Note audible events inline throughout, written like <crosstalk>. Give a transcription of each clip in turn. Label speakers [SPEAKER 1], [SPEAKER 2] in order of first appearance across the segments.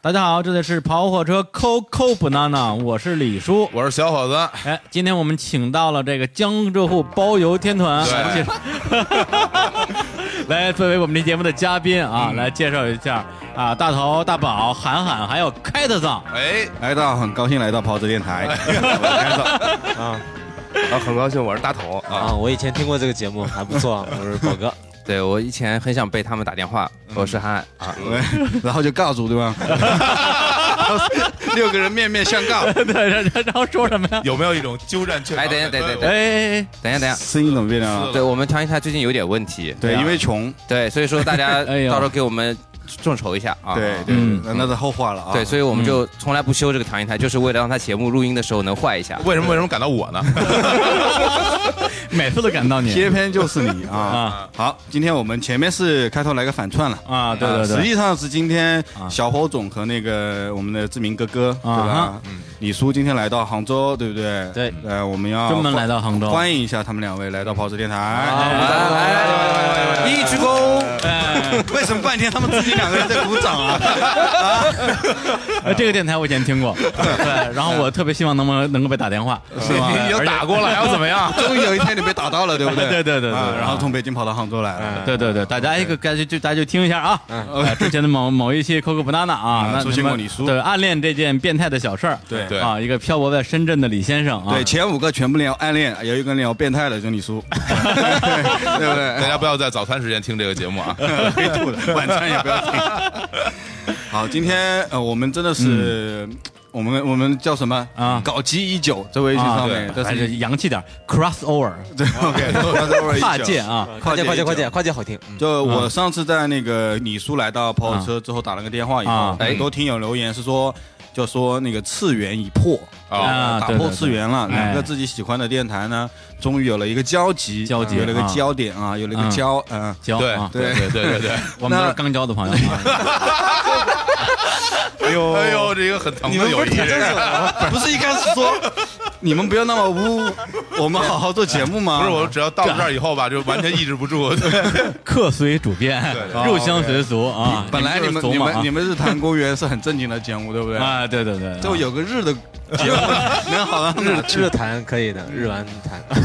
[SPEAKER 1] 大家好，这里是跑火车 Coco Banana，我是李叔。
[SPEAKER 2] 我是小伙子，
[SPEAKER 1] 哎，今天我们请到了这个江浙沪包邮天团，
[SPEAKER 2] 对
[SPEAKER 1] 介来作为我们这节目的嘉宾啊，来介绍一下啊，大头、大宝、涵涵，还有开特藏。
[SPEAKER 2] 哎，
[SPEAKER 3] 来到，很高兴来到跑车电台。
[SPEAKER 1] 哎
[SPEAKER 3] <laughs> 我
[SPEAKER 4] 啊啊，很高兴，我是大头啊。
[SPEAKER 5] 啊，我以前听过这个节目，还不错。我是宝哥，
[SPEAKER 4] 对我以前很想被他们打电话，我是憨
[SPEAKER 3] 是
[SPEAKER 4] 啊。
[SPEAKER 3] 开始哎然后就告诉
[SPEAKER 1] <laughs>
[SPEAKER 3] 对吧？
[SPEAKER 2] 六个人面面相告，
[SPEAKER 1] 对，然然然后说什么呀？
[SPEAKER 2] 有没有一种鸠占鹊
[SPEAKER 4] 哎
[SPEAKER 2] 巢的
[SPEAKER 4] 等一下
[SPEAKER 2] 氛围？
[SPEAKER 4] 等一下
[SPEAKER 1] 哎哎哎，
[SPEAKER 4] 等一下等一下，
[SPEAKER 3] 声音怎么变了？
[SPEAKER 4] 对我们调音台最近有点问题，
[SPEAKER 3] 对，
[SPEAKER 1] 啊
[SPEAKER 3] 因为穷，
[SPEAKER 4] 对，所以说大家
[SPEAKER 1] 哎呦
[SPEAKER 4] 到时候给我们众筹一下啊。
[SPEAKER 3] 对对，
[SPEAKER 1] 嗯
[SPEAKER 3] 那那是后话了啊。
[SPEAKER 4] 对，所以我们就从来不修这个调音台，就是为了让它节目录音的时候能坏一下。
[SPEAKER 2] 为什么为什么感到我呢？
[SPEAKER 1] 每次都感到你
[SPEAKER 3] 贴片就
[SPEAKER 1] <laughs>
[SPEAKER 3] 是你啊
[SPEAKER 1] 啊！
[SPEAKER 3] 好，今天我们前面是开头来个反串了。
[SPEAKER 1] 啊，对
[SPEAKER 3] 啊
[SPEAKER 1] 对
[SPEAKER 3] 实
[SPEAKER 1] 对，
[SPEAKER 3] 际上是今天
[SPEAKER 1] 啊
[SPEAKER 3] 小火种和那个我们的志明哥哥，对
[SPEAKER 1] 啊
[SPEAKER 3] 吧？嗯李叔今天来到杭州，对不对？
[SPEAKER 1] 对，
[SPEAKER 3] 呃，我们要
[SPEAKER 1] 专门来到杭州。
[SPEAKER 3] 欢迎一下他们两位来到跑车电
[SPEAKER 1] 哎
[SPEAKER 3] 台。
[SPEAKER 4] 来来来来来，啊一鞠躬。
[SPEAKER 1] 哎，
[SPEAKER 3] 为什么半天他们自己两个人在鼓掌啊？
[SPEAKER 1] 呃这个电台我以前听过，对，然后我特别希望能不能能够被打电话，
[SPEAKER 3] 是吗？
[SPEAKER 1] 哎
[SPEAKER 2] 你就打过了，还要怎么样？
[SPEAKER 3] <laughs> 终于有一天你被打到了，对不 <laughs> 对？嗯
[SPEAKER 1] 对对对对
[SPEAKER 3] 啊
[SPEAKER 1] 对
[SPEAKER 3] 然后从北京跑到杭州来了。
[SPEAKER 1] 对对对，大家一个该就就大家就听一下啊，呃之前的某某一期 Coco Banana 啊
[SPEAKER 3] 啊，
[SPEAKER 1] 那
[SPEAKER 3] 嗯哎出现过
[SPEAKER 1] 你
[SPEAKER 3] 李
[SPEAKER 1] 们
[SPEAKER 3] 叔
[SPEAKER 1] 对暗恋这件变态的小事儿，
[SPEAKER 3] 对
[SPEAKER 2] 对
[SPEAKER 1] 啊，一个漂泊在深圳的李先生啊，
[SPEAKER 3] 对，前五个全部聊暗恋，有一个聊变态的，就你 <laughs> 叔，对不
[SPEAKER 2] 大家不要在早餐时间听这个节目啊！
[SPEAKER 3] 对？可以吐的， <laughs> 晚餐也不要听。好，今天呃，我们真的是，我们我们叫什么
[SPEAKER 1] 啊
[SPEAKER 3] 搞基已久，这微信上面
[SPEAKER 1] 啊，
[SPEAKER 3] 这
[SPEAKER 1] 还
[SPEAKER 3] 是
[SPEAKER 1] 是洋气点，crossover
[SPEAKER 3] 对 <laughs> OK，
[SPEAKER 1] 跨界，啊，
[SPEAKER 5] 快点快点快
[SPEAKER 3] 界。
[SPEAKER 5] 点快点，好听。嗯
[SPEAKER 3] 就我上次在那个李叔来到跑车之后打了个电话以后
[SPEAKER 1] 啊，
[SPEAKER 3] 很多听友留言是说，就说那个次元已破
[SPEAKER 1] 啊
[SPEAKER 3] 打
[SPEAKER 1] 对
[SPEAKER 3] 破
[SPEAKER 1] 对
[SPEAKER 3] 次元了，
[SPEAKER 1] 对
[SPEAKER 3] 两个
[SPEAKER 1] 哎
[SPEAKER 3] 自己喜欢的电台呢，终于有了一个交集，
[SPEAKER 1] 交集
[SPEAKER 3] 有了一个
[SPEAKER 1] 啊
[SPEAKER 3] 焦点啊，有了一个
[SPEAKER 1] 嗯
[SPEAKER 3] 交，嗯，
[SPEAKER 1] 交
[SPEAKER 2] 对
[SPEAKER 1] 啊，
[SPEAKER 2] 对对对对，
[SPEAKER 1] 我们都是
[SPEAKER 3] 那
[SPEAKER 1] 刚交的朋友啊，
[SPEAKER 3] <laughs> 哎呦
[SPEAKER 2] <laughs> 哎呦，这个很疼的友谊，这是
[SPEAKER 3] 不是一开始说你们不要那么污，我们好好做节目吗？
[SPEAKER 2] 不是我只要到这儿以后吧，就完全抑制不住，
[SPEAKER 1] 客随主便
[SPEAKER 2] 对，
[SPEAKER 3] 对
[SPEAKER 1] 入乡随俗啊，
[SPEAKER 3] 本来你
[SPEAKER 1] 们
[SPEAKER 3] 们
[SPEAKER 1] 就是
[SPEAKER 3] 你
[SPEAKER 1] 怂嘛
[SPEAKER 3] 们你们日坛公园是很正经的节目，对不对
[SPEAKER 1] 啊，？啊对对对，
[SPEAKER 3] 就有个日的节
[SPEAKER 1] <laughs>
[SPEAKER 3] 目，能好到
[SPEAKER 5] 日
[SPEAKER 3] 哪去？
[SPEAKER 5] 日谈可以的，日完谈。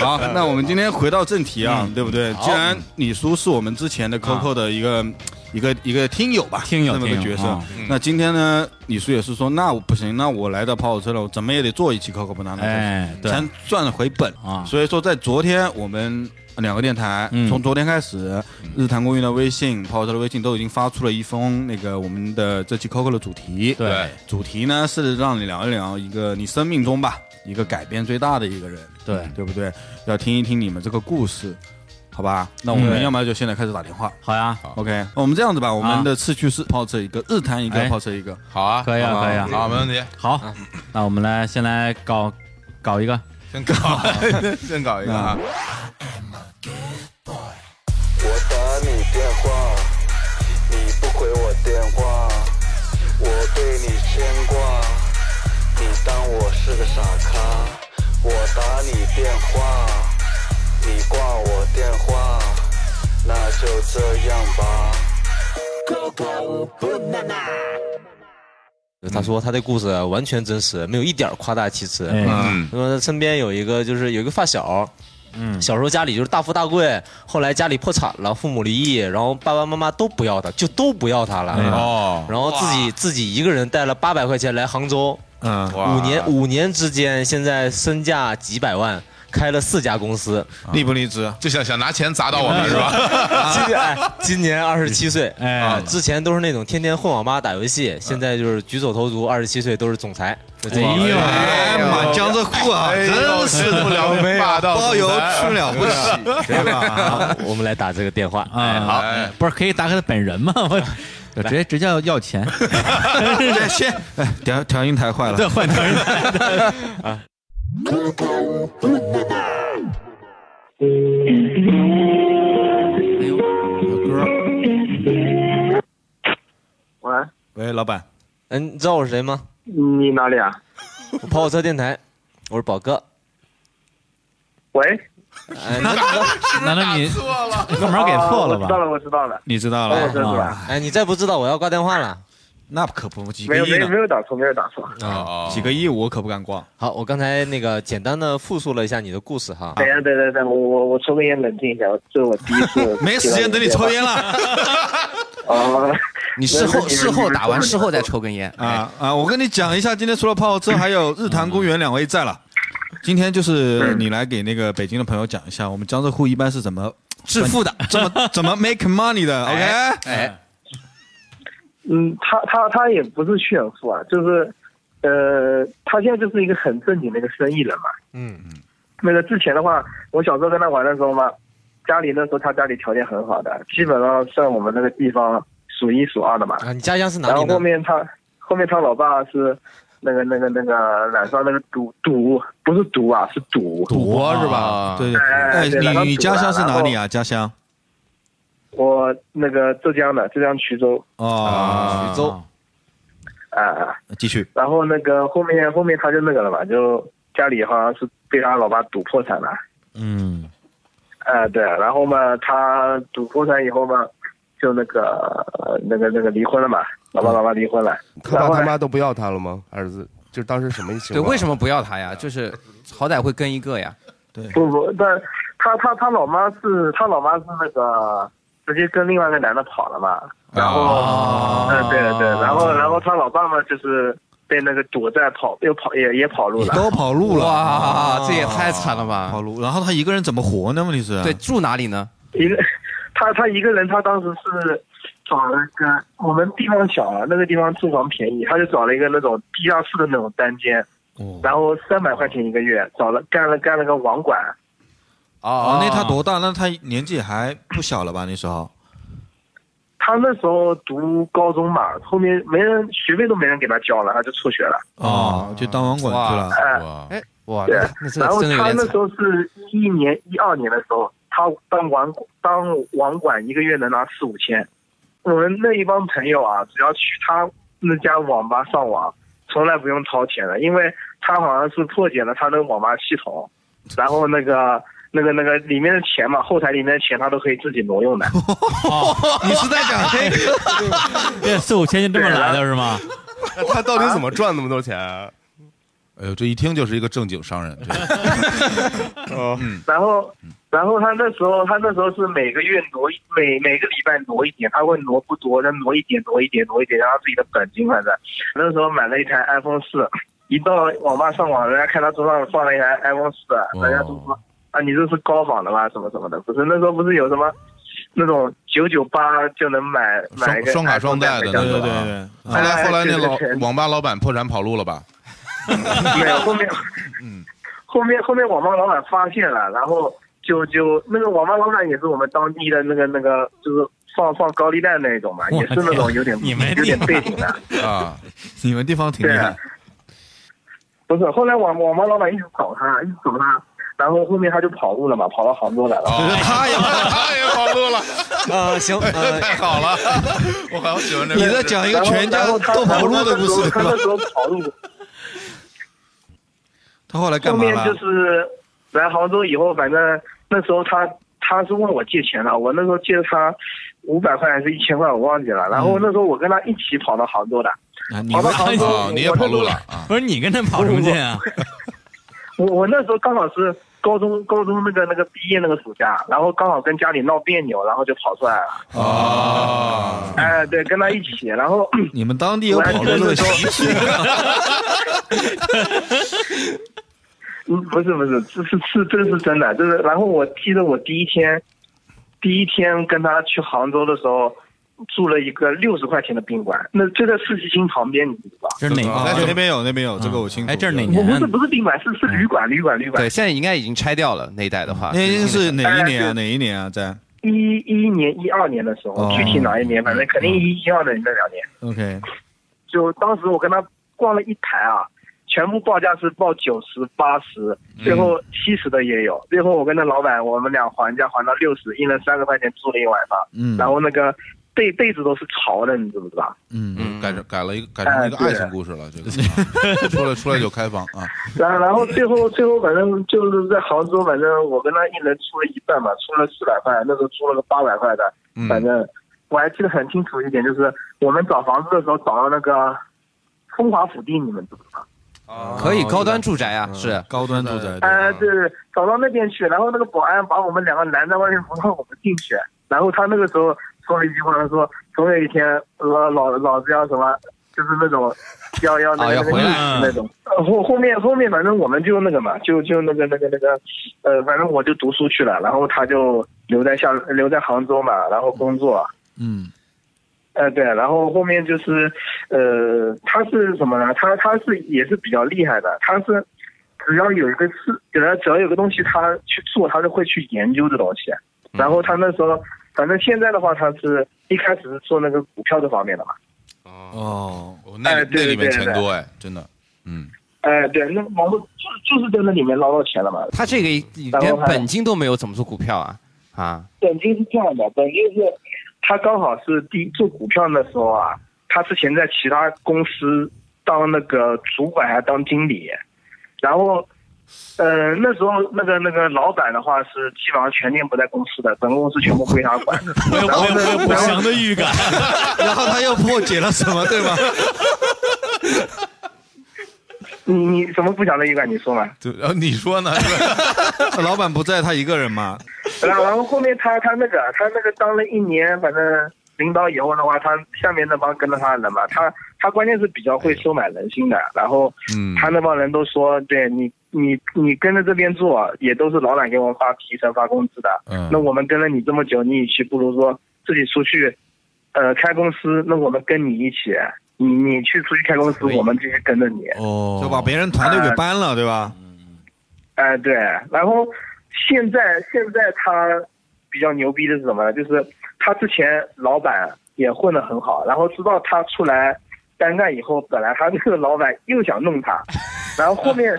[SPEAKER 3] 好，那我们今天回到正题啊，
[SPEAKER 1] 嗯
[SPEAKER 3] 对不对？
[SPEAKER 5] 好
[SPEAKER 3] 既然李叔是我们之前的 Coco 的一个、一个一个听友吧，
[SPEAKER 1] 啊听友
[SPEAKER 3] 这么个
[SPEAKER 1] 听友
[SPEAKER 3] 角色，
[SPEAKER 1] 啊
[SPEAKER 3] 那今天呢，李叔也是说，那我不行，那我来到跑火车了，我怎么也得做一期 Coco 不拿拿，
[SPEAKER 1] 哎对
[SPEAKER 3] 才赚回本
[SPEAKER 1] 啊
[SPEAKER 3] 所以说，在昨天我们。两个电台、
[SPEAKER 1] 嗯
[SPEAKER 3] 从昨天开始，日坛公寓的微信、跑火车的微信都已经发出了一封那个我们的这期 Coco 的主题。
[SPEAKER 1] 对
[SPEAKER 3] 主题呢是让你聊一聊一个你生命中吧一个改变最大的一个人，
[SPEAKER 1] 对
[SPEAKER 3] 对不对？要听一听你们这个故事，好吧？那我们
[SPEAKER 1] 嗯
[SPEAKER 3] 要么就现在开始打电话。
[SPEAKER 1] 好呀，
[SPEAKER 3] OK，那我们这样子吧，我
[SPEAKER 1] 啊
[SPEAKER 3] 们的次序是炮车一个，日坛一个
[SPEAKER 1] 哎，
[SPEAKER 3] 炮车一个。
[SPEAKER 2] 好啊，
[SPEAKER 1] 可以啊
[SPEAKER 3] 好吧
[SPEAKER 1] 可以啊，
[SPEAKER 2] 好，没问题，
[SPEAKER 3] 嗯
[SPEAKER 1] 好，那我们来先来搞搞一个。
[SPEAKER 2] 先搞， <laughs> 先搞一个啊！
[SPEAKER 6] 我打你电话，你不回我电话，我对你牵挂，你当我是个傻咖。我打你电话，你挂我电话，那就这样吧。
[SPEAKER 5] 他说他的故事完全真实，没有一点儿夸大其词。
[SPEAKER 1] 哎
[SPEAKER 2] 嗯
[SPEAKER 5] 他说他身边有一个就是有一个发小，嗯，小时候家里就是大富大贵，后来家里破产了，父母离异，然后爸爸妈妈都不要他，就都不要他了。
[SPEAKER 1] 哎
[SPEAKER 5] 啊
[SPEAKER 2] 哦，
[SPEAKER 5] 然后自己自己一个人带了八百块钱来杭州，
[SPEAKER 4] 嗯，
[SPEAKER 2] 哇
[SPEAKER 5] 五年五年之间，现在身价几百万，开了四家公司。
[SPEAKER 3] 离不离职？
[SPEAKER 2] 就想想拿钱砸到我们是吧？
[SPEAKER 5] 今年哎，今年二十七岁，
[SPEAKER 1] 哎
[SPEAKER 5] 啊，之前都是那种天天混网吧打游戏，现在就是举手投足，二十七岁都是总裁，就这
[SPEAKER 1] 哎呦
[SPEAKER 5] 一
[SPEAKER 3] 哎呀妈，江浙沪啊，
[SPEAKER 2] 哎呦
[SPEAKER 3] 真是
[SPEAKER 2] 受不了霸道
[SPEAKER 3] 包
[SPEAKER 2] 总
[SPEAKER 3] 邮
[SPEAKER 2] 裁
[SPEAKER 3] 吃了不
[SPEAKER 2] <laughs>
[SPEAKER 3] 起，对
[SPEAKER 5] <laughs>
[SPEAKER 3] 吧？
[SPEAKER 5] 啊我们来打这个电话，
[SPEAKER 1] 啊，
[SPEAKER 2] 好哎
[SPEAKER 1] 不是可以打给他本人 <laughs> 吗？我我直接直接要要 <laughs> 钱，
[SPEAKER 3] 对，先哎调调音台坏了，
[SPEAKER 1] 换成 <laughs> 人
[SPEAKER 7] 喂，
[SPEAKER 3] 喂，老板，
[SPEAKER 5] 嗯，你知道我是谁吗？
[SPEAKER 7] 你
[SPEAKER 5] <laughs>
[SPEAKER 7] 哪里啊？
[SPEAKER 5] 我跑火车电台，我是宝哥。
[SPEAKER 7] 喂，
[SPEAKER 5] 哎，你
[SPEAKER 1] 难道你 <laughs>
[SPEAKER 2] 错了，
[SPEAKER 1] 课门给错了
[SPEAKER 7] 哦我知道
[SPEAKER 1] 吧？
[SPEAKER 7] 了，我知道了，
[SPEAKER 3] 你知道
[SPEAKER 7] 我
[SPEAKER 3] 了
[SPEAKER 7] 知道
[SPEAKER 3] 啊？
[SPEAKER 7] 了，
[SPEAKER 5] 哎，你再不知道，我要挂电话了。
[SPEAKER 3] 那可不，几
[SPEAKER 7] 没
[SPEAKER 3] 个
[SPEAKER 7] 有
[SPEAKER 3] 亿
[SPEAKER 7] 没有
[SPEAKER 3] 呢？
[SPEAKER 7] 没有打错，没有打错。
[SPEAKER 2] 哦
[SPEAKER 3] 几个亿我可不敢挂。
[SPEAKER 5] 好，我刚才那个简单的复述了一下你的故事哈。
[SPEAKER 7] 等一下，等等等，我我我抽根烟冷静一下，这是我第一次
[SPEAKER 3] 没时间等你抽烟了 <laughs>
[SPEAKER 7] 啊。
[SPEAKER 4] 你事
[SPEAKER 7] 那
[SPEAKER 4] 后
[SPEAKER 7] 你们
[SPEAKER 4] 事
[SPEAKER 7] 你
[SPEAKER 4] 后
[SPEAKER 7] 们
[SPEAKER 4] 打完
[SPEAKER 7] 说
[SPEAKER 4] 事后再抽根烟啊。
[SPEAKER 3] 啊啊！我跟你讲一下，今天除了泡车，还有日坛公园两位在了。今天就是呃你来给那个北京的朋友讲一下，我们江浙沪一般是怎么
[SPEAKER 4] 致
[SPEAKER 1] <laughs>
[SPEAKER 4] 富的，
[SPEAKER 3] 怎么 <laughs> 怎么 make money 的
[SPEAKER 4] 哎
[SPEAKER 3] ，OK？
[SPEAKER 4] 哎，
[SPEAKER 7] 嗯，他他他也不是炫富啊，就是，呃，他现在就是一个很正经的一个生意人嘛。
[SPEAKER 5] 嗯，
[SPEAKER 7] 那个之前的话，我小时候跟他玩的时候嘛，家里那时候他家里条件很好的，基本上算我们那个地方数一数二的嘛。
[SPEAKER 5] 啊，你家乡是哪
[SPEAKER 7] 然
[SPEAKER 5] 里
[SPEAKER 7] 后
[SPEAKER 5] 呢
[SPEAKER 7] 后？面他后面他老爸是那个那个那个染上那个赌赌不是赌啊是赌，
[SPEAKER 2] 博是吧？
[SPEAKER 3] 对，
[SPEAKER 7] 哎
[SPEAKER 3] 哎，
[SPEAKER 7] 对然后
[SPEAKER 3] 你你
[SPEAKER 7] 煮完
[SPEAKER 3] 家乡是
[SPEAKER 7] 然
[SPEAKER 3] 哪
[SPEAKER 7] 后
[SPEAKER 3] 里啊？家乡
[SPEAKER 7] 我那个浙江的浙江衢州
[SPEAKER 3] 哦，
[SPEAKER 4] 徐州
[SPEAKER 7] 啊、
[SPEAKER 3] 继续
[SPEAKER 7] 然后那个后面后面他就那个了嘛，就家里好像是被他老爸赌破产了。
[SPEAKER 1] 嗯，
[SPEAKER 7] 呃，对，然后嘛，他赌破产以后嘛，就那个、呃那个那个离婚了嘛，老爸老妈离婚了。
[SPEAKER 8] 他
[SPEAKER 7] 然
[SPEAKER 8] 爸
[SPEAKER 7] 后
[SPEAKER 8] 他
[SPEAKER 7] 呢，
[SPEAKER 8] 妈都不要他了吗？儿子，就是当时什么情
[SPEAKER 4] 对，
[SPEAKER 8] 况？
[SPEAKER 4] 为什么不要他呀？就是好歹会跟一个呀。
[SPEAKER 7] 不不，但他他他老妈是他老妈是那个直接跟另外一个男的跑了嘛，然后，嗯、对对，然后然后他老爸嘛就是被那个赌债跑又跑也也跑路了。
[SPEAKER 3] 都跑路了，
[SPEAKER 4] 哇，这也太惨哦了吧
[SPEAKER 3] 跑！路。然后他一个人怎么活呢？问题是，
[SPEAKER 4] 对，，住哪里呢？
[SPEAKER 7] 一个，他他一个人，他当时是找了个我们地方小啊，那个地方住房便宜，他就找了一个那种地下室的那种单间，然后三百块钱一个月，找了干了干了个网管，
[SPEAKER 3] 哦，
[SPEAKER 4] 哦
[SPEAKER 3] 那他多大？那他年纪还不小了吧？那时候
[SPEAKER 7] 他那时候读高中嘛，后面没人学费都没人给他交了，他就辍学了。
[SPEAKER 3] 哦，就当网管去了。
[SPEAKER 7] 哎，
[SPEAKER 2] 哇
[SPEAKER 4] 哎哇
[SPEAKER 7] 对，
[SPEAKER 4] 那这
[SPEAKER 7] 然后
[SPEAKER 4] 真的有
[SPEAKER 7] 他
[SPEAKER 4] 点
[SPEAKER 7] 那时
[SPEAKER 4] 惨。
[SPEAKER 7] 候是一一年一二年的时候，他当网当网管一个月能拿四五千。我们那一帮朋友啊，只要去他那家网吧上网，从来不用掏钱的，因为他好像是破解了他那个网吧系统，然后那个那个那个里面的钱嘛，后台里面的钱他都可以自己挪用的。
[SPEAKER 1] 哦
[SPEAKER 3] 你是在
[SPEAKER 8] <laughs>
[SPEAKER 3] 讲这个？
[SPEAKER 1] <laughs> 这四五千就这么来的是吗？
[SPEAKER 8] 他到底怎么赚那么多钱啊？
[SPEAKER 2] 哎呦，这一听就是一个正经商人，这个
[SPEAKER 7] 然后，
[SPEAKER 2] 嗯
[SPEAKER 7] 然后他那时候，他那时候是每个月挪一每每个礼拜挪一点，他会挪不多，再挪一点，挪一点，挪一点，然后自己的本金反正。那时候买了一台 iPhone 四，一到网吧上网，人家看他桌上放了一台 iPhone 四，人家就说啊，你这是高仿的吧？什么什么的，不是那时候不是有什么那种九九八就能买买
[SPEAKER 2] 双
[SPEAKER 7] 一个
[SPEAKER 2] 双卡双待的
[SPEAKER 7] iPhone
[SPEAKER 2] 那
[SPEAKER 7] 在
[SPEAKER 3] 对
[SPEAKER 2] 种啊。
[SPEAKER 7] 美国
[SPEAKER 3] 对对
[SPEAKER 2] 后来后来那老
[SPEAKER 7] 哎对对对
[SPEAKER 2] 网吧老板破产跑路了吧？
[SPEAKER 7] <laughs> 没有，
[SPEAKER 3] <laughs>
[SPEAKER 7] 后面，
[SPEAKER 2] 嗯，
[SPEAKER 7] 后面后面网吧老板发现了，然后就就那个网吧老板也是我们当地的那个那个，就是放放高利贷那一种嘛，也是那种有点
[SPEAKER 1] 你们
[SPEAKER 7] 有点背景的，
[SPEAKER 2] 啊，
[SPEAKER 3] 你们地方挺
[SPEAKER 7] 对
[SPEAKER 3] 厉害。。
[SPEAKER 7] 不是，后来网网吧老板一直找他，一直找他，然后后面他就跑路了嘛，跑到杭州来了。
[SPEAKER 2] 哦
[SPEAKER 3] 他也
[SPEAKER 2] 他也跑路了，
[SPEAKER 5] 呃，行，
[SPEAKER 2] <laughs>
[SPEAKER 5] 呃，
[SPEAKER 2] 太好了，我好喜欢这
[SPEAKER 3] <laughs> 你
[SPEAKER 2] 个。
[SPEAKER 3] 在讲一
[SPEAKER 7] 然
[SPEAKER 3] 个
[SPEAKER 7] 后
[SPEAKER 3] 全家
[SPEAKER 7] 然后他
[SPEAKER 3] 都跑路的故事
[SPEAKER 7] 他
[SPEAKER 3] 对吧
[SPEAKER 7] 那？时候跑路，
[SPEAKER 3] 他后来干
[SPEAKER 7] 后
[SPEAKER 3] 嘛
[SPEAKER 7] 面
[SPEAKER 3] 了
[SPEAKER 7] 就？是来杭州以后，反正那时候他他是问我借钱的，我那时候借了他五百块还是一千块，我忘记了。然后那时候我跟他一起跑到杭州的，
[SPEAKER 1] 啊，你
[SPEAKER 7] 跑到
[SPEAKER 1] 们
[SPEAKER 7] 杭州
[SPEAKER 2] 嗯啊，你也跑路了啊？
[SPEAKER 1] 不是你跟他跑什么劲啊？
[SPEAKER 7] 我我那时候刚好是高中高中那个那个毕业那个暑假，然后刚好跟家里闹别扭，然后就跑出来了。
[SPEAKER 2] 啊，
[SPEAKER 7] 哎，对，跟他一起，然后。
[SPEAKER 3] 你们当地有跑路的习俗？
[SPEAKER 7] 嗯，不是不是，这是是这是真的，就是然后我记得我第一天，第一天跟他去杭州的时候，住了一个六十块钱的宾馆，那就在世纪星旁边，你知道吧？
[SPEAKER 1] <laughs> 这是哪
[SPEAKER 3] 啊
[SPEAKER 1] 个？
[SPEAKER 3] 那边有，那边有，这个我清楚。
[SPEAKER 1] 哎，这是哪
[SPEAKER 7] 我
[SPEAKER 1] 年
[SPEAKER 7] 不
[SPEAKER 1] 啊
[SPEAKER 7] 是？不是宾馆，是是旅馆旅馆旅馆
[SPEAKER 4] 对，，现在应该已经拆掉了那一带的
[SPEAKER 7] 啊
[SPEAKER 4] 话，
[SPEAKER 3] 那
[SPEAKER 4] 就
[SPEAKER 3] 是哪一年
[SPEAKER 7] 哎 <laughs>
[SPEAKER 3] 啊？
[SPEAKER 7] 是
[SPEAKER 3] 哪一年啊？在
[SPEAKER 7] 一一年一二年的时候
[SPEAKER 3] 哦，
[SPEAKER 7] 具体哪一年，反正肯定一一二年那两年，
[SPEAKER 3] OK，
[SPEAKER 7] 就当时我跟他逛了一排啊。全部报价是报九十八十，最后七十的也有。最后我跟那老板，我们俩还价还到六十，一人三十块钱住了一晚上。
[SPEAKER 3] 嗯，
[SPEAKER 7] 然后那个辈辈子都是潮的，你知不知道？
[SPEAKER 3] 嗯，
[SPEAKER 2] 改成改了一个改成了一个
[SPEAKER 7] 哎对
[SPEAKER 2] 爱情故事了，这个 <laughs> 出来出来就开房啊，
[SPEAKER 7] 然然后最后最后反正就是在杭州，反正我跟他一人出了一半嘛，出了四百块，那时候出了个八百块的，
[SPEAKER 2] 嗯
[SPEAKER 7] 反正我还记得很清楚一点，就是我们找房子的时候找到那个风华府地，你们知不知道？
[SPEAKER 4] 可以高端住宅啊，是
[SPEAKER 3] 高端住宅，
[SPEAKER 7] 哎、对对，对找到那边去，然后那个保安把我们两个男的外面不让我们进去，然后他那个时候说了一句话，他说总有一天老老老子要什么，就是那种要要那
[SPEAKER 4] 啊
[SPEAKER 7] 个、
[SPEAKER 4] 要
[SPEAKER 7] 那个
[SPEAKER 4] 回来
[SPEAKER 7] 意识那种。呃后后面后面反正我们就那个嘛，就就那个那个那个，呃，反正我就读书去了，然后他就留在下留在杭州嘛，然后工作。
[SPEAKER 3] 嗯
[SPEAKER 7] 呃，对，然后后面就是，呃，他是什么呢？他他是也是比较厉害的，他是只要有一个事，只要只要有个东西他去做，他就会去研究这东西。然后他那时候，反正现在的话，他是一开始是做那个股票这方面的嘛。
[SPEAKER 3] 哦，
[SPEAKER 2] 哦那
[SPEAKER 7] 哎
[SPEAKER 2] 里那
[SPEAKER 7] 对
[SPEAKER 2] 里面
[SPEAKER 7] 对对
[SPEAKER 2] 钱多哎，真的，嗯，
[SPEAKER 7] 哎、对，那然后就就是在那里面捞到钱了嘛。
[SPEAKER 4] 他这个连本金都没有，怎么做股票啊？啊，
[SPEAKER 7] 本金是这样的，本金是他刚好是第一做股票的时候啊，他之前在其他公司当那个主管还当经理，然后，呃，那时候那个那个老板的话是基本上全年不在公司的，整个公司全部归他管。
[SPEAKER 1] <laughs> 我有
[SPEAKER 7] 然后
[SPEAKER 1] 我有
[SPEAKER 7] 呢
[SPEAKER 1] 我有不祥的预感。
[SPEAKER 3] 然后他又破解了什么，对吗？
[SPEAKER 7] 你你什么不祥的预感？你说嘛？
[SPEAKER 2] 就然后哦你说呢？
[SPEAKER 3] 老板不在，他一个人嘛。
[SPEAKER 7] 然后然后后面他他那个他那个当了一年，反正领导以后的话，他下面那帮跟着他的人嘛，他他关键是比较会收买人心的。然后
[SPEAKER 2] 嗯
[SPEAKER 7] 他那帮人都说，对你你你跟着这边做，也都是老板给我们发提成发工资的。
[SPEAKER 2] 嗯
[SPEAKER 7] 那我们跟了你这么久，你与其不如说自己出去，呃，开公司，那我们跟你一起。你你去出去开公司，
[SPEAKER 4] 可以
[SPEAKER 7] 我们继续跟着你。
[SPEAKER 2] 哦
[SPEAKER 3] 就把别人团队给搬了，对吧？
[SPEAKER 7] 哎、对。然后现在现在他比较牛逼的是什么呢？就是他之前老板也混得很好，然后知道他出来单干以后，本来他那个老板又想弄他，然后后面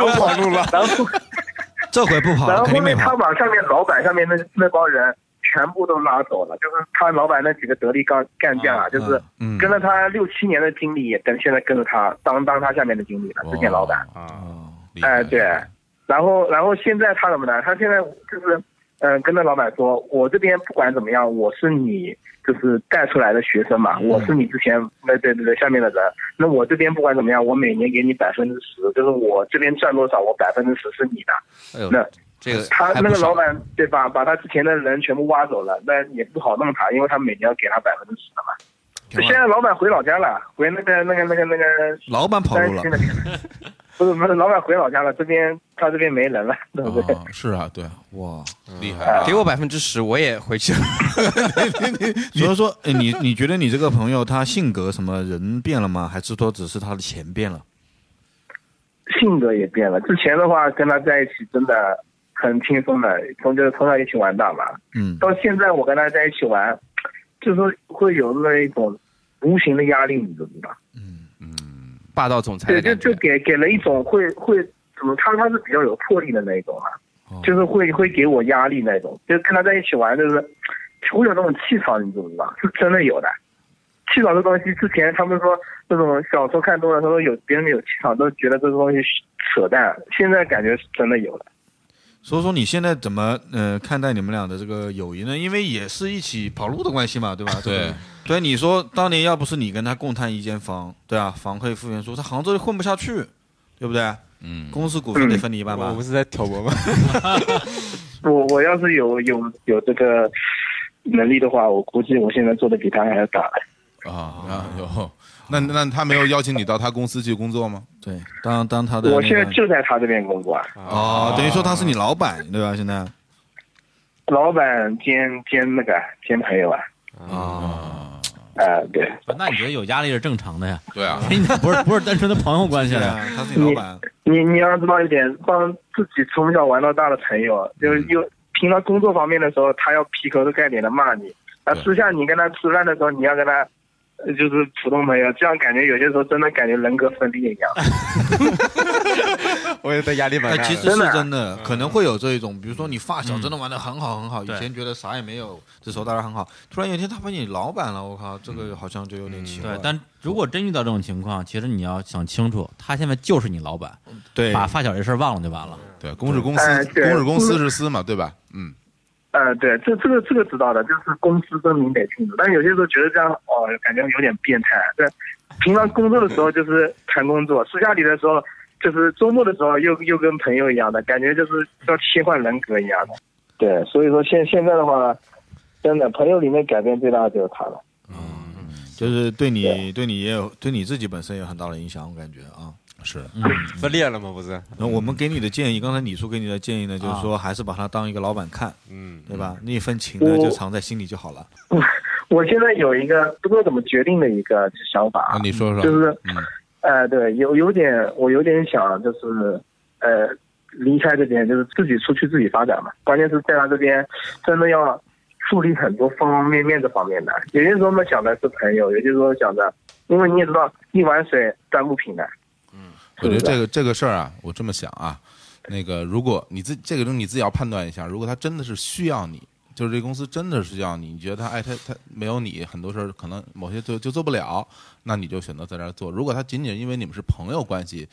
[SPEAKER 7] 又跑路了，然后
[SPEAKER 3] 这回不跑
[SPEAKER 7] 然
[SPEAKER 3] 了，
[SPEAKER 7] 后
[SPEAKER 3] 肯
[SPEAKER 7] 后
[SPEAKER 3] 定没
[SPEAKER 7] 面他
[SPEAKER 3] 跑。
[SPEAKER 7] 把上面老板上面那那帮人全部都拉走了，就是他老板那几个得力干干将啊，就是
[SPEAKER 2] 嗯
[SPEAKER 7] 跟了他六七年的经理，也跟现在跟着他当当他下面的经理了，之前老板。
[SPEAKER 3] 哦
[SPEAKER 2] 啊，厉害
[SPEAKER 7] 哎，对，然后然后现在他怎么呢？他现在就是，嗯、跟着老板说，我这边不管怎么样，我是你就是带出来的学生嘛，我是
[SPEAKER 3] 嗯
[SPEAKER 7] 你之前那对对对下面的人，那我这边不管怎么样，我每年给你百分之十，就是我这边赚多少，我百分之十是你的。
[SPEAKER 4] 哎呦
[SPEAKER 7] 那，
[SPEAKER 4] 这个
[SPEAKER 7] 他
[SPEAKER 4] 还
[SPEAKER 7] 那
[SPEAKER 4] 不
[SPEAKER 7] 个
[SPEAKER 4] 少
[SPEAKER 7] 老板对吧？把他之前的人全部挖走了，那也不好弄他，因为他每年要给他百分之十的嘛。
[SPEAKER 2] 挺好
[SPEAKER 7] 现在老板回老家了，回那个那个那个那个
[SPEAKER 3] 老板跑
[SPEAKER 7] 山
[SPEAKER 3] 路了
[SPEAKER 7] 西，那边了。 <laughs> 不是不是，老板回老家了，这边他这边没人了，对不对？
[SPEAKER 4] 哦
[SPEAKER 2] 啊，是啊，对，
[SPEAKER 3] 哇！
[SPEAKER 2] 厉害，
[SPEAKER 4] 给我百分之十，我也回去了。 <laughs>
[SPEAKER 3] <laughs> 所以说，哎你你觉得你这个朋友他性格什么人变了吗？还是说只是他的钱变了？
[SPEAKER 7] <laughs> 性格也变了。之前的话跟他在一起真的很轻松的，从就是从小一起玩到嘛。
[SPEAKER 3] 嗯，
[SPEAKER 7] 到现在我跟他在一起玩，就是会有那一种无形的压力，你知不知道？
[SPEAKER 4] 霸道总裁
[SPEAKER 7] 对，就
[SPEAKER 4] 的感
[SPEAKER 7] 就
[SPEAKER 4] 觉。
[SPEAKER 7] 给给人一种会会怎么，他他是比较有魄力的那一种啊，
[SPEAKER 3] 哦
[SPEAKER 7] 就是会会给我压力那种，就是跟他在一起玩就是会有那种气场，你知不知道？是真的有的。气场这东西，之前他们说那种小时候看多了，他说有别人有气场，都觉得这个东西是扯淡，现在感觉是真的有的。
[SPEAKER 3] 所以说你现在怎么呃看待你们俩的这个友谊呢？因为也是一起跑路的关系嘛，对吧？
[SPEAKER 2] 对。
[SPEAKER 3] 对，你说当年要不是你跟他共探一间房，对啊，房可以复原出，他杭州就混不下去，对不对？
[SPEAKER 2] 嗯，
[SPEAKER 3] 公司股份得分你一半吧？
[SPEAKER 5] 嗯
[SPEAKER 8] 是在挑拨吗？
[SPEAKER 7] 我我要是有有有这个能力的话，我估计我现在做的比他还要大。
[SPEAKER 2] 啊，那有，那那他没有邀请你到他公司去工作吗？
[SPEAKER 3] 对，当当他的、那个、
[SPEAKER 7] 我现在就在他这边工作啊。
[SPEAKER 3] 哦，等于说他是你老板对吧？现在
[SPEAKER 7] 老板兼兼那个兼朋友啊，
[SPEAKER 2] 啊，
[SPEAKER 7] 啊、对，
[SPEAKER 1] <laughs> 那你觉得有压力是正常的 <laughs> 呀？
[SPEAKER 2] 对啊，
[SPEAKER 1] 哎你不是不是单纯的朋友关系
[SPEAKER 3] 对
[SPEAKER 1] 了。
[SPEAKER 3] 啊，他是你老板，
[SPEAKER 7] 你你要知道一点，帮自己从小玩到大的朋友，就是又平常工作方面的时候，他要劈头盖脸的骂你，啊，
[SPEAKER 2] 对
[SPEAKER 7] 私下你跟他吃饭的时候，你要跟他。呃就是普通朋友，这样感觉有些时候真的感觉人格分裂一样。
[SPEAKER 8] 我也在压力蛮
[SPEAKER 3] 但
[SPEAKER 8] 大的。
[SPEAKER 3] 哎其实
[SPEAKER 7] 真的
[SPEAKER 3] 是
[SPEAKER 7] 啊
[SPEAKER 3] 真的，可能会有这一种，比如说你发小真的玩的很好很好，以
[SPEAKER 1] 对
[SPEAKER 3] 前觉得啥也没有，这时候当然很好，突然有一天他把你老板了，我靠，这个好像就有点奇
[SPEAKER 1] 嗯
[SPEAKER 3] 怪
[SPEAKER 1] 对，。但如果真遇到这种情况，其实你要想清楚，他现在就是你老板，
[SPEAKER 3] 对
[SPEAKER 1] 把发小这事儿忘了就完了。
[SPEAKER 2] 对，公是公
[SPEAKER 7] 哎
[SPEAKER 2] 私，
[SPEAKER 7] 对
[SPEAKER 2] 公是公，私是私嘛，对吧？嗯，
[SPEAKER 7] 呃，对，这这个这个知道的，就是公司分明得清楚。但有些时候觉得这样哦，感觉有点变态。对，平常工作的时候就是谈工作，私下里的时候就是周末的时候又又跟朋友一样的感觉，就是要切换人格一样的。对，所以说现现在的话，真的朋友里面改变最大的就是他了。
[SPEAKER 3] 就是对你对你也有对你自己本身也有很大的影响，我感觉啊。
[SPEAKER 2] 是
[SPEAKER 5] 分裂了吗？不是，
[SPEAKER 3] 然后我们给你的建议，刚才李叔给你的建议呢，就是说还是把他当一个老板看，
[SPEAKER 5] 嗯，
[SPEAKER 3] 对吧？那份情呢
[SPEAKER 7] 我
[SPEAKER 3] 就藏在心里就好了。
[SPEAKER 7] 我现在有一个不知道怎么决定的一个想法
[SPEAKER 2] 那
[SPEAKER 7] 啊，
[SPEAKER 2] 你说说，
[SPEAKER 7] 就是
[SPEAKER 2] 嗯，
[SPEAKER 7] 呃，对，有有点，我有点想就是，呃，离开这边，就是自己出去自己发展嘛。关键是在他这边，真的要处理很多方方面面这方面的。有些时候呢想的是朋友，有些时候想着，因为你也知道，一碗水端不平的。
[SPEAKER 2] 我觉得
[SPEAKER 7] 是的
[SPEAKER 2] 这个这个事儿啊，我这么想啊，那个如果你自这个东西你自己要判断一下，如果他真的是需要你，就是这公司真的是需要你，你觉得他哎他他没有你很多事儿可能某些就就做不了，那你就选择在这儿做。如果他仅仅因为你们是朋友关系。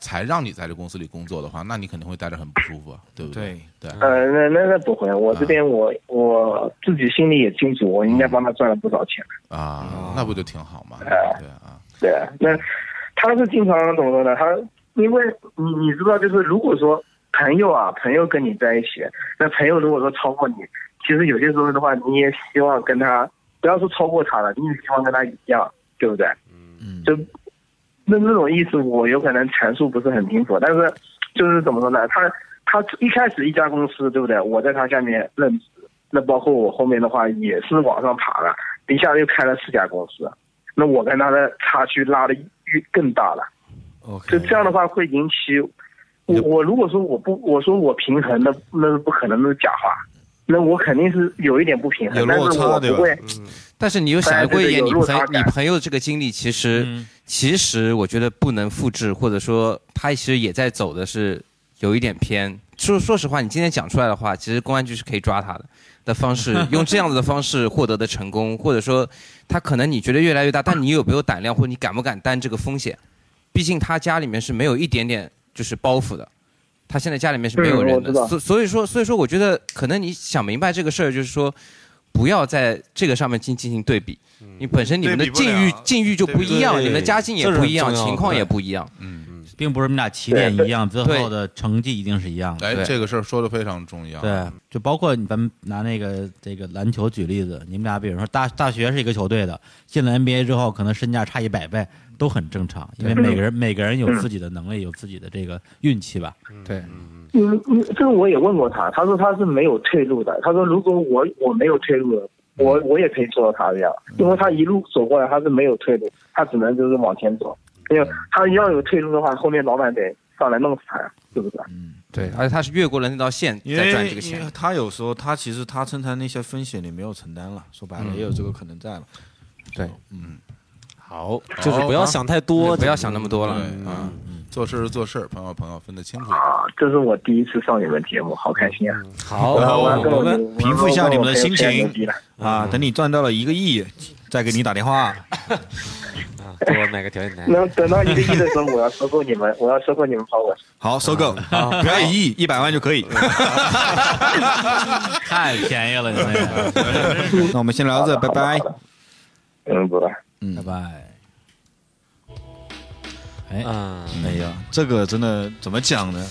[SPEAKER 2] 才让你在这公司里工作的话，那你肯定会待着很不舒服啊，对不对？对
[SPEAKER 7] 呃，那那那不会，我这边我我自己心里也清楚，我应该帮他赚了不少钱。
[SPEAKER 2] 啊，那不就挺好吗？
[SPEAKER 7] 哎
[SPEAKER 2] 对啊，
[SPEAKER 7] 对，那他是经常怎么说呢？他因为你你知道，就是如果说朋友啊，朋友跟你在一起，那朋友如果说超过你，其实有些时候的话，你也希望跟他不要说超过他了，你也希望跟他一样，对不对？
[SPEAKER 3] 嗯，
[SPEAKER 7] 就那那种意思，我有可能阐述不是很清楚，但是就是怎么说呢？他他一开始一家公司，对不对？我在他下面任职，那包括我后面的话也是往上爬了，一下又开了四家公司，那我跟他的差距拉的越更大了。
[SPEAKER 3] OK，
[SPEAKER 7] 就这样的话会引起我我如果说我不我说我平衡那那是不可能，那是假话。那我肯定是有一点不平
[SPEAKER 3] 有
[SPEAKER 7] 衡，但
[SPEAKER 3] 落
[SPEAKER 7] 是
[SPEAKER 3] 差
[SPEAKER 7] 我
[SPEAKER 3] 对吧嗯
[SPEAKER 7] 不会，
[SPEAKER 4] 但是你又想过一点，
[SPEAKER 7] 哎对对对有
[SPEAKER 4] 你
[SPEAKER 7] 落差
[SPEAKER 4] 朋
[SPEAKER 7] 感
[SPEAKER 4] 你朋友这个经历，其实、其实我觉得不能复制，或者说他其实也在走的是有一点偏。说说实话，你今天讲出来的话，其实公安局是可以抓他的的方式，用这样子的方式获得的成功，或者说他可能你觉得越来越大，但你有没有胆量，或者你敢不敢担这个风险？毕竟他家里面是没有一点点就是包袱的，他现在家里面是没有
[SPEAKER 7] 嗯
[SPEAKER 4] 人
[SPEAKER 7] 我
[SPEAKER 4] 的
[SPEAKER 7] 知，道
[SPEAKER 4] 所所以说所以说，我觉得可能你想明白这个事儿，就是说不要在这个上面进进行对比，你本身你们的
[SPEAKER 8] 对比不
[SPEAKER 4] 境
[SPEAKER 8] 了
[SPEAKER 4] 遇境遇就不一样，
[SPEAKER 5] 对
[SPEAKER 4] 你们的家境也
[SPEAKER 5] 这是
[SPEAKER 4] 不
[SPEAKER 5] 很
[SPEAKER 4] 一样，
[SPEAKER 5] 重要的
[SPEAKER 4] 情况
[SPEAKER 5] 对
[SPEAKER 4] 也不一样。
[SPEAKER 2] 嗯
[SPEAKER 1] 并不是你们俩起点一样，最
[SPEAKER 4] 对
[SPEAKER 1] 后的成绩一定是一样的。
[SPEAKER 2] 哎，
[SPEAKER 4] 对
[SPEAKER 2] 这个事儿说的非常重要。啊
[SPEAKER 1] 对，就包括咱们拿那个这个篮球举例子，你们俩比如说大大学是一个球队的，进了 NBA 之后，可能身价差一百倍都很正常，因为每个人每个人有自己的能力，有自己的这个运气吧。
[SPEAKER 7] 嗯嗯，这个我也问过他，他说他是没有退路的。他说如果我我没有退路了，我
[SPEAKER 3] 嗯
[SPEAKER 7] 我也可以做到他这样，因为他一路走过来他是没有退路，他只能就是往前走。因
[SPEAKER 3] 嗯
[SPEAKER 7] 为他要有退路的话，后面老板得上来弄死他，是不是？
[SPEAKER 3] 嗯
[SPEAKER 4] 对，而且他是越过了那道线
[SPEAKER 3] 因
[SPEAKER 4] 再
[SPEAKER 3] 为
[SPEAKER 4] 赚这个
[SPEAKER 3] 因为
[SPEAKER 4] 钱。
[SPEAKER 3] 他有时候他其实他承担那些风险你没有承担了，说白了也有这个可能在了。
[SPEAKER 5] 好，哦就是不要想太多，嗯
[SPEAKER 4] 不要想那么多了，
[SPEAKER 2] 对啊，做事是做事，朋友朋友分得清楚。
[SPEAKER 7] 啊，这是我第一次上你们节目，好开心啊！
[SPEAKER 3] 嗯
[SPEAKER 5] 好，
[SPEAKER 7] 我要跟
[SPEAKER 5] 我们
[SPEAKER 7] 们
[SPEAKER 3] 平复一下呃你们的心情
[SPEAKER 7] 了。
[SPEAKER 3] 啊，等你赚到了一个亿，再给你打电话。
[SPEAKER 5] 多买个调音台。
[SPEAKER 7] 那等到一个亿的时候，我要收购你们，我要收购你们跑我。
[SPEAKER 3] 好，收购，不要一亿，一百万就可以。
[SPEAKER 2] 嗯
[SPEAKER 1] 太便宜了，你那个，
[SPEAKER 3] 那我们先聊到这，拜拜。
[SPEAKER 7] 嗯，不了。
[SPEAKER 1] 拜拜。哎，
[SPEAKER 5] 嗯，
[SPEAKER 3] 哎呀，这个真的怎么讲呢？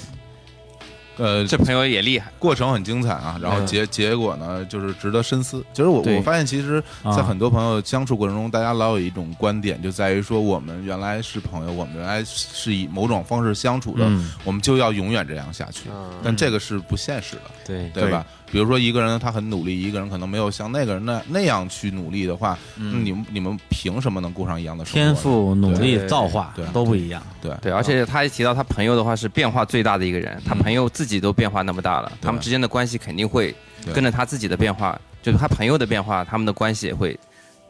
[SPEAKER 2] 呃，
[SPEAKER 4] 这朋友也厉害。
[SPEAKER 2] 过程很精彩啊，
[SPEAKER 1] 嗯
[SPEAKER 2] 然后结结果呢，就是值得深思。其实我
[SPEAKER 3] 对
[SPEAKER 2] 我发现，其实，
[SPEAKER 1] 啊
[SPEAKER 2] 在很多朋友相处过程中，大家老有一种观点，就在于说，我们原来是朋友，我们原来是以某种方式相处的，
[SPEAKER 1] 嗯啊
[SPEAKER 2] 我们就要永远这样下去。但这个是不现实的，
[SPEAKER 5] 嗯对，
[SPEAKER 2] 对吧？比如说一个人他很努力，一个人可能没有像那个人那那样去努力的话，那你们你们凭什么能过上一样的生活呢？
[SPEAKER 1] 嗯天赋、努力、造化
[SPEAKER 2] 对
[SPEAKER 1] 都不一样。
[SPEAKER 2] 对
[SPEAKER 4] 对，而且他一提到他朋友的话，是变化最大的一个人。他朋友自己都变化那么大了，他们之间的关系肯定会
[SPEAKER 2] 对
[SPEAKER 4] 跟着他自己的变化，就是他朋友的变化，他们的关系也会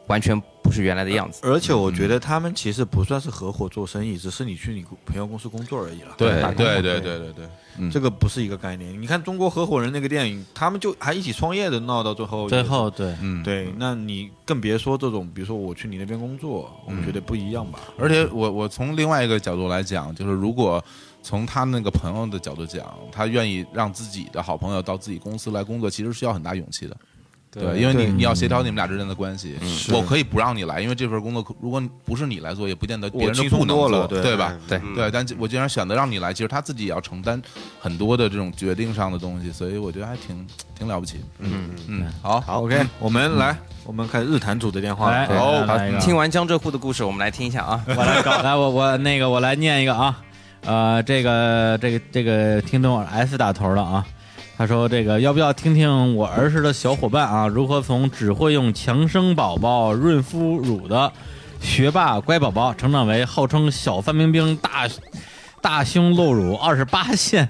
[SPEAKER 4] 完全不是原来的样子。
[SPEAKER 3] 而且我觉得他们其实不算是合伙做生意，只是你去你朋友公司工作而已了。
[SPEAKER 2] 对
[SPEAKER 3] 打工
[SPEAKER 2] 对
[SPEAKER 3] 嘛
[SPEAKER 2] 对对对对，嗯
[SPEAKER 3] 这个不是一个概念。你看中国合伙人那个电影，他们就还一起创业的，闹到最后。
[SPEAKER 1] 最后对，
[SPEAKER 2] 嗯，
[SPEAKER 3] 对，那你更别说这种，比如说我去你那边工作，我觉得不一样吧？
[SPEAKER 2] 而且我我从另外一个角度来讲，就是如果从他那个朋友的角度讲，他愿意让自己的好朋友到自己公司来工作，其实需要很大勇气的。对，嗯因为你你要协调你们俩之间的关系，我可以不让你来，因为这份工作如果不是你来做，也不见得别人就
[SPEAKER 3] 轻
[SPEAKER 2] 不
[SPEAKER 3] 松
[SPEAKER 2] 能
[SPEAKER 3] 多
[SPEAKER 2] 做，
[SPEAKER 3] 了对
[SPEAKER 2] 吧？
[SPEAKER 4] 对
[SPEAKER 9] 嗯
[SPEAKER 2] 对，但我既然选择让你来，其实他自己也要承担很多的这种决定上的东西，所以我觉得还挺挺了不起。嗯嗯，好，
[SPEAKER 3] 好，OK，我们来，我们开始日坛组的电话了。
[SPEAKER 1] 来，
[SPEAKER 3] 对
[SPEAKER 1] 来
[SPEAKER 4] 好
[SPEAKER 1] 哎来一个
[SPEAKER 4] 听完江浙沪的故事，我们来听一下啊。
[SPEAKER 9] <laughs>
[SPEAKER 1] 我来搞，来我我那个我来念一个啊，呃，这个这个这个听众 S 打头的啊，他说这个要不要听听我儿时的小伙伴啊，如何从只会用强生宝宝润肤乳的学霸乖宝宝，成长为号称小范冰冰大 <laughs> 大胸露乳二十八线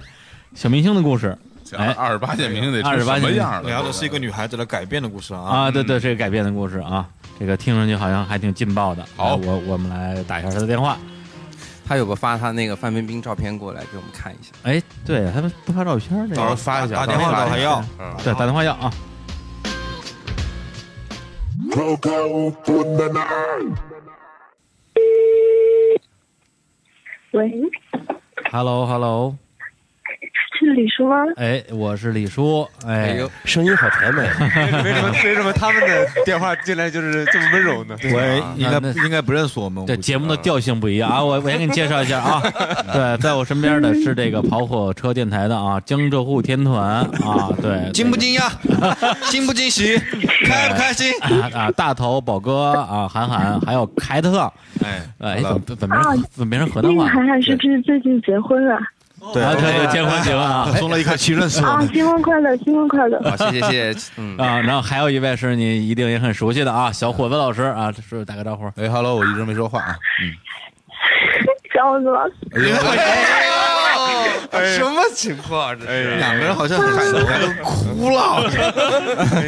[SPEAKER 1] 小明星的故事哎
[SPEAKER 2] 二十八届明星得
[SPEAKER 1] 28
[SPEAKER 2] 成什么
[SPEAKER 1] 届
[SPEAKER 2] 样了？
[SPEAKER 3] 聊的
[SPEAKER 2] 对
[SPEAKER 3] 是一个女孩子的改变的故事啊。
[SPEAKER 9] 嗯
[SPEAKER 1] 啊？对对，这个改编的故事啊，这个听上去好像还挺劲爆的。
[SPEAKER 2] 好
[SPEAKER 1] 来我我们来打一下他的电话。
[SPEAKER 4] 他有个发他那个范冰冰照片过来给我们看一下。
[SPEAKER 1] 哎，对他们不发照片儿这
[SPEAKER 9] 到时候
[SPEAKER 1] 个。
[SPEAKER 9] 发一下，
[SPEAKER 3] 啊打电话
[SPEAKER 9] 到时候
[SPEAKER 3] 找
[SPEAKER 9] 发
[SPEAKER 3] 他
[SPEAKER 9] 一下
[SPEAKER 3] 要。
[SPEAKER 1] 对，打电话要啊。
[SPEAKER 10] 喂，
[SPEAKER 1] Hello Hello，
[SPEAKER 10] 是李叔吗？
[SPEAKER 1] 哎，我是李叔，哎，
[SPEAKER 4] 哎呦，
[SPEAKER 9] 声音好甜
[SPEAKER 1] 啊
[SPEAKER 9] 美，
[SPEAKER 5] <laughs> 为什么为什么他们的电话进来就是这么温柔呢？啊
[SPEAKER 3] 喂，哎应
[SPEAKER 1] 那
[SPEAKER 3] 该应该不认识我们。
[SPEAKER 1] 对
[SPEAKER 3] 我估计
[SPEAKER 1] 节目的调性不一样啊，我我先给你介绍一下 <laughs> 啊，对，在我身边的是这个跑火车电台的啊，江浙沪天团啊，对，
[SPEAKER 3] 惊不惊
[SPEAKER 4] <laughs>
[SPEAKER 3] 讶？惊不惊喜？开不开心？
[SPEAKER 1] 这个啊啊，大头宝哥啊，韩寒，还有凯特，
[SPEAKER 3] 哎，
[SPEAKER 1] 哎，
[SPEAKER 3] 好了
[SPEAKER 1] 怎么怎么变成怎么变成河南
[SPEAKER 10] 那个
[SPEAKER 1] 话？
[SPEAKER 10] 涵涵是不是最近结婚了？
[SPEAKER 3] 对
[SPEAKER 1] 啊，对对，结婚结婚啊。
[SPEAKER 3] 松了一口气，认识我
[SPEAKER 10] 啊，
[SPEAKER 3] 们。
[SPEAKER 10] 新婚快乐，新婚
[SPEAKER 1] <laughs>
[SPEAKER 10] 快乐！
[SPEAKER 4] 好，谢谢谢谢，嗯，
[SPEAKER 1] 啊，然后还有一位是你一定也很熟悉的啊，小伙子老师啊，是打个招呼。
[SPEAKER 2] 哎，Hello，我一直没说话啊。
[SPEAKER 10] 小伙子老师，
[SPEAKER 9] 什么情况？这是
[SPEAKER 3] 两个人好像很
[SPEAKER 2] 哭了，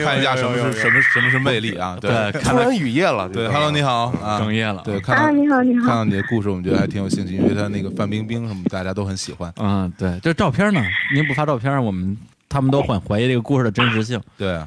[SPEAKER 2] 看一下什么是什么什么是魅力啊？对
[SPEAKER 1] 对，看
[SPEAKER 9] 突
[SPEAKER 1] 来
[SPEAKER 9] 然雨夜了。
[SPEAKER 2] 对，Hello，你好啊
[SPEAKER 1] 哽，咽了。
[SPEAKER 2] 对，看
[SPEAKER 10] 啊，
[SPEAKER 2] 到
[SPEAKER 10] 你好，你
[SPEAKER 2] 看
[SPEAKER 10] 好，
[SPEAKER 2] 到你的故事，我们觉得还挺有兴趣，因为他那个范冰冰什么，大家都很喜欢。
[SPEAKER 1] 嗯，对，这照片呢，您不发照片，我们他们都很怀疑这个故事的真实性。
[SPEAKER 2] 对，
[SPEAKER 10] 啊，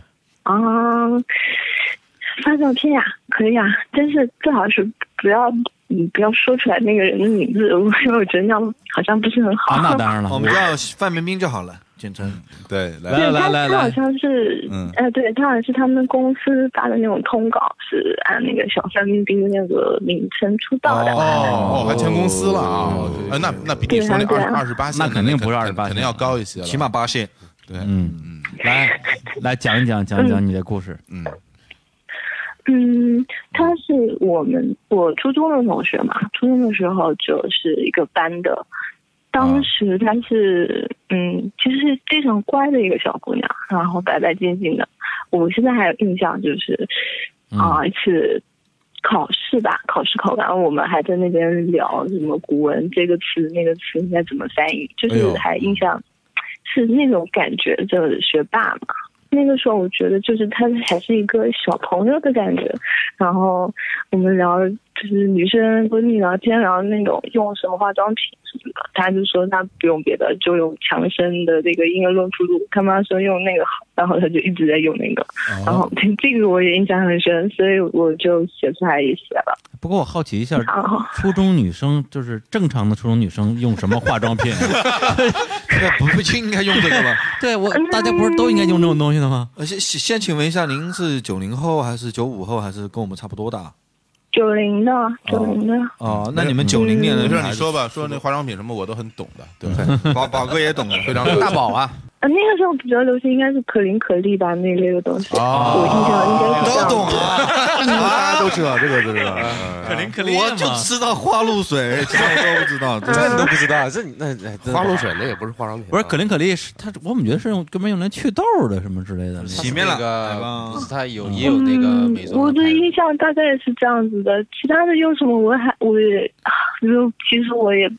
[SPEAKER 10] 发照片呀、可以啊，但是最好是不要，嗯，不要说出来那个人的名字，因 <laughs> 为我觉得那样好像不是很好。
[SPEAKER 1] 啊，那当然了，
[SPEAKER 3] 嗯 <laughs> 我们叫范冰冰就嗯好了，简称。
[SPEAKER 2] 对，来，
[SPEAKER 1] 来
[SPEAKER 10] <laughs> 对，
[SPEAKER 1] 来
[SPEAKER 10] 他
[SPEAKER 1] 来
[SPEAKER 10] 他好
[SPEAKER 1] 来，
[SPEAKER 10] 像是，
[SPEAKER 2] 嗯
[SPEAKER 10] 呃，对他好像是他们公司发的那种通稿，是按那个小范冰冰那个名称出道的。
[SPEAKER 2] 哦，还签公司了啊
[SPEAKER 3] 哦对对？
[SPEAKER 2] 哎，那那比你说那
[SPEAKER 10] 对
[SPEAKER 2] 二
[SPEAKER 10] 啊
[SPEAKER 2] 二十八，
[SPEAKER 1] 那肯定不是
[SPEAKER 2] 那
[SPEAKER 1] 28
[SPEAKER 2] 肯定要高一些了，
[SPEAKER 3] 起码八线。 <laughs>
[SPEAKER 2] 对，
[SPEAKER 1] 嗯，来来讲一讲讲一讲你的故事。
[SPEAKER 2] 嗯，
[SPEAKER 10] 嗯，他是我们我初中的同学嘛，初中的时候就是一个班的。当时她是，嗯，其实是非常乖的一个小姑娘，然后白白净净的。我现在还有印象，就是
[SPEAKER 2] 嗯
[SPEAKER 10] 啊、一次考试吧，考试考完，我们还在那边聊什么古文这个词那个词应该怎么翻译，就
[SPEAKER 2] 哎
[SPEAKER 10] 是
[SPEAKER 2] 呦
[SPEAKER 10] 还印象是那种感觉，就是学霸嘛。那个时候我觉得就是她还是一个小朋友的感觉，然后我们聊就是女生闺蜜聊天，然后那种用什么化妆品什么的，她就说那不用别的，就用强生的这个婴儿润肤露，她妈说用那个好，然后她就一直在用那个，然后这个我也印象很深，所以我就写出来也写了。
[SPEAKER 1] 不过我好奇一下，
[SPEAKER 10] 然后
[SPEAKER 1] 初中女生就是正常的初中女生用什么化妆品？啊
[SPEAKER 3] 对，不不就应该用这个吗？
[SPEAKER 1] <laughs>
[SPEAKER 3] <laughs>
[SPEAKER 1] 对我，大家不是都应该用这种东西的吗？
[SPEAKER 3] 呃，先先先请问一下，您是九零后还是九五后，还是跟我们差不多的啊？
[SPEAKER 10] 九零的，九零的，
[SPEAKER 3] 哦，那你们九零年的
[SPEAKER 2] 没
[SPEAKER 3] 女
[SPEAKER 2] 事，
[SPEAKER 3] 孩
[SPEAKER 2] 你
[SPEAKER 3] 子
[SPEAKER 2] 说吧，说那化妆品什么我都很懂的，对，
[SPEAKER 3] 宝宝哥也懂了，
[SPEAKER 2] 非常大宝啊，
[SPEAKER 10] 呃，那个时候比较流行应该是可伶可俐吧那类的东西，
[SPEAKER 2] 哦
[SPEAKER 10] 我印象应该是这样。
[SPEAKER 3] 都懂 <laughs> 啊，
[SPEAKER 9] 大家都知道这个，这个
[SPEAKER 1] 可伶可
[SPEAKER 3] 我就知道花露
[SPEAKER 10] <laughs>
[SPEAKER 3] 水，其他我都不知道。真
[SPEAKER 5] 这你
[SPEAKER 3] 的
[SPEAKER 5] 都不知道，这你那那
[SPEAKER 3] <laughs>
[SPEAKER 5] 真的
[SPEAKER 9] 花露水那也不是化妆品啊，
[SPEAKER 1] 不是可伶可俐，是它，我怎么觉得是用专门用来祛痘的什么之类的？
[SPEAKER 5] 它是
[SPEAKER 3] 洗面哎
[SPEAKER 5] 那
[SPEAKER 3] 奶吧
[SPEAKER 5] 个不是它有也有那个美
[SPEAKER 10] 嗯，我
[SPEAKER 5] 妆的牌子，
[SPEAKER 10] 的印象大概也是这样子的，其他的用什么我还我也，啊就其实我也，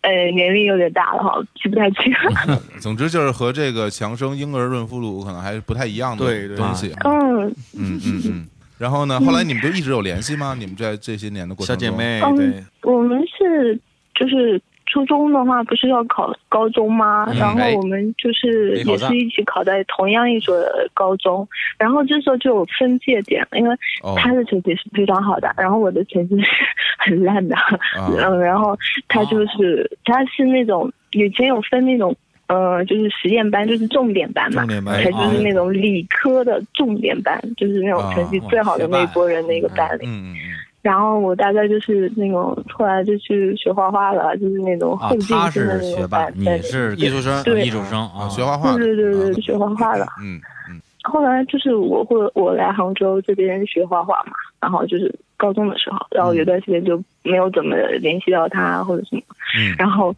[SPEAKER 10] 呃，年龄有点大了哈，记不太清。
[SPEAKER 2] <laughs> 总之就是和这个强生婴儿润肤乳可能还是不太一样
[SPEAKER 3] 对对
[SPEAKER 2] 的东西，
[SPEAKER 10] 嗯，
[SPEAKER 2] 嗯嗯嗯，然后呢，后来你们就一直有联系吗？你们在这些年的过
[SPEAKER 3] 小
[SPEAKER 2] 程中，
[SPEAKER 3] 姐妹，对
[SPEAKER 10] 嗯，，我们是就是初中的话，不是要考高中吗？然后
[SPEAKER 4] 哎
[SPEAKER 10] 我们就是
[SPEAKER 4] 没考
[SPEAKER 10] 也
[SPEAKER 4] 上
[SPEAKER 10] 是一起考在同样一所高中，然后这时候就有分界点了，因为
[SPEAKER 2] 哦，
[SPEAKER 10] 他的成绩是非常好的，然后我的成绩是 <laughs> 很烂的，
[SPEAKER 2] 啊哦
[SPEAKER 10] 嗯，然后他就是他是那种以前有分那种。呃，就是实验班，就是重点班嘛
[SPEAKER 3] 重，点班啊
[SPEAKER 10] 还就是那种理科的重点班，就是那
[SPEAKER 2] 啊
[SPEAKER 10] 种成绩最好的那一波人的一个班里。
[SPEAKER 2] 嗯嗯嗯，
[SPEAKER 10] 然后我大概就是那种，后来就去学画画了，就是那种
[SPEAKER 1] 啊
[SPEAKER 10] 后，进
[SPEAKER 1] 他
[SPEAKER 10] 生的
[SPEAKER 1] 是
[SPEAKER 10] 那
[SPEAKER 1] 学
[SPEAKER 10] 种
[SPEAKER 1] 霸，
[SPEAKER 10] 班。
[SPEAKER 1] 你
[SPEAKER 10] 对
[SPEAKER 1] 是
[SPEAKER 3] 艺术生
[SPEAKER 10] 对
[SPEAKER 1] 艺术生啊，
[SPEAKER 2] 啊，学画画的，
[SPEAKER 10] 对对对
[SPEAKER 2] 啊
[SPEAKER 10] 对，学画画了。
[SPEAKER 2] 嗯嗯
[SPEAKER 10] 后来就是我会我来杭州这边学画画嘛，然后就是高中的时候，然后
[SPEAKER 3] 嗯
[SPEAKER 10] 有段时间就没有怎么联系到他或者什么，
[SPEAKER 2] 嗯
[SPEAKER 10] 然后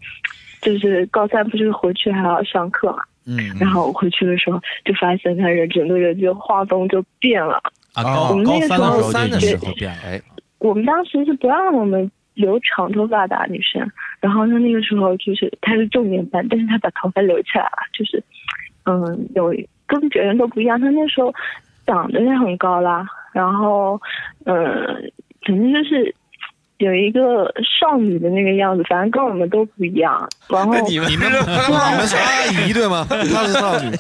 [SPEAKER 10] 就是高三不是回去还要上课嘛，
[SPEAKER 3] 嗯，
[SPEAKER 10] 然后我回去的时候就发现他人整个人就画风就变了。
[SPEAKER 3] 哦
[SPEAKER 1] 啊，
[SPEAKER 2] 我
[SPEAKER 1] 高
[SPEAKER 10] 们
[SPEAKER 1] 高
[SPEAKER 10] 嗯那个
[SPEAKER 1] 三
[SPEAKER 10] 时
[SPEAKER 1] 的
[SPEAKER 10] 候
[SPEAKER 1] 时候就
[SPEAKER 10] 三
[SPEAKER 1] 已
[SPEAKER 10] 的
[SPEAKER 1] 经
[SPEAKER 10] 时
[SPEAKER 1] 会变了，
[SPEAKER 4] 哎，
[SPEAKER 10] 我们当时是不让我们留长头发的啊女生，然后呢那个时候就是她是重点班，但是她把头发留起来了，就是嗯有跟别人都不一样，她那时候长得也很高啦，然后嗯反正就是。有一个少女的那个样子，反正跟我们都不一样。然后
[SPEAKER 5] 你们你们
[SPEAKER 3] 你们是阿姨对吗？她是少 <laughs> 女，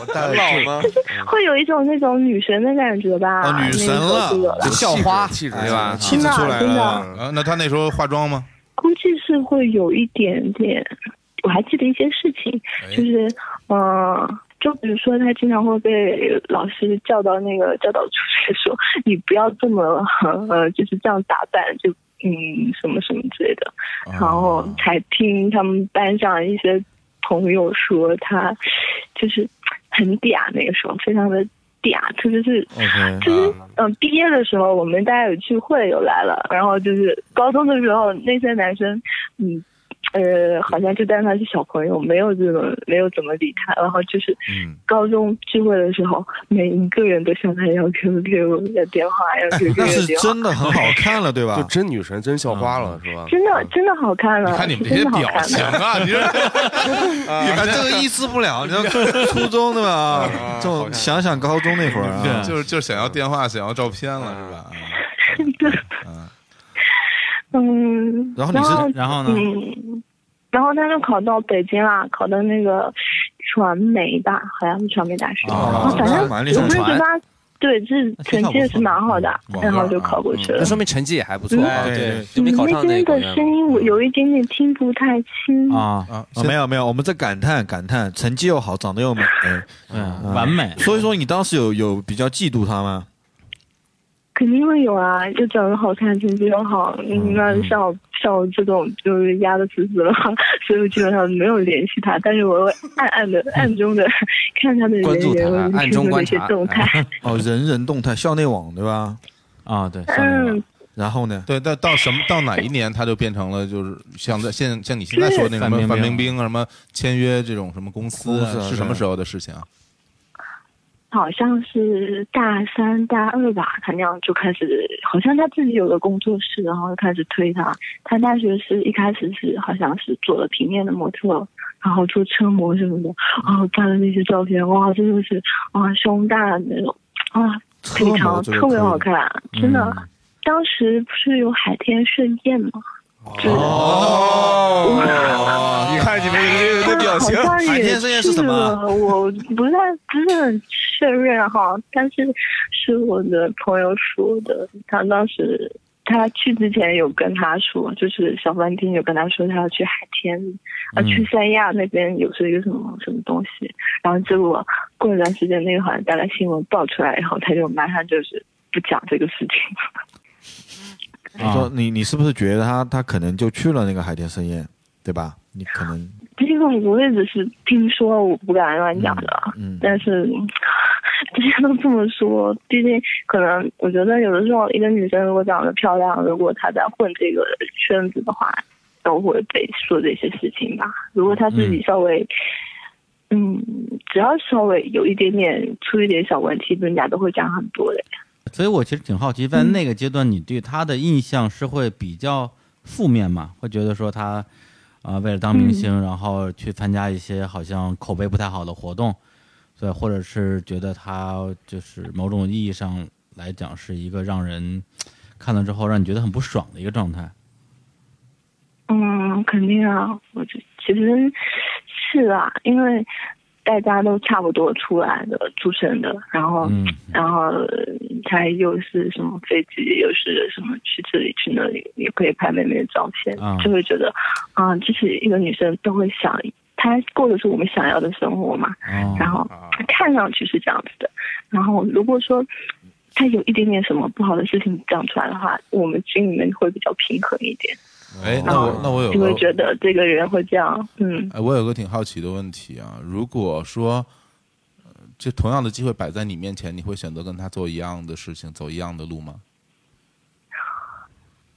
[SPEAKER 5] 我大老吗？
[SPEAKER 10] 会有一种那种女神的感觉吧，
[SPEAKER 3] 哦女神
[SPEAKER 10] 那个时候就有了
[SPEAKER 5] 就校花气质
[SPEAKER 3] 对
[SPEAKER 5] 对
[SPEAKER 3] 吧？
[SPEAKER 5] 吧？
[SPEAKER 3] 气质出来
[SPEAKER 10] 真的
[SPEAKER 3] 了
[SPEAKER 10] 啊。
[SPEAKER 2] 嗯，啊，那他那时候化妆吗？
[SPEAKER 10] 估计是会有一点点。我还记得一些事情，就是嗯、呃就比如说他经常会被老师叫到那个教导处去说，你不要这么呃，就是这样打扮，就嗯什么什么之类的。
[SPEAKER 3] 哦
[SPEAKER 2] 啊
[SPEAKER 10] 然后才听他们班上一些朋友说他就是很嗲，那个时候非常的嗲，特别是
[SPEAKER 3] 哦 OK，
[SPEAKER 10] 就是嗯，毕业的时候我们大家有聚会有来了，然后就是高中的时候那些男生，嗯，呃，好像就当他是小朋友，没有这种没有怎么理他，然后就是
[SPEAKER 2] 嗯
[SPEAKER 10] 高中聚会的时候，每一个人都向他要 QQ 要电话，要 QQ
[SPEAKER 3] 那是
[SPEAKER 10] 要电话。哦
[SPEAKER 3] 真的很好看了，对吧
[SPEAKER 5] 就？真女神，真校花了，是吧？
[SPEAKER 10] 真的真的好看了，
[SPEAKER 2] 看你们这
[SPEAKER 10] 呃真
[SPEAKER 2] 些
[SPEAKER 10] 的好
[SPEAKER 2] 表
[SPEAKER 10] 看
[SPEAKER 2] 情
[SPEAKER 10] 了。
[SPEAKER 2] 啊，你
[SPEAKER 10] <laughs>
[SPEAKER 2] 这
[SPEAKER 10] 啊
[SPEAKER 3] 一般这个抑制不了，你知道初中对吧？这种想想高中那会儿啊，
[SPEAKER 2] 就是就是想要电话，想要照片了是吧？
[SPEAKER 10] 嗯，
[SPEAKER 3] 然后你是
[SPEAKER 1] 然后呢，
[SPEAKER 10] 嗯，然后他就考到北京啦，考到那个传媒吧，好像是传媒大学。
[SPEAKER 1] 哦
[SPEAKER 10] 啊然后反
[SPEAKER 4] 啊
[SPEAKER 10] 正
[SPEAKER 3] 啊蛮
[SPEAKER 10] 我
[SPEAKER 3] 厉害
[SPEAKER 10] 那时候他对，就是成绩也是蛮好的
[SPEAKER 2] 那挺好不
[SPEAKER 4] 嗯
[SPEAKER 2] 错，
[SPEAKER 10] 然后就考过去了
[SPEAKER 4] 啊那。说明成绩也还不错啊。
[SPEAKER 3] 对对
[SPEAKER 4] 就没
[SPEAKER 10] 嗯
[SPEAKER 4] 考上
[SPEAKER 10] 边
[SPEAKER 4] 那个
[SPEAKER 10] 的
[SPEAKER 4] 广
[SPEAKER 10] 声
[SPEAKER 4] 院
[SPEAKER 10] 音我有一点点听不太清。
[SPEAKER 1] 啊，
[SPEAKER 2] 啊，
[SPEAKER 3] 啊，没有没有，我们在感叹感叹，成绩又好，长得又美，
[SPEAKER 1] 嗯，完美，
[SPEAKER 3] <laughs> 所以说你当时有有比较嫉妒她吗？
[SPEAKER 10] 肯定会有啊，就长得好看，成绩又好，嗯那像我像我这种就是压得死死了，所以我基本上没有联系他，但是我会暗暗的、暗中的 <laughs> 看他的人
[SPEAKER 4] 嗯关注他
[SPEAKER 10] 员，我
[SPEAKER 4] 暗
[SPEAKER 10] 听
[SPEAKER 4] 中
[SPEAKER 10] 他的
[SPEAKER 4] 观
[SPEAKER 10] 一些
[SPEAKER 4] 察嗯
[SPEAKER 10] 动态。
[SPEAKER 3] 哦，人人动态校内网对吧？
[SPEAKER 1] 啊，对，上面
[SPEAKER 10] 嗯，
[SPEAKER 3] 然后呢？
[SPEAKER 2] 对，到到什么到哪一年，他就变成了就是像在现像你现在说那个什么
[SPEAKER 1] 对
[SPEAKER 2] 范
[SPEAKER 1] 范冰
[SPEAKER 2] 冰
[SPEAKER 1] 冰
[SPEAKER 2] 冰啊，什么签约这种什么公司啊
[SPEAKER 3] 公司啊
[SPEAKER 2] 是什么时候的事情啊？
[SPEAKER 10] 好像是大三、大二吧，他那样就开始，好像他自己有个工作室，然后就开始推他。他大学是一开始是好像是做了平面的模特，然后做车模什么的，然后拍的那些照片，哇，真的是哇胸大那种，哇，
[SPEAKER 3] 车
[SPEAKER 10] 腿
[SPEAKER 3] 模
[SPEAKER 10] 长，
[SPEAKER 3] 这个
[SPEAKER 10] 特别好嗯
[SPEAKER 3] 可以
[SPEAKER 10] 看，真的。当时不是有海天盛宴吗？
[SPEAKER 5] 哦，你看你们这个表情，
[SPEAKER 3] <laughs>
[SPEAKER 10] 好像
[SPEAKER 3] 海
[SPEAKER 10] 也
[SPEAKER 3] 天盛宴是什么啊
[SPEAKER 10] 我不太不是很确认哈，但是是我的朋友说的，他当时。他去之前有跟他说，就是小饭厅有跟他说他要去海天，啊，去三亚那边有是一个什么什么东西，然后结果过一段时间那个好像大概新闻爆出来以后，他就马上就是不讲这个事情 <laughs> 了。
[SPEAKER 1] 啊
[SPEAKER 3] 你说你你是不是觉得她她可能就去了那个海天盛宴，对吧？你可能
[SPEAKER 10] 这个我也只是听说，我不敢乱讲的。
[SPEAKER 3] 嗯
[SPEAKER 10] 但是 <laughs> 嗯大家都这么说，毕竟可能我觉得有的时候一个女生如果长得漂亮，如果她在混这个圈子的话，都会被说这些事情吧。如果她自己稍微，嗯只要稍微有一点点出一点小问题，人家都会讲很多的。
[SPEAKER 1] 所以我其实挺好奇，在
[SPEAKER 10] 嗯
[SPEAKER 1] 那个阶段，你对他的印象是会比较负面吗？会觉得说他啊、呃为了当
[SPEAKER 10] 嗯
[SPEAKER 1] 明星，然后去参加一些好像口碑不太好的活动，对，或者是觉得他就是某种意义上来讲是一个让人看了之后让你觉得很不爽的一个状态。
[SPEAKER 10] 嗯，肯定啊，我就其实是啊，因为大家都差不多出来的出生的，然后、
[SPEAKER 1] 嗯
[SPEAKER 10] 然后他又是什么飞机，又是什么去这里去那里，也可以拍妹妹的照片，
[SPEAKER 1] 啊
[SPEAKER 10] 就会觉得啊，这是一个女生都会想，她过的是我们想要的生活嘛，
[SPEAKER 1] 哦，
[SPEAKER 10] 然后看上去是这样子的，然后如果说他有一点点什么不好的事情讲出来的话，我们心里面会比较平衡一点，
[SPEAKER 2] 哎，那我那我有
[SPEAKER 10] 就会
[SPEAKER 2] 个
[SPEAKER 10] 觉得这个人会这样，嗯，
[SPEAKER 2] 哎，我有个挺好奇的问题啊，如果说呃这同样的机会摆在你面前，你会选择跟他做一样的事情，走一样的路吗？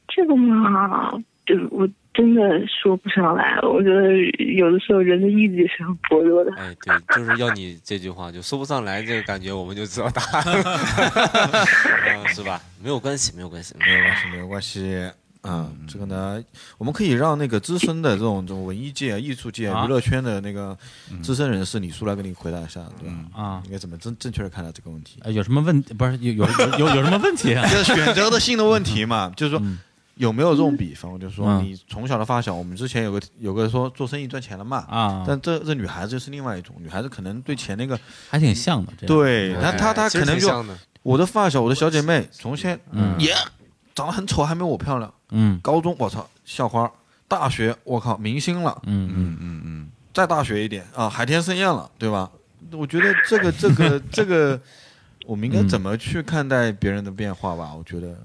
[SPEAKER 10] 这个嘛，就我真的说不上来，我觉得有的时候人的意志是很薄弱的， <laughs>
[SPEAKER 5] 哎，对，就是要你这句话，就说不上来这个感觉，我们就知道答案了， <laughs> 嗯是吧？没有关系，没有关系，没
[SPEAKER 3] 没有
[SPEAKER 5] 有关
[SPEAKER 3] 关系，没有关系。嗯，这个呢，我们可以让那个资深的这种这种文艺界、艺术界、
[SPEAKER 1] 啊嗯
[SPEAKER 3] 娱乐圈的那个资深人士李叔来给你回答一下，对吧？
[SPEAKER 1] 啊
[SPEAKER 3] 应该怎么正正确的看待这个问题？
[SPEAKER 1] 呃有什么问不是有有有有有什么问题
[SPEAKER 10] <laughs>
[SPEAKER 1] 啊？
[SPEAKER 3] 这选择的性的问题嘛，就是说
[SPEAKER 1] 嗯
[SPEAKER 3] 有没有这种比方？就是说
[SPEAKER 1] 嗯
[SPEAKER 3] 你从小的发小，我们之前有个有个说做生意赚钱了嘛，
[SPEAKER 1] 啊，
[SPEAKER 3] 但这这女孩子是另外一种，女孩子可能对钱那个，
[SPEAKER 1] 还挺像的，这样
[SPEAKER 3] 对
[SPEAKER 5] 系。
[SPEAKER 3] 她她她
[SPEAKER 5] 其
[SPEAKER 3] 可
[SPEAKER 5] 实
[SPEAKER 3] 能
[SPEAKER 5] 挺
[SPEAKER 3] 就
[SPEAKER 5] 像的
[SPEAKER 3] 我的发小，我的小姐妹，从前
[SPEAKER 1] 嗯
[SPEAKER 3] 也长得很丑，还没我漂亮。
[SPEAKER 1] 嗯
[SPEAKER 3] 高中我操校花，大学我靠明星了，
[SPEAKER 1] 嗯嗯
[SPEAKER 2] 嗯嗯嗯，
[SPEAKER 3] 再大学一点啊，海天盛宴了，对吧？我觉得这个这
[SPEAKER 1] <laughs>
[SPEAKER 3] 个这个，我们应该
[SPEAKER 1] 嗯
[SPEAKER 3] 怎么去看待别人的变化吧？我觉得，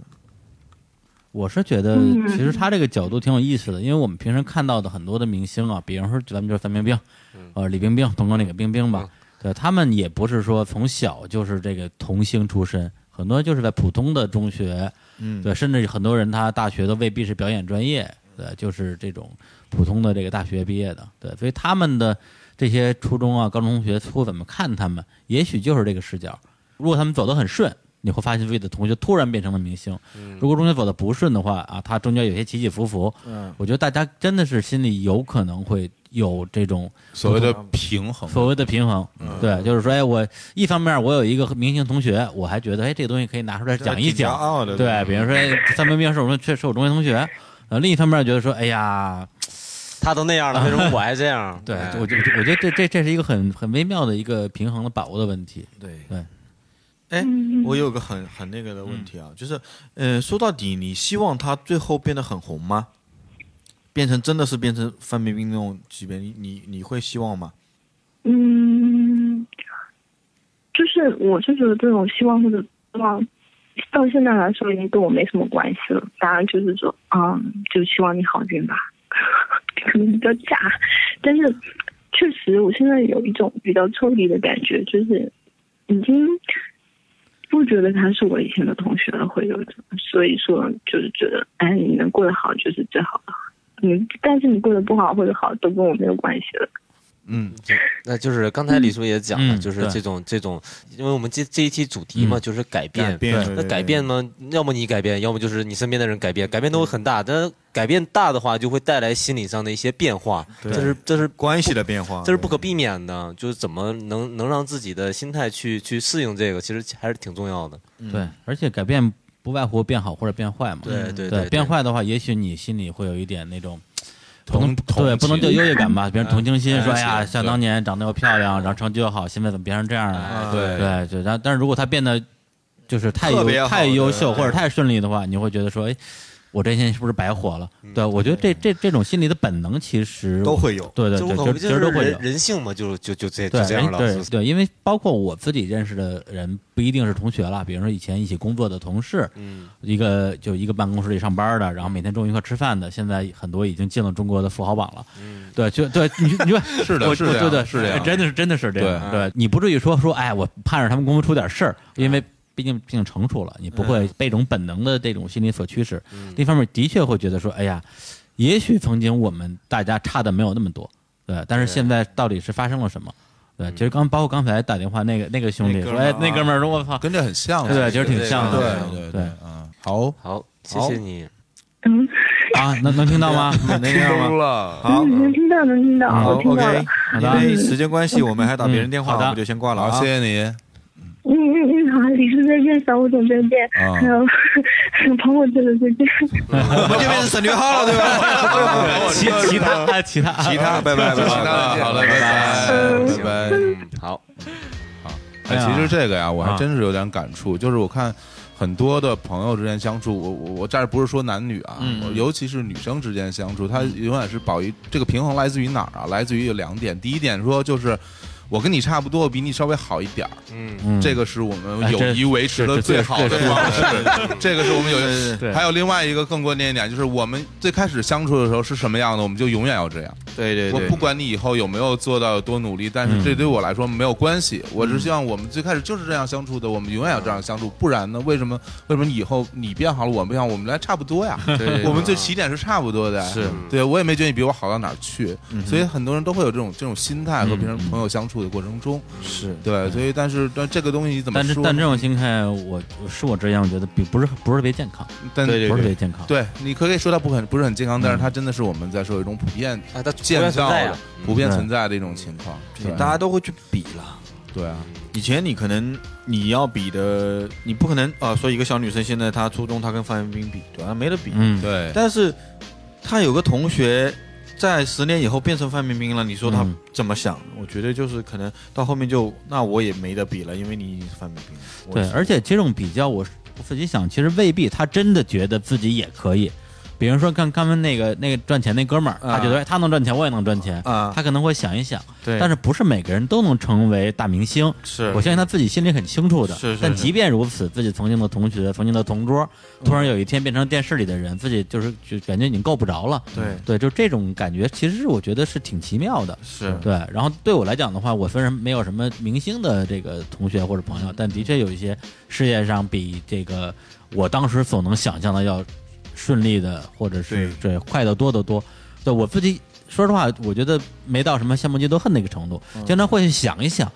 [SPEAKER 1] 我是觉得，
[SPEAKER 10] 嗯
[SPEAKER 1] 其实他这个角度挺有意思的，因为我们平时看到的很多的明星啊，比方说咱们就是范冰冰，呃，李冰冰，同哥那个冰冰吧，对他们也不是说从小就是这个童星出身，很多就是在普通的中学，
[SPEAKER 3] 嗯，
[SPEAKER 1] 对，甚至很多人他大学都未必是表演专业，对，就是这种普通的这个大学毕业的，对，所以他们的这些初中啊、高中同学初怎么看他们，也许就是这个视角。如果他们走得很顺，你会发现自己的同学突然变成了明星；如果中间走得不顺的话啊，他中间有些起起伏伏，
[SPEAKER 3] 嗯，
[SPEAKER 1] 我觉得大家真的是心里有可能会有这种
[SPEAKER 2] 所谓的平衡，
[SPEAKER 1] 所谓的平衡，对，就是说，哎，我一方面我有一个明星同学，我还觉得，哎，这个东西可以拿出来讲一
[SPEAKER 3] 挺骄
[SPEAKER 1] 讲，
[SPEAKER 3] 傲的，
[SPEAKER 1] 啊对，比如说哎三冰冰是我们确是我中学同学，呃，另一方面觉得说，哎呀，
[SPEAKER 5] 系。他都那样了，为什么我还这 <laughs> 样？
[SPEAKER 1] 对
[SPEAKER 5] 哎，
[SPEAKER 1] 我觉我觉得这这这是一个很很微妙的一个平衡的把握的问题。
[SPEAKER 3] 对
[SPEAKER 1] 对。
[SPEAKER 3] 哎
[SPEAKER 10] 嗯，
[SPEAKER 3] 我有个很很那个的问
[SPEAKER 1] 嗯
[SPEAKER 3] 题啊，就是，呃，说到底，你希望她最后变得很红吗？变成真的是变成范冰冰那种级别，你你你会希望吗？
[SPEAKER 10] 嗯，就是我就觉得这种希望或者希望，到现在来说已经跟我没什么关系了。当然就是说，嗯，就希望你好运吧， <laughs> 可能比较假，但是确实我现在有一种比较抽离的感觉，就是已经不觉得他是我以前的同学了，会有一种，所以说就是觉得，哎，你能过得好就是最好了。嗯，但是你过得不好或者好都跟我没有关系了。
[SPEAKER 2] 嗯，
[SPEAKER 5] 那就是刚才李叔也讲了，
[SPEAKER 1] 嗯
[SPEAKER 5] 就是
[SPEAKER 1] 对
[SPEAKER 5] 这种这种，因为我们这这一期主题嘛，
[SPEAKER 1] 嗯
[SPEAKER 5] 就是改变。
[SPEAKER 3] 变对
[SPEAKER 5] 那
[SPEAKER 3] 对
[SPEAKER 5] 改
[SPEAKER 3] 对
[SPEAKER 5] 变呢？要么你改变，要么就是你身边的人改变，改变都会很大。但改变大的话，就会带来心理上的一些变化，
[SPEAKER 3] 对
[SPEAKER 5] 这是这是
[SPEAKER 3] 关系的变化，
[SPEAKER 5] 这是
[SPEAKER 3] 啊对
[SPEAKER 5] 不可避免的。就是怎么能能让自己的心态去去适应这个，其实还是挺重要的。
[SPEAKER 1] 对，而且改变不外乎变好或者变坏嘛。
[SPEAKER 5] 对对
[SPEAKER 1] 嗯对
[SPEAKER 5] 对，
[SPEAKER 1] 变坏的话，也许你心里会有一点那种。不
[SPEAKER 2] 同
[SPEAKER 1] 能对，不能叫优越感吧？别人同情心，
[SPEAKER 2] 嗯
[SPEAKER 1] 说
[SPEAKER 2] 嗯
[SPEAKER 1] 哎呀，
[SPEAKER 2] 是
[SPEAKER 1] 像
[SPEAKER 2] 对
[SPEAKER 1] 当年长得又漂亮，然后成绩又好，现在怎么变成这样了？
[SPEAKER 2] 对
[SPEAKER 1] 对对，但但是如果他变得就是太
[SPEAKER 3] 特别
[SPEAKER 1] 优
[SPEAKER 3] 好
[SPEAKER 1] 太优秀
[SPEAKER 3] 对
[SPEAKER 1] 或者太顺利的话，你会觉得说，哎，我这些年是不是白活了？对，我觉得这这这种心理的本能其实
[SPEAKER 3] 都，会有，
[SPEAKER 1] 对对
[SPEAKER 5] 就
[SPEAKER 1] 对，
[SPEAKER 5] 我
[SPEAKER 1] 就
[SPEAKER 5] 们
[SPEAKER 1] 其
[SPEAKER 5] 就
[SPEAKER 1] 实
[SPEAKER 5] 是
[SPEAKER 1] 都会
[SPEAKER 5] 人
[SPEAKER 1] 有。
[SPEAKER 5] 人性嘛，就就就这
[SPEAKER 1] 对哎
[SPEAKER 5] 就这样了。
[SPEAKER 1] 对
[SPEAKER 5] 是
[SPEAKER 1] 对，因为包括我自己认识的人，不一定是同学了，比如说以前一起工作的同事，
[SPEAKER 5] 嗯，
[SPEAKER 1] 一个就一个办公室里上班的，然后每天中午一块吃饭的，现在很多已经进了中国的富豪榜了。嗯，对，就对你你说
[SPEAKER 2] 是的
[SPEAKER 1] 我
[SPEAKER 2] 是
[SPEAKER 1] 我
[SPEAKER 2] 这样
[SPEAKER 1] 对对
[SPEAKER 2] 是这样
[SPEAKER 1] 哎真的是真的是这样，对你不至于说说哎，我盼着他们公司出点事儿，因为。毕竟毕竟成熟了，你不会被这种本能的这种心理所驱使。另一方面，的确会觉得说，哎呀，也许曾经我们大家差的没有那么多，对，但是现在到底是发生了什么？对，其实刚包括刚才打电话那个那个兄弟
[SPEAKER 3] 那哥
[SPEAKER 1] 说，
[SPEAKER 3] 们儿
[SPEAKER 1] 哎，那哥们儿说，我操，
[SPEAKER 2] 跟这很像，
[SPEAKER 1] 对，其实挺像的，
[SPEAKER 2] 对对对，嗯，好，
[SPEAKER 5] 好，谢谢你。
[SPEAKER 10] 嗯，
[SPEAKER 1] 啊，能能听到吗？
[SPEAKER 3] 能那样吗？
[SPEAKER 11] 了，
[SPEAKER 3] 好，
[SPEAKER 10] 嗯，能听到，能听
[SPEAKER 1] 啊
[SPEAKER 10] 到，
[SPEAKER 3] 好
[SPEAKER 10] 我听到了
[SPEAKER 3] 啊，OK。。
[SPEAKER 1] 好
[SPEAKER 3] 因
[SPEAKER 1] 的
[SPEAKER 3] 为时间关系，我们还打别人电
[SPEAKER 1] 嗯
[SPEAKER 3] 话，
[SPEAKER 1] 好的
[SPEAKER 3] 我们就先挂了
[SPEAKER 2] 好，
[SPEAKER 3] 啊。
[SPEAKER 2] 谢谢你，
[SPEAKER 12] 嗯嗯嗯，好，李叔再见，小吴总再见，
[SPEAKER 2] 啊
[SPEAKER 12] 还有还有庞伟哥再见。
[SPEAKER 3] 我们就变成省略号了，
[SPEAKER 1] <laughs>
[SPEAKER 3] 对吧？
[SPEAKER 1] 其其他啊其他
[SPEAKER 8] 其他拜拜，拜拜，
[SPEAKER 2] 好的，好的，拜拜，拜拜。
[SPEAKER 5] 嗯好，
[SPEAKER 2] 哎，
[SPEAKER 1] 哎呀
[SPEAKER 2] 其实这个呀，我还
[SPEAKER 1] 啊
[SPEAKER 2] 真是有点感触，就是我看很多的朋友之间相处，我我我这儿不是说男女啊，
[SPEAKER 1] 嗯
[SPEAKER 2] 我尤其是女生之间相处，它永远是保一这个平衡来自于哪儿啊？来自于有两点，第一点说就是。我跟你差不多，我比你稍微好一点儿，
[SPEAKER 1] 嗯
[SPEAKER 2] 这个是我们
[SPEAKER 1] 哎
[SPEAKER 2] 友
[SPEAKER 1] 这
[SPEAKER 2] 谊维持
[SPEAKER 1] 这
[SPEAKER 2] 的
[SPEAKER 1] 这
[SPEAKER 2] 最
[SPEAKER 1] 这
[SPEAKER 2] 好的
[SPEAKER 1] 这是
[SPEAKER 2] 方 <laughs> 式。这个是我们友谊。
[SPEAKER 1] 对
[SPEAKER 2] 还有另外一个更关键一点，就是我们最开始相处的时候是什么样的，我们就永远要这样。
[SPEAKER 3] 对对
[SPEAKER 2] 我
[SPEAKER 3] 对嗯
[SPEAKER 2] 不，管你以后有没有做到有多努力，但是这对我来说没有关系。我只希望我们最开始就是这样相处的，我们永远要这样相处，不然呢？为什么？为什么以后你变好了，我们变好，我们来差不多呀？
[SPEAKER 3] 对
[SPEAKER 2] 我们最起点是差不多的。
[SPEAKER 3] 是，嗯
[SPEAKER 2] 对我也没觉得你比我好到哪儿去，所以很多人都会有这种这种心态
[SPEAKER 3] 嗯
[SPEAKER 2] 和平时朋友相处的过程中，
[SPEAKER 3] 是
[SPEAKER 2] 对，所以但是但这个东西你怎么
[SPEAKER 1] 但是
[SPEAKER 2] 说呢？
[SPEAKER 1] 但这种心态，我我恕我直言，我觉得并不是不是特别健康，
[SPEAKER 2] 但
[SPEAKER 3] 对嗯对
[SPEAKER 1] 不是特别健康。
[SPEAKER 2] 对，你可以说它不很不是很健康，但是它真的是我们在社会中普遍
[SPEAKER 5] 啊，他
[SPEAKER 2] 见到的、普
[SPEAKER 1] 嗯
[SPEAKER 2] 遍存在的一种情况。对
[SPEAKER 3] 大家都会去比了。
[SPEAKER 2] 对啊，
[SPEAKER 3] 以前你可能你要比的，你不可能啊、说一个小女生现在她初中她跟范冰冰比，对吧？没得比。
[SPEAKER 1] 嗯，
[SPEAKER 2] 对。
[SPEAKER 3] 但是她有个同学在十年以后变成范冰冰了，你说她
[SPEAKER 1] 嗯
[SPEAKER 3] 怎么想？我觉得就是可能到后面就那我也没得比了，因为你已经是范冰冰了。我
[SPEAKER 1] 对，而且这种比较，我是我自己想，其实未必他真的觉得自己也可以。比如说，看刚们那个那个赚钱那哥们儿，
[SPEAKER 3] 啊
[SPEAKER 1] 他觉得哎他能赚钱，我也能赚钱，
[SPEAKER 3] 啊
[SPEAKER 1] 他可能会想一想。
[SPEAKER 3] 对，
[SPEAKER 1] 但是不是每个人都能成为大明星？
[SPEAKER 3] 是
[SPEAKER 1] 我相信他自己心里很清楚的。
[SPEAKER 3] 是是
[SPEAKER 1] 但
[SPEAKER 3] 是
[SPEAKER 1] 即便如此，自己曾经的同学、曾经的同桌，突
[SPEAKER 3] 嗯
[SPEAKER 1] 然有一天变成电视里的人，自己就是就感觉已经够不着了。
[SPEAKER 3] 对
[SPEAKER 1] 对，就这种感觉，其实是我觉得是挺奇妙的。
[SPEAKER 3] 是
[SPEAKER 1] 对，然后对我来讲的话，我虽然没有什么明星的这个同学或者朋友，但的确有一些事业上比这个我当时所能想象的要顺利的，或者是对快得多得多。对我自己说实话，我觉得没到什么羡慕嫉妒恨那个程度，
[SPEAKER 3] 嗯
[SPEAKER 1] 经常会想一想，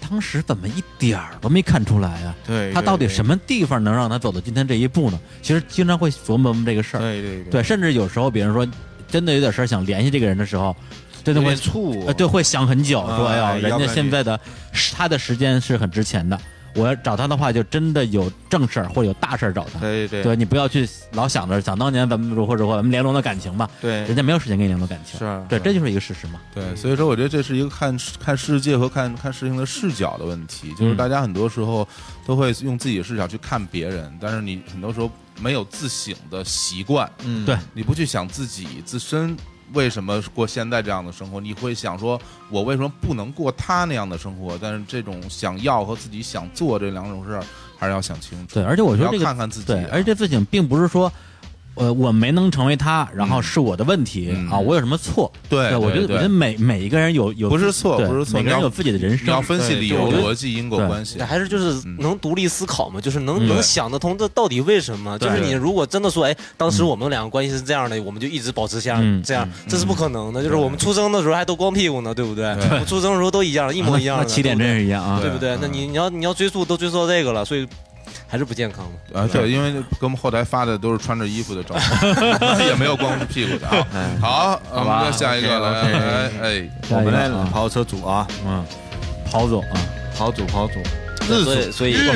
[SPEAKER 1] 当时怎么一点儿都没看出来啊？
[SPEAKER 3] 对
[SPEAKER 1] 他到底什
[SPEAKER 3] 么？
[SPEAKER 1] 么地方能让他走到今天这一步呢？其实经常会琢磨琢磨这个事儿。
[SPEAKER 3] 对对
[SPEAKER 1] 对，，甚至有时候，比如说真的有点事儿想联系这个人的时候，真的
[SPEAKER 3] 有
[SPEAKER 1] 会
[SPEAKER 3] 点啊怵
[SPEAKER 1] 呃，对，会想很久，说
[SPEAKER 3] 哎
[SPEAKER 1] 哎呦，
[SPEAKER 3] 要
[SPEAKER 1] 人
[SPEAKER 3] 不
[SPEAKER 1] 家
[SPEAKER 3] 然
[SPEAKER 1] 现
[SPEAKER 3] 你
[SPEAKER 1] 在的时他的时间是很值钱的，我要找他的话，就真的有正事儿或者有大事儿找他。
[SPEAKER 3] 对对
[SPEAKER 1] 对你不要去老想着想当年咱们如何如何，咱们联络的感情吧，
[SPEAKER 3] 对
[SPEAKER 1] 人家没有时间跟你联络感情，
[SPEAKER 3] 是啊
[SPEAKER 1] 对，
[SPEAKER 3] 是啊
[SPEAKER 1] 这就是一个事实嘛。
[SPEAKER 2] 对，所以说我觉得这是一个看看世界和看看事情的视角的问题，就是
[SPEAKER 1] 嗯
[SPEAKER 2] 大家很多时候都会用自己的视角去看别人，但是你很多时候没有自省的习惯，
[SPEAKER 3] 嗯
[SPEAKER 1] 对
[SPEAKER 2] 你不去想自己自身为什么过现在这样的生活，你会想说我为什么不能过他那样的生活？但是这种想要和自己想做这两种事儿，还是要想清楚。
[SPEAKER 1] 对，而且我觉得这
[SPEAKER 2] 要
[SPEAKER 1] 个
[SPEAKER 2] 看看自己啊、
[SPEAKER 1] 对，而且这事情并不是说。呃，我没能成为他，然后是我的问题、
[SPEAKER 2] 嗯
[SPEAKER 1] 啊，我有什么错？
[SPEAKER 2] 对
[SPEAKER 1] 对，我觉
[SPEAKER 2] 对
[SPEAKER 1] 得
[SPEAKER 2] 对
[SPEAKER 1] 我觉得每每一个人有有
[SPEAKER 2] 不是
[SPEAKER 1] 自
[SPEAKER 2] 错
[SPEAKER 1] 对
[SPEAKER 2] 不是错
[SPEAKER 1] 每个
[SPEAKER 2] 你
[SPEAKER 1] 人
[SPEAKER 2] 要
[SPEAKER 1] 有自己的人
[SPEAKER 2] 你要
[SPEAKER 1] 生，
[SPEAKER 2] 分析理由、
[SPEAKER 5] 对对
[SPEAKER 2] 逻辑、因果
[SPEAKER 1] 对
[SPEAKER 2] 关系。
[SPEAKER 5] 还是就是
[SPEAKER 2] 嗯
[SPEAKER 5] 能独立思考嘛，就是能
[SPEAKER 1] 嗯
[SPEAKER 5] 能
[SPEAKER 2] 对
[SPEAKER 5] 想得通这到底为什么？
[SPEAKER 1] 对
[SPEAKER 5] 就是你如果真的说，哎，当时我们两个关系是这样的，我们就一直保持这
[SPEAKER 1] 嗯
[SPEAKER 5] 样这样，这是不可能的。就是我们出生的时候还都光屁股呢，对不对？我们出生的时候都一样，一模一样
[SPEAKER 1] 啊那
[SPEAKER 5] 的。
[SPEAKER 1] 那起点
[SPEAKER 5] 对不对
[SPEAKER 1] 真是一样啊。
[SPEAKER 5] 对不
[SPEAKER 8] 嗯
[SPEAKER 5] 对？那你你要你要追溯都追溯到这个了，所以还是不健康嘛。
[SPEAKER 2] 啊，对，因为跟我们后台发的都是穿着衣服的照片，也没有光着屁股的啊。好，我们再下一个来，来，哎，
[SPEAKER 1] 下
[SPEAKER 3] 我
[SPEAKER 1] 一
[SPEAKER 3] 们
[SPEAKER 1] 个
[SPEAKER 3] 来
[SPEAKER 1] 啊
[SPEAKER 3] 跑车主啊，
[SPEAKER 1] 嗯，跑总啊，
[SPEAKER 3] 跑主跑主，
[SPEAKER 5] 所以所以
[SPEAKER 8] 日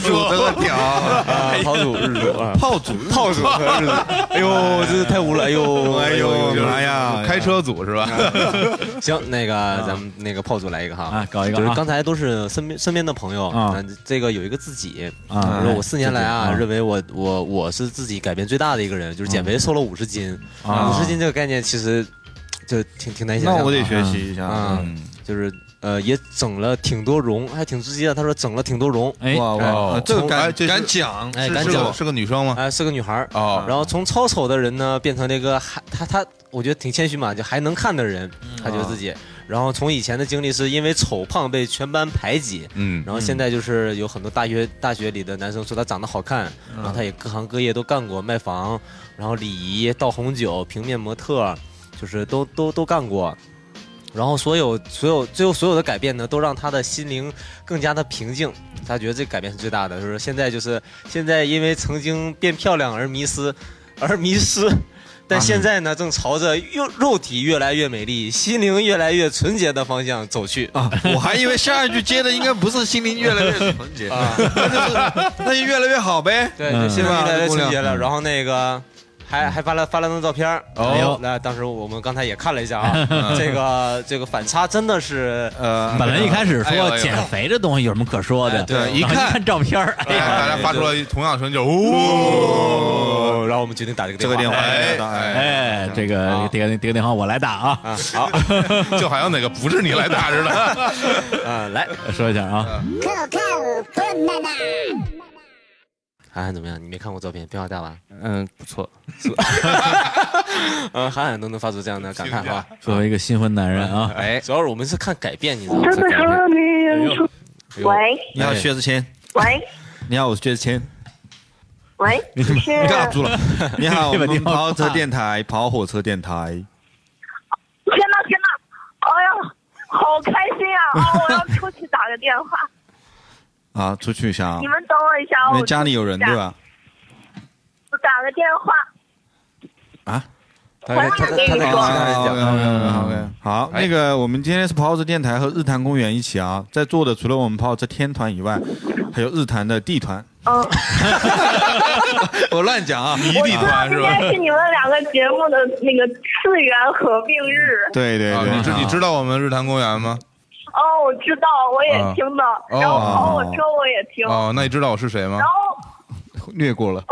[SPEAKER 8] 主这个屌，
[SPEAKER 5] 啊，跑主日主啊，
[SPEAKER 3] 炮主
[SPEAKER 8] 泡主和日主，
[SPEAKER 5] 哎呦，真是太污了，哎呦
[SPEAKER 8] 哎呦妈呀，
[SPEAKER 2] 开车组是吧？
[SPEAKER 5] 行，那个咱们那个炮组来一个哈，
[SPEAKER 1] 啊搞一个啊
[SPEAKER 5] 就是刚才都是身边身边的朋友
[SPEAKER 1] 啊，
[SPEAKER 5] 嗯这个有一个自己
[SPEAKER 1] 啊
[SPEAKER 5] 就是我四年来
[SPEAKER 1] 自
[SPEAKER 5] 啊，
[SPEAKER 1] 己啊
[SPEAKER 5] 认为我我我是自己改变最大的一个人，就是减肥瘦了五十斤，
[SPEAKER 1] 啊
[SPEAKER 5] 五十斤这个概念其实就挺挺难想象
[SPEAKER 3] 那
[SPEAKER 5] 的啊。
[SPEAKER 3] 我得学习一下。
[SPEAKER 1] 嗯
[SPEAKER 5] 啊，
[SPEAKER 2] 嗯
[SPEAKER 5] 就是呃也整了挺多容，还挺直接的，他说整了挺多容，
[SPEAKER 1] 哎，
[SPEAKER 3] 哇哇，哦这个敢敢讲，
[SPEAKER 5] 哎，
[SPEAKER 2] 是
[SPEAKER 5] 赶
[SPEAKER 2] 是
[SPEAKER 5] 紧
[SPEAKER 2] 个是个女生吗？
[SPEAKER 5] 哎，是个女孩儿
[SPEAKER 2] 哦
[SPEAKER 5] 然后从超丑的人呢，变成这个还她她，我觉得挺谦虚嘛，就还能看的人，她觉得自己。然后从以前的经历是因为丑胖被全班排挤，
[SPEAKER 2] 嗯，
[SPEAKER 5] 然后现在就是有很多大学大学里的男生说她长得好看，然后她也各行各业都干过，卖房，然后礼仪、倒红酒、平面模特，就是都都都干过。然后所有所有最后所有的改变呢，都让她的心灵更加的平静。她觉得这改变是最大的，就是现在就是现在因为曾经变漂亮而迷失，而迷失。但现在呢，正朝着肉肉体越来越美丽、心灵越来越纯洁的方向走去。
[SPEAKER 3] 啊，我还以为下一句接的应该不是心灵越来越纯洁，那就是 <laughs> 那就越来越好呗。
[SPEAKER 5] 对，
[SPEAKER 1] 嗯
[SPEAKER 5] 就心灵越来越纯洁
[SPEAKER 3] 是吧
[SPEAKER 5] 了。然后那个还还发了发了张照片儿
[SPEAKER 1] 哦
[SPEAKER 5] 哎呦那当时我们刚才也看了一下 <laughs> 啊，这个这个反差真的是
[SPEAKER 3] 呃，
[SPEAKER 1] 本来一开始
[SPEAKER 3] 哎呦哎
[SPEAKER 1] 说
[SPEAKER 3] 呦
[SPEAKER 1] 减肥这东西有什么可说的，
[SPEAKER 5] 哎
[SPEAKER 3] 对
[SPEAKER 1] 然后
[SPEAKER 3] 一看
[SPEAKER 1] 看照片儿，哎
[SPEAKER 2] 哎
[SPEAKER 1] 呀，
[SPEAKER 2] 大家发出了同样的声音，就是呜，
[SPEAKER 5] 哦，然后我们决定打这个
[SPEAKER 3] 这个电话，
[SPEAKER 2] 哎
[SPEAKER 3] 哎，
[SPEAKER 1] 哎，这个
[SPEAKER 5] 啊
[SPEAKER 1] 这个这个电话我来打啊，
[SPEAKER 5] 啊，好 <laughs>
[SPEAKER 2] 就好像哪个不是你来打似的。
[SPEAKER 5] 啊，来，
[SPEAKER 1] 说一下啊，
[SPEAKER 5] 涵哎涵怎么样？你没看过照片，变化大 <laughs> 吧？
[SPEAKER 4] 嗯，不错，
[SPEAKER 5] 嗯，涵涵都能发出这样的感叹哈。
[SPEAKER 3] 啊
[SPEAKER 1] 作为一个新婚男人啊，
[SPEAKER 4] 哎，
[SPEAKER 5] 主要是我们是看改变，你知道吗
[SPEAKER 10] 真？的和女
[SPEAKER 1] 哎
[SPEAKER 10] 人出。喂
[SPEAKER 3] 你好，薛之谦，
[SPEAKER 10] 喂
[SPEAKER 3] 你好，我是薛之谦，
[SPEAKER 10] 喂，是
[SPEAKER 3] 尬住了。 <laughs> 你好，我
[SPEAKER 1] 你把
[SPEAKER 3] 们
[SPEAKER 1] 电话
[SPEAKER 3] 跑车电台，跑火车电台。
[SPEAKER 10] 天呐天呐，哎呀，好开心啊！哦，我要出去打个电话，
[SPEAKER 3] 啊，出去一下啊
[SPEAKER 10] 你，们等我一下，
[SPEAKER 3] 因为
[SPEAKER 10] 我
[SPEAKER 3] 家里有人
[SPEAKER 10] 出去
[SPEAKER 3] 对
[SPEAKER 10] 一下？
[SPEAKER 3] 吧？
[SPEAKER 10] 我打个电话，
[SPEAKER 5] 他在他在他在跟其他人讲。
[SPEAKER 2] 嗯
[SPEAKER 3] OK OK，好，
[SPEAKER 2] 哎
[SPEAKER 3] 那个我们今天是跑车电台和日坛公园一起啊，在座的除了我们跑车天团以外，还有日坛的地团。
[SPEAKER 10] 嗯，
[SPEAKER 3] 我乱讲啊，你
[SPEAKER 10] 我知道今天是你们两个节目的那个次元合并日。
[SPEAKER 3] 对对
[SPEAKER 2] 啊
[SPEAKER 3] 对
[SPEAKER 2] 你，知你知道我们日坛公园吗？
[SPEAKER 10] 哦，我知道，我也听的，
[SPEAKER 2] 哦
[SPEAKER 3] 啊
[SPEAKER 10] 然后跑我车我也听，
[SPEAKER 2] 哦，那你知道我是谁吗
[SPEAKER 10] 然？后
[SPEAKER 3] 略过了。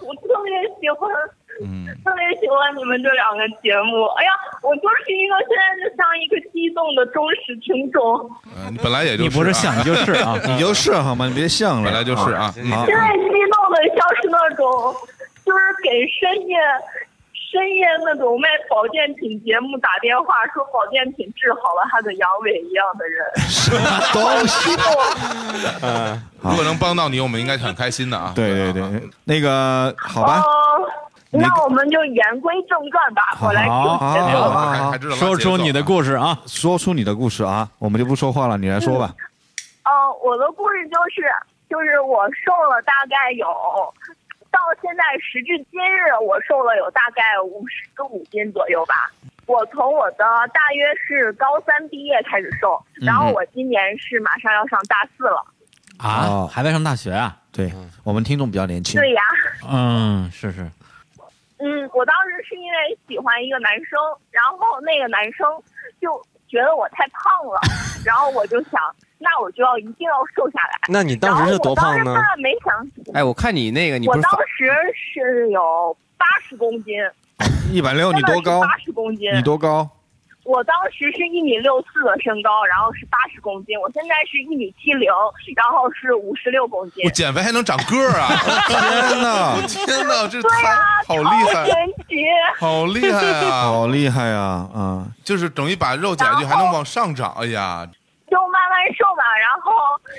[SPEAKER 10] 我特别喜欢，
[SPEAKER 2] 嗯，
[SPEAKER 10] 特别喜欢你们这两个节目。哎呀，我就是一个现在就像一个激动的忠实听众，
[SPEAKER 2] 呃你本来也就
[SPEAKER 1] 你不是
[SPEAKER 2] 是
[SPEAKER 1] 像
[SPEAKER 2] 啊
[SPEAKER 1] 你就是啊，
[SPEAKER 3] <laughs> 你就是好吗？你别像了，
[SPEAKER 2] 本来就是啊。嗯
[SPEAKER 3] 好
[SPEAKER 10] 现，在激动的像是那种，就是给深夜。深夜那种卖保健品节目打电话说保健品治好了他的阳痿一样的人，
[SPEAKER 3] 都是。
[SPEAKER 2] 如果能帮到你，我们应该很开心的啊。
[SPEAKER 3] 对对
[SPEAKER 2] 啊
[SPEAKER 3] 对，那个好吧，
[SPEAKER 10] 哦，
[SPEAKER 3] 那
[SPEAKER 10] 那我们就言归正传吧，我来听
[SPEAKER 1] 好
[SPEAKER 10] 你的
[SPEAKER 3] 好
[SPEAKER 10] 聊
[SPEAKER 3] 好
[SPEAKER 10] 吧。
[SPEAKER 2] 啊还
[SPEAKER 3] 好
[SPEAKER 2] 还，知道拉
[SPEAKER 1] 说出你的
[SPEAKER 2] 节奏啊
[SPEAKER 1] 故事啊，
[SPEAKER 3] 说出你的故事啊，我们就不说话了，你来说吧。
[SPEAKER 10] 嗯，我的故事就是，就是我瘦了大概有，到现在时至今日，我瘦了有大概五十五斤左右吧。我从我的大约是高三毕业开始瘦，然后我今年是马上要上大四了。
[SPEAKER 1] 啊
[SPEAKER 3] 哦，
[SPEAKER 1] 还在上大学啊，
[SPEAKER 3] 对
[SPEAKER 2] 嗯
[SPEAKER 3] 我们听众比较年轻，
[SPEAKER 10] 对呀，
[SPEAKER 1] 嗯，是是，
[SPEAKER 10] 嗯，我当时是因为喜欢一个男生，然后那个男生就觉得我太胖了，然后我就想，那我就要一定要瘦下来。
[SPEAKER 5] 那你当时是多胖
[SPEAKER 10] 然后
[SPEAKER 5] 呢
[SPEAKER 10] 我？当时没想
[SPEAKER 4] 哎，我看你那个，你
[SPEAKER 10] 我
[SPEAKER 4] 不是
[SPEAKER 10] 当
[SPEAKER 4] 发
[SPEAKER 10] 时是有八十公斤，
[SPEAKER 3] 一百六，你多高？
[SPEAKER 10] 八十公斤。
[SPEAKER 3] 你多高？
[SPEAKER 10] 我当时是一米六四的身高，然后是八十公斤。我现在是一米七零，然后是五十六公斤
[SPEAKER 2] 我。减肥还能长个儿
[SPEAKER 10] <laughs>
[SPEAKER 2] 啊！
[SPEAKER 3] 天哪，
[SPEAKER 2] 天哪，这
[SPEAKER 10] 对啊
[SPEAKER 2] 太
[SPEAKER 10] 呀、
[SPEAKER 2] 好厉
[SPEAKER 10] 超
[SPEAKER 2] 害，
[SPEAKER 10] 神奇！
[SPEAKER 2] <laughs> 好厉害啊！
[SPEAKER 3] <laughs> 好厉害啊！嗯，
[SPEAKER 2] 就是等于把肉减下去，还能往上涨。哎呀，
[SPEAKER 10] 就慢慢瘦嘛，然后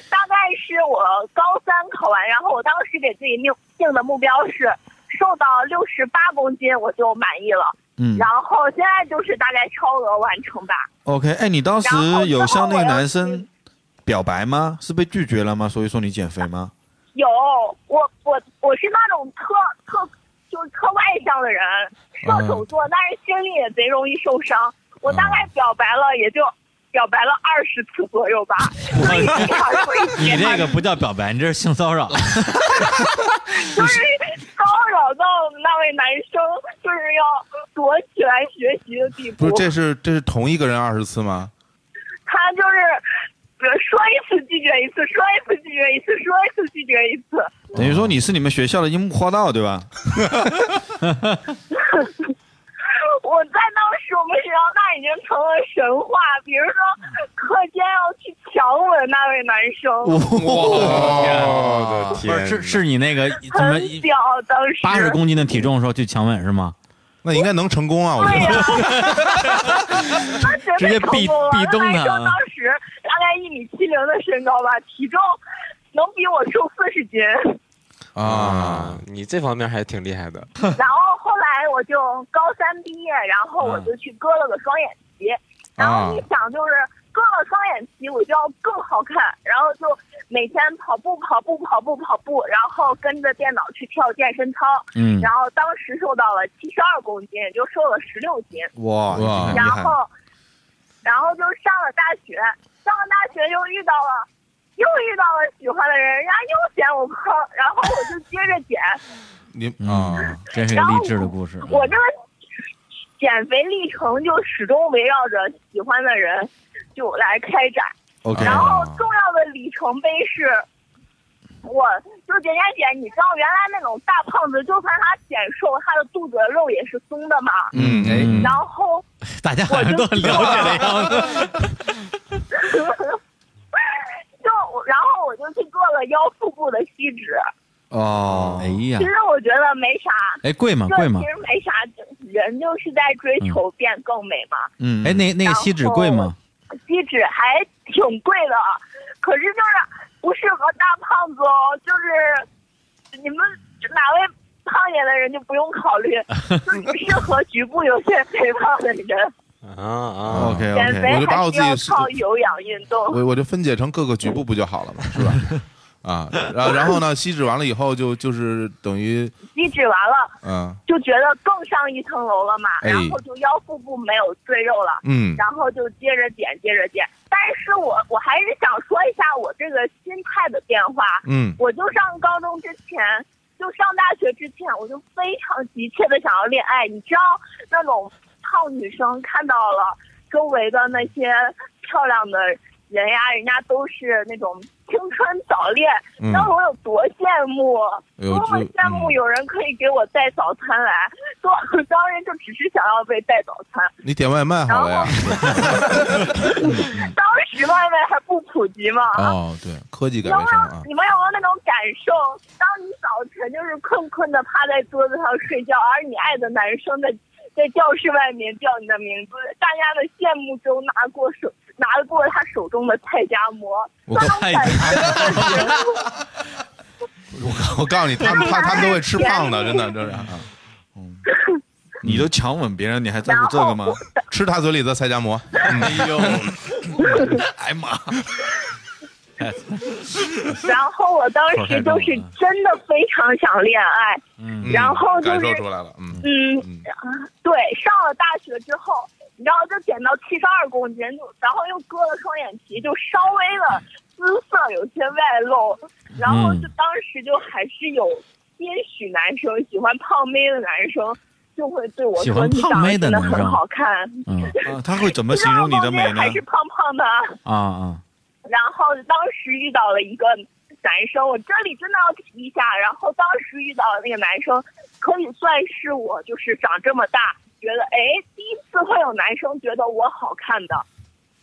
[SPEAKER 10] 大概是我高三考完，然后我当时给自己定定的目标是瘦到六十八公斤，我就满意了。
[SPEAKER 3] 嗯
[SPEAKER 10] 然后现在就是大概超额完成吧。
[SPEAKER 3] OK，哎，你当时
[SPEAKER 10] 然后
[SPEAKER 3] 有向那个
[SPEAKER 10] 然后我要
[SPEAKER 3] 男生表白吗？是被拒绝了吗？所以说你减肥吗？
[SPEAKER 10] 有，我我我是那种特特就是特外向的人，
[SPEAKER 12] 啊
[SPEAKER 10] 射
[SPEAKER 6] 嗯
[SPEAKER 10] 手座，但是心里也贼容易受伤。我大概表白了，也就表白了二十次左右吧，所以经常会
[SPEAKER 1] 你
[SPEAKER 10] 写
[SPEAKER 1] 这个不叫表白，你这是性骚
[SPEAKER 3] <laughs>
[SPEAKER 1] 扰，
[SPEAKER 10] 就是骚扰到我们那位男生，就是要夺起来学习的地
[SPEAKER 2] 不
[SPEAKER 10] 步
[SPEAKER 2] 是，。这是这是同一个人二十次吗？
[SPEAKER 10] 他就是呃说一次拒绝一次，说一次拒绝一次，说一次拒绝一次。
[SPEAKER 3] 等于说你是你们学校的樱木花道对吧？
[SPEAKER 10] 我在当时我们学校那已经成了神话，比如说课间要去强吻那位男生，
[SPEAKER 1] 哦
[SPEAKER 2] 哦
[SPEAKER 13] 我的
[SPEAKER 1] 不 <laughs> 是是是你那个怎么
[SPEAKER 10] 很屌，当时
[SPEAKER 1] 八十公斤的体重的时候去强吻是吗？
[SPEAKER 2] 那应该能成功啊！我觉
[SPEAKER 10] 对
[SPEAKER 1] <laughs>
[SPEAKER 2] 得
[SPEAKER 10] 呀、那绝
[SPEAKER 1] 直接
[SPEAKER 10] 对成
[SPEAKER 1] 壁
[SPEAKER 10] 功了。
[SPEAKER 1] 壁咚
[SPEAKER 10] 那
[SPEAKER 1] 他啊
[SPEAKER 10] 男生当时大概一米七零的身高吧，体重能比我瘦四十斤。
[SPEAKER 2] 啊
[SPEAKER 5] 啊，，你这方面还挺厉害的。
[SPEAKER 10] 然后后来我就高三毕业，然后我就去割了个双眼皮。然后你想，就是啊割了双眼皮，我就要更好看，然后就每天跑步、跑步、跑步、跑步，然后后跟着电脑去跳健身操，
[SPEAKER 1] 嗯
[SPEAKER 10] 然后当时瘦到了七十二公斤，也就瘦了十六斤。
[SPEAKER 3] 哇
[SPEAKER 2] 哇
[SPEAKER 10] 然后，然后就上了大学，上了大学又遇到了，又遇到了喜欢的人，人家又嫌我胖，然后我就接着减，
[SPEAKER 2] 您啊，
[SPEAKER 1] 嗯，真是个励志的故事。
[SPEAKER 10] 我这个减肥历程就始终围绕着喜欢的人就来开展。
[SPEAKER 3] OK，
[SPEAKER 1] 嗯
[SPEAKER 10] 然后重要的里程碑是，我就是简简姐，你知道原来那种大胖子，就算他减瘦，他的肚子的肉也是松的嘛。
[SPEAKER 2] 嗯哎
[SPEAKER 1] 嗯
[SPEAKER 10] 然后
[SPEAKER 1] 大家好像都很了解的样子。
[SPEAKER 10] 就然后我就去做了腰腹部的吸脂，
[SPEAKER 3] 哦
[SPEAKER 1] 哎，呀
[SPEAKER 10] 其，实我觉得没啥，
[SPEAKER 1] 哎，贵吗？
[SPEAKER 10] 这
[SPEAKER 1] 贵吗
[SPEAKER 10] 其？实没啥，人就是在追求变更美嘛。
[SPEAKER 3] 嗯，
[SPEAKER 1] 哎，那那个锡纸贵吗？
[SPEAKER 10] 锡纸还挺贵的，可是就是不适合大胖子哦，就是你们哪位胖点的人就不用
[SPEAKER 2] <laughs>
[SPEAKER 10] 考虑，就只适合局部有些肥胖的人。
[SPEAKER 5] 啊啊！
[SPEAKER 3] OK
[SPEAKER 10] 减
[SPEAKER 3] OK，
[SPEAKER 2] 我
[SPEAKER 10] 肥
[SPEAKER 2] 就把
[SPEAKER 10] 还
[SPEAKER 2] 我
[SPEAKER 10] 是
[SPEAKER 2] 自己
[SPEAKER 10] 要
[SPEAKER 2] 是
[SPEAKER 10] 靠有氧运动。
[SPEAKER 2] <laughs> 我我就分解成各个局部不就好了嘛，是吧？啊，然后然后呢，吸脂完了以后就就是等于
[SPEAKER 10] 锡纸完了
[SPEAKER 2] 嗯
[SPEAKER 10] 就觉得更上一层楼了嘛，
[SPEAKER 2] 哎
[SPEAKER 10] 然后就腰腹部没有赘肉了。
[SPEAKER 2] 嗯
[SPEAKER 10] 然后就接着减，接着减。但是我我还是想说一下我这个心态的变化。
[SPEAKER 2] 嗯
[SPEAKER 10] 我就上高中之前，就上大学之前，我就非常急切的想要恋爱。你知道那种胖女生看到了周围的那些漂亮的人呀，人家都是那种青春早恋，
[SPEAKER 2] 嗯
[SPEAKER 10] 那我有多羡慕，
[SPEAKER 2] 哎呦
[SPEAKER 10] 多么
[SPEAKER 2] 这
[SPEAKER 10] 羡慕
[SPEAKER 2] 嗯
[SPEAKER 10] 有人可以给我带早餐来。多我当然就只是想要被带早餐，
[SPEAKER 2] 你点外卖好了呀？
[SPEAKER 10] 当时外卖还不普及嘛。
[SPEAKER 2] 哦，对，科技改
[SPEAKER 10] 有没
[SPEAKER 2] 变生活啊
[SPEAKER 10] 有，你们有没有那种感受？当你早晨就是困困的趴在桌子上睡觉，而你爱的男生在在教室外面叫你的名字，大家的羡慕中拿过手拿过他手中的菜夹馍，
[SPEAKER 2] <laughs> 我告
[SPEAKER 1] 太
[SPEAKER 2] 我告诉你，他们他他们都会吃胖的，真的，真是啊，
[SPEAKER 3] 你都强吻别人，你还在乎这个吗？
[SPEAKER 2] 吃他嘴里的菜夹馍。哎
[SPEAKER 10] <laughs>
[SPEAKER 2] 呦，
[SPEAKER 3] 哎呀妈，
[SPEAKER 10] 然后我当时
[SPEAKER 2] 啊
[SPEAKER 10] 就是真的非常想恋爱，
[SPEAKER 1] 嗯
[SPEAKER 10] 然后就
[SPEAKER 2] 感受
[SPEAKER 10] 是
[SPEAKER 2] 出来了，嗯
[SPEAKER 10] 嗯，
[SPEAKER 2] 嗯，
[SPEAKER 10] 对，上了大学之后，你知道就减到七十二公斤，就然后又割了双眼皮，就稍微的姿色有些外露，
[SPEAKER 3] 嗯
[SPEAKER 10] 然后就当时就还是有些许男生喜欢胖妹的男生。就会对我
[SPEAKER 1] 喜
[SPEAKER 10] 说
[SPEAKER 1] 欢
[SPEAKER 10] 你
[SPEAKER 1] 胖
[SPEAKER 10] 长
[SPEAKER 1] 妹
[SPEAKER 10] 得
[SPEAKER 1] 的
[SPEAKER 10] 真的
[SPEAKER 1] 男生
[SPEAKER 10] 很好看，
[SPEAKER 1] 嗯
[SPEAKER 3] 啊他会怎么形容你的美
[SPEAKER 10] 知道
[SPEAKER 3] 呢
[SPEAKER 10] 吗？还是胖胖的啊。
[SPEAKER 1] 啊啊，
[SPEAKER 10] 然后当时遇到了一个男生，我这里真的要提一下。然后当时遇到的那个男生，可以算是我就是长这么大，觉得哎，第一次会有男生觉得我好看的。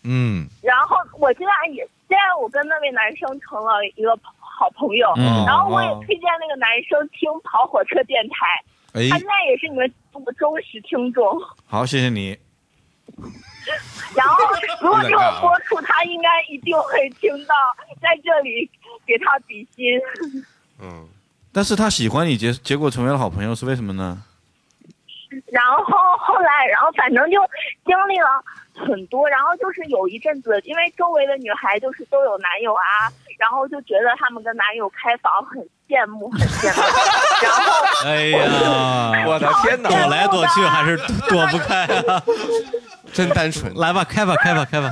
[SPEAKER 2] 嗯
[SPEAKER 10] 然后我现在也，现在我跟那位男生成了一个好朋友。
[SPEAKER 1] 嗯
[SPEAKER 10] 然后我也推荐那个男生听跑火车电台，
[SPEAKER 2] 哎
[SPEAKER 10] 他现在也是你们忠实听众。
[SPEAKER 3] 好，谢谢你。
[SPEAKER 10] 然后如果这个播出，他应该一定会听到，在这里给他比心。
[SPEAKER 5] 嗯，
[SPEAKER 3] 但是他喜欢你，结结果成为了好朋友，是为什么呢？
[SPEAKER 10] 然后后来，然后反正就经历了很多，然后就是有一阵子，因为周围的女孩就是都有男友啊，然后就觉得她们跟男友开房很羡慕，很羡慕。
[SPEAKER 1] <laughs>
[SPEAKER 10] 然后
[SPEAKER 1] 哎呀，
[SPEAKER 5] 我的天哪！
[SPEAKER 1] 躲来躲去
[SPEAKER 10] <laughs>
[SPEAKER 1] 还是躲不开啊！
[SPEAKER 4] 真单纯。
[SPEAKER 1] 来吧，开吧，开吧，开吧。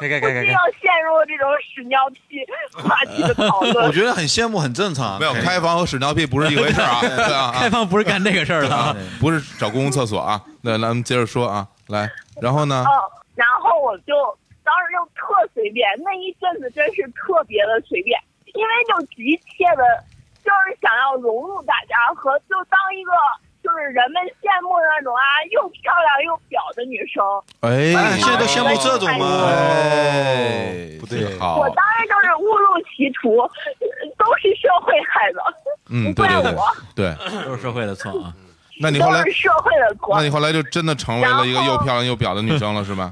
[SPEAKER 5] 开开开开
[SPEAKER 10] 就
[SPEAKER 5] 开！
[SPEAKER 10] 要陷入这种屎尿屁话题的讨
[SPEAKER 3] 我
[SPEAKER 10] 论。
[SPEAKER 3] 觉得很羡慕，很正常。
[SPEAKER 2] 没有开房和屎尿屁不是一回事儿啊，对啊
[SPEAKER 1] 开
[SPEAKER 2] 啊，
[SPEAKER 1] 放不是干这个事儿的啊，
[SPEAKER 2] 不是找公共厕所啊。那咱们接着说啊，来，然后呢
[SPEAKER 10] 嗯？，然后我就当时就特随便，那一阵子真是特别的随便，因为就急切的，就是想要融入大家和就当一个就是人们羡慕的那种啊，又漂亮又屌的女生。
[SPEAKER 3] 哎
[SPEAKER 2] 哎，
[SPEAKER 3] 现在都羡慕这种吗？
[SPEAKER 2] 哎，
[SPEAKER 5] 不对
[SPEAKER 2] 好
[SPEAKER 10] 我，当然就是误入歧途，都是社会害的，
[SPEAKER 2] 嗯，对对对
[SPEAKER 10] 怪我
[SPEAKER 2] 对。
[SPEAKER 1] 都是社会的错啊。
[SPEAKER 2] 那你后
[SPEAKER 10] 都
[SPEAKER 2] 来
[SPEAKER 10] 是，社会的锅
[SPEAKER 2] 那。你后来就真的成为了一个
[SPEAKER 10] 然后
[SPEAKER 2] 又漂亮又婊的女生了，是吧？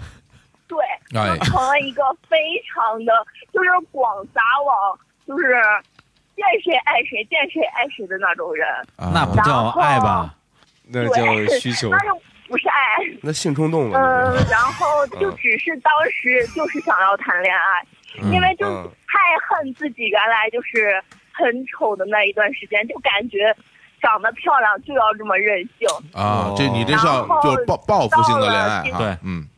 [SPEAKER 10] 对，
[SPEAKER 2] 哎
[SPEAKER 10] 就成了一个非常的就是广撒网，就是见谁爱谁，见谁爱谁的那种人。
[SPEAKER 2] 啊
[SPEAKER 1] 那不叫爱吧？
[SPEAKER 10] 对
[SPEAKER 5] 那，叫需求
[SPEAKER 10] 那，就不是爱。
[SPEAKER 5] 那性冲动
[SPEAKER 10] 嗯
[SPEAKER 5] 了。，
[SPEAKER 10] 然后
[SPEAKER 5] 嗯
[SPEAKER 10] 就只是当时就是想要谈恋爱，因为就
[SPEAKER 5] 嗯
[SPEAKER 10] 太恨自己原来就是很丑的那一段时间，就感觉长得漂亮就要这么任性。
[SPEAKER 2] 啊，这你这是要
[SPEAKER 10] 然后
[SPEAKER 2] 就是报报复性的恋爱哈，
[SPEAKER 10] 到了
[SPEAKER 2] 对，嗯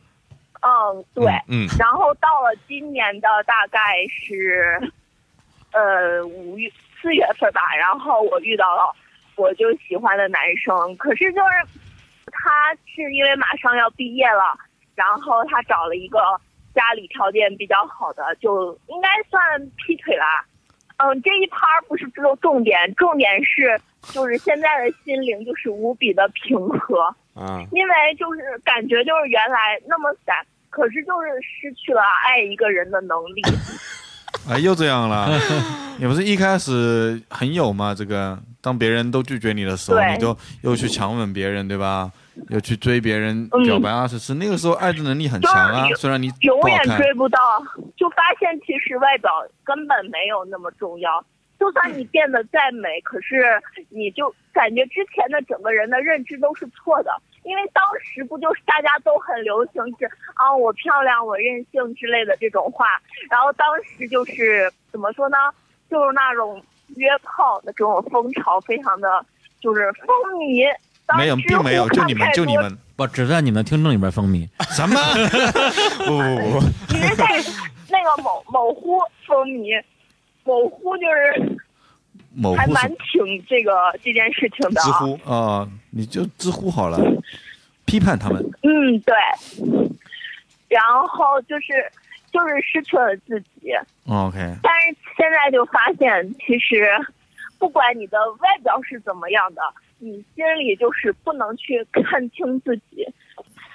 [SPEAKER 10] 嗯，对，
[SPEAKER 2] 嗯嗯
[SPEAKER 10] 然后到了今年的大概是，呃，五月四月份吧，然后我遇到了我就喜欢的男生，可是就是他是因为马上要毕业了，然后他找了一个家里条件比较好的，就应该算劈腿啦。嗯，这一趴儿不是重重点，重点是就是现在的心灵就是无比的平和。
[SPEAKER 5] 啊，
[SPEAKER 10] 因为就是感觉就是原来那么散，可是就是失去了爱一个人的能力。
[SPEAKER 3] 哎，又这样了，你不是一开始很有吗？这个当别人都拒绝你的时候，
[SPEAKER 10] 对
[SPEAKER 3] 你就又去强吻别人，对吧？又去追别人，表白二十次，那个时候爱的能力很强啊
[SPEAKER 10] 就是。
[SPEAKER 3] 虽然你
[SPEAKER 10] 永
[SPEAKER 3] 不好
[SPEAKER 10] 远
[SPEAKER 3] 看，
[SPEAKER 10] 追不到，就发现其实外表根本没有那么重要。就算你变得再美，可是你就感觉之前的整个人的认知都是错的，因为当时不就是大家都很流行是啊我漂亮我任性之类的这种话，然后当时就是怎么说呢，就是那种约炮的这种风潮非常的就是风靡。当
[SPEAKER 3] 没有，
[SPEAKER 10] 知
[SPEAKER 3] 并没有，
[SPEAKER 10] 乎
[SPEAKER 3] 就你
[SPEAKER 10] 看
[SPEAKER 3] 们
[SPEAKER 10] 太，
[SPEAKER 3] 就你
[SPEAKER 10] 多
[SPEAKER 3] 们，
[SPEAKER 1] 不只在你们听众里边风靡，
[SPEAKER 3] 什么？不不不不，
[SPEAKER 10] 你是在那个某某乎风靡，某乎就是
[SPEAKER 3] 某
[SPEAKER 10] 还
[SPEAKER 3] 乎
[SPEAKER 10] 蛮
[SPEAKER 3] 什
[SPEAKER 10] 挺这个这件事情的
[SPEAKER 3] 知
[SPEAKER 10] 啊。
[SPEAKER 3] 乎哦，你就知乎好了，批判他们。
[SPEAKER 10] 嗯，对。然后就是就是失去了自己，
[SPEAKER 3] OK，
[SPEAKER 10] 但是现在就发现，其实不管你的外表是怎么样的，你心里就是不能去看清自己。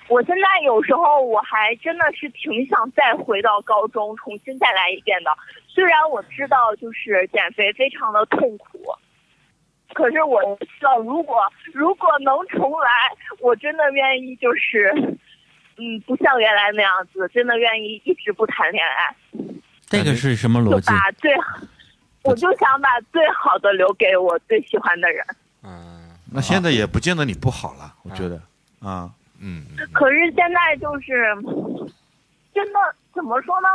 [SPEAKER 10] 我现在有时候我还真的是挺想再回到高中，重新再来一遍的。虽然我知道就是减肥非常的痛苦，可是我希望如果如果能重来，我真的愿意就是，嗯，不像原来那样子，真的愿意一直不谈恋爱。
[SPEAKER 1] 这个是什么逻
[SPEAKER 10] 就
[SPEAKER 1] 辑？
[SPEAKER 10] 把最，
[SPEAKER 5] <laughs>
[SPEAKER 10] 我就想把最好的留给我最喜欢的人。
[SPEAKER 5] 嗯，
[SPEAKER 3] 那现在也不见得你不好了，我觉得啊，
[SPEAKER 2] 嗯，
[SPEAKER 5] 哎
[SPEAKER 10] 可是现在就是，真的怎么说呢？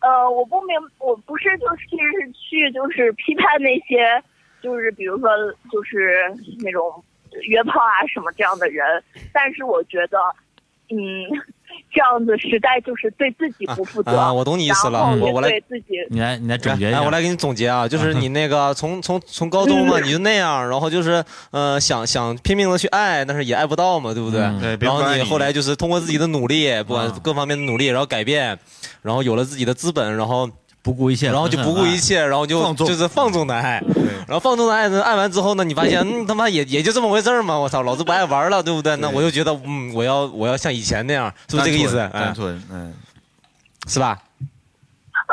[SPEAKER 10] 呃，我不明，我不是就是去就是批判那些，就是比如说就是那种约炮啊什么这样的人，但是我觉得，嗯，这样子实在就是对自己不负责。
[SPEAKER 5] 啊，我懂你意思了，
[SPEAKER 10] 然后
[SPEAKER 5] 我
[SPEAKER 10] 也
[SPEAKER 5] 我来
[SPEAKER 10] 对自己
[SPEAKER 1] 你来，你来总结一
[SPEAKER 5] 哎，
[SPEAKER 1] 下。
[SPEAKER 5] 我来给你总结啊，就是你那个从从从高中嘛，你就那样，然后就是呃想想拼命的去爱，但是也爱不到嘛，对不对？
[SPEAKER 1] 嗯
[SPEAKER 3] 对别
[SPEAKER 5] 然后
[SPEAKER 3] 管
[SPEAKER 5] 你
[SPEAKER 3] 你
[SPEAKER 5] 后来就是通过自己的努力，不管各方面的努力，然后改变，然后有了自己的资本，然后
[SPEAKER 1] 不顾一切，
[SPEAKER 5] 然后就不顾一
[SPEAKER 1] 切。
[SPEAKER 5] 切，然后就
[SPEAKER 3] 放纵
[SPEAKER 5] 就是放纵的爱，然后放纵的爱呢，爱完之后呢，你发现嗯他妈也也就这么回事儿嘛，我操，老子不爱玩了，对不对？那我就觉得嗯，我要我要像以前那样，是不是这个意思？哎
[SPEAKER 3] 单，纯，嗯，
[SPEAKER 5] 是吧？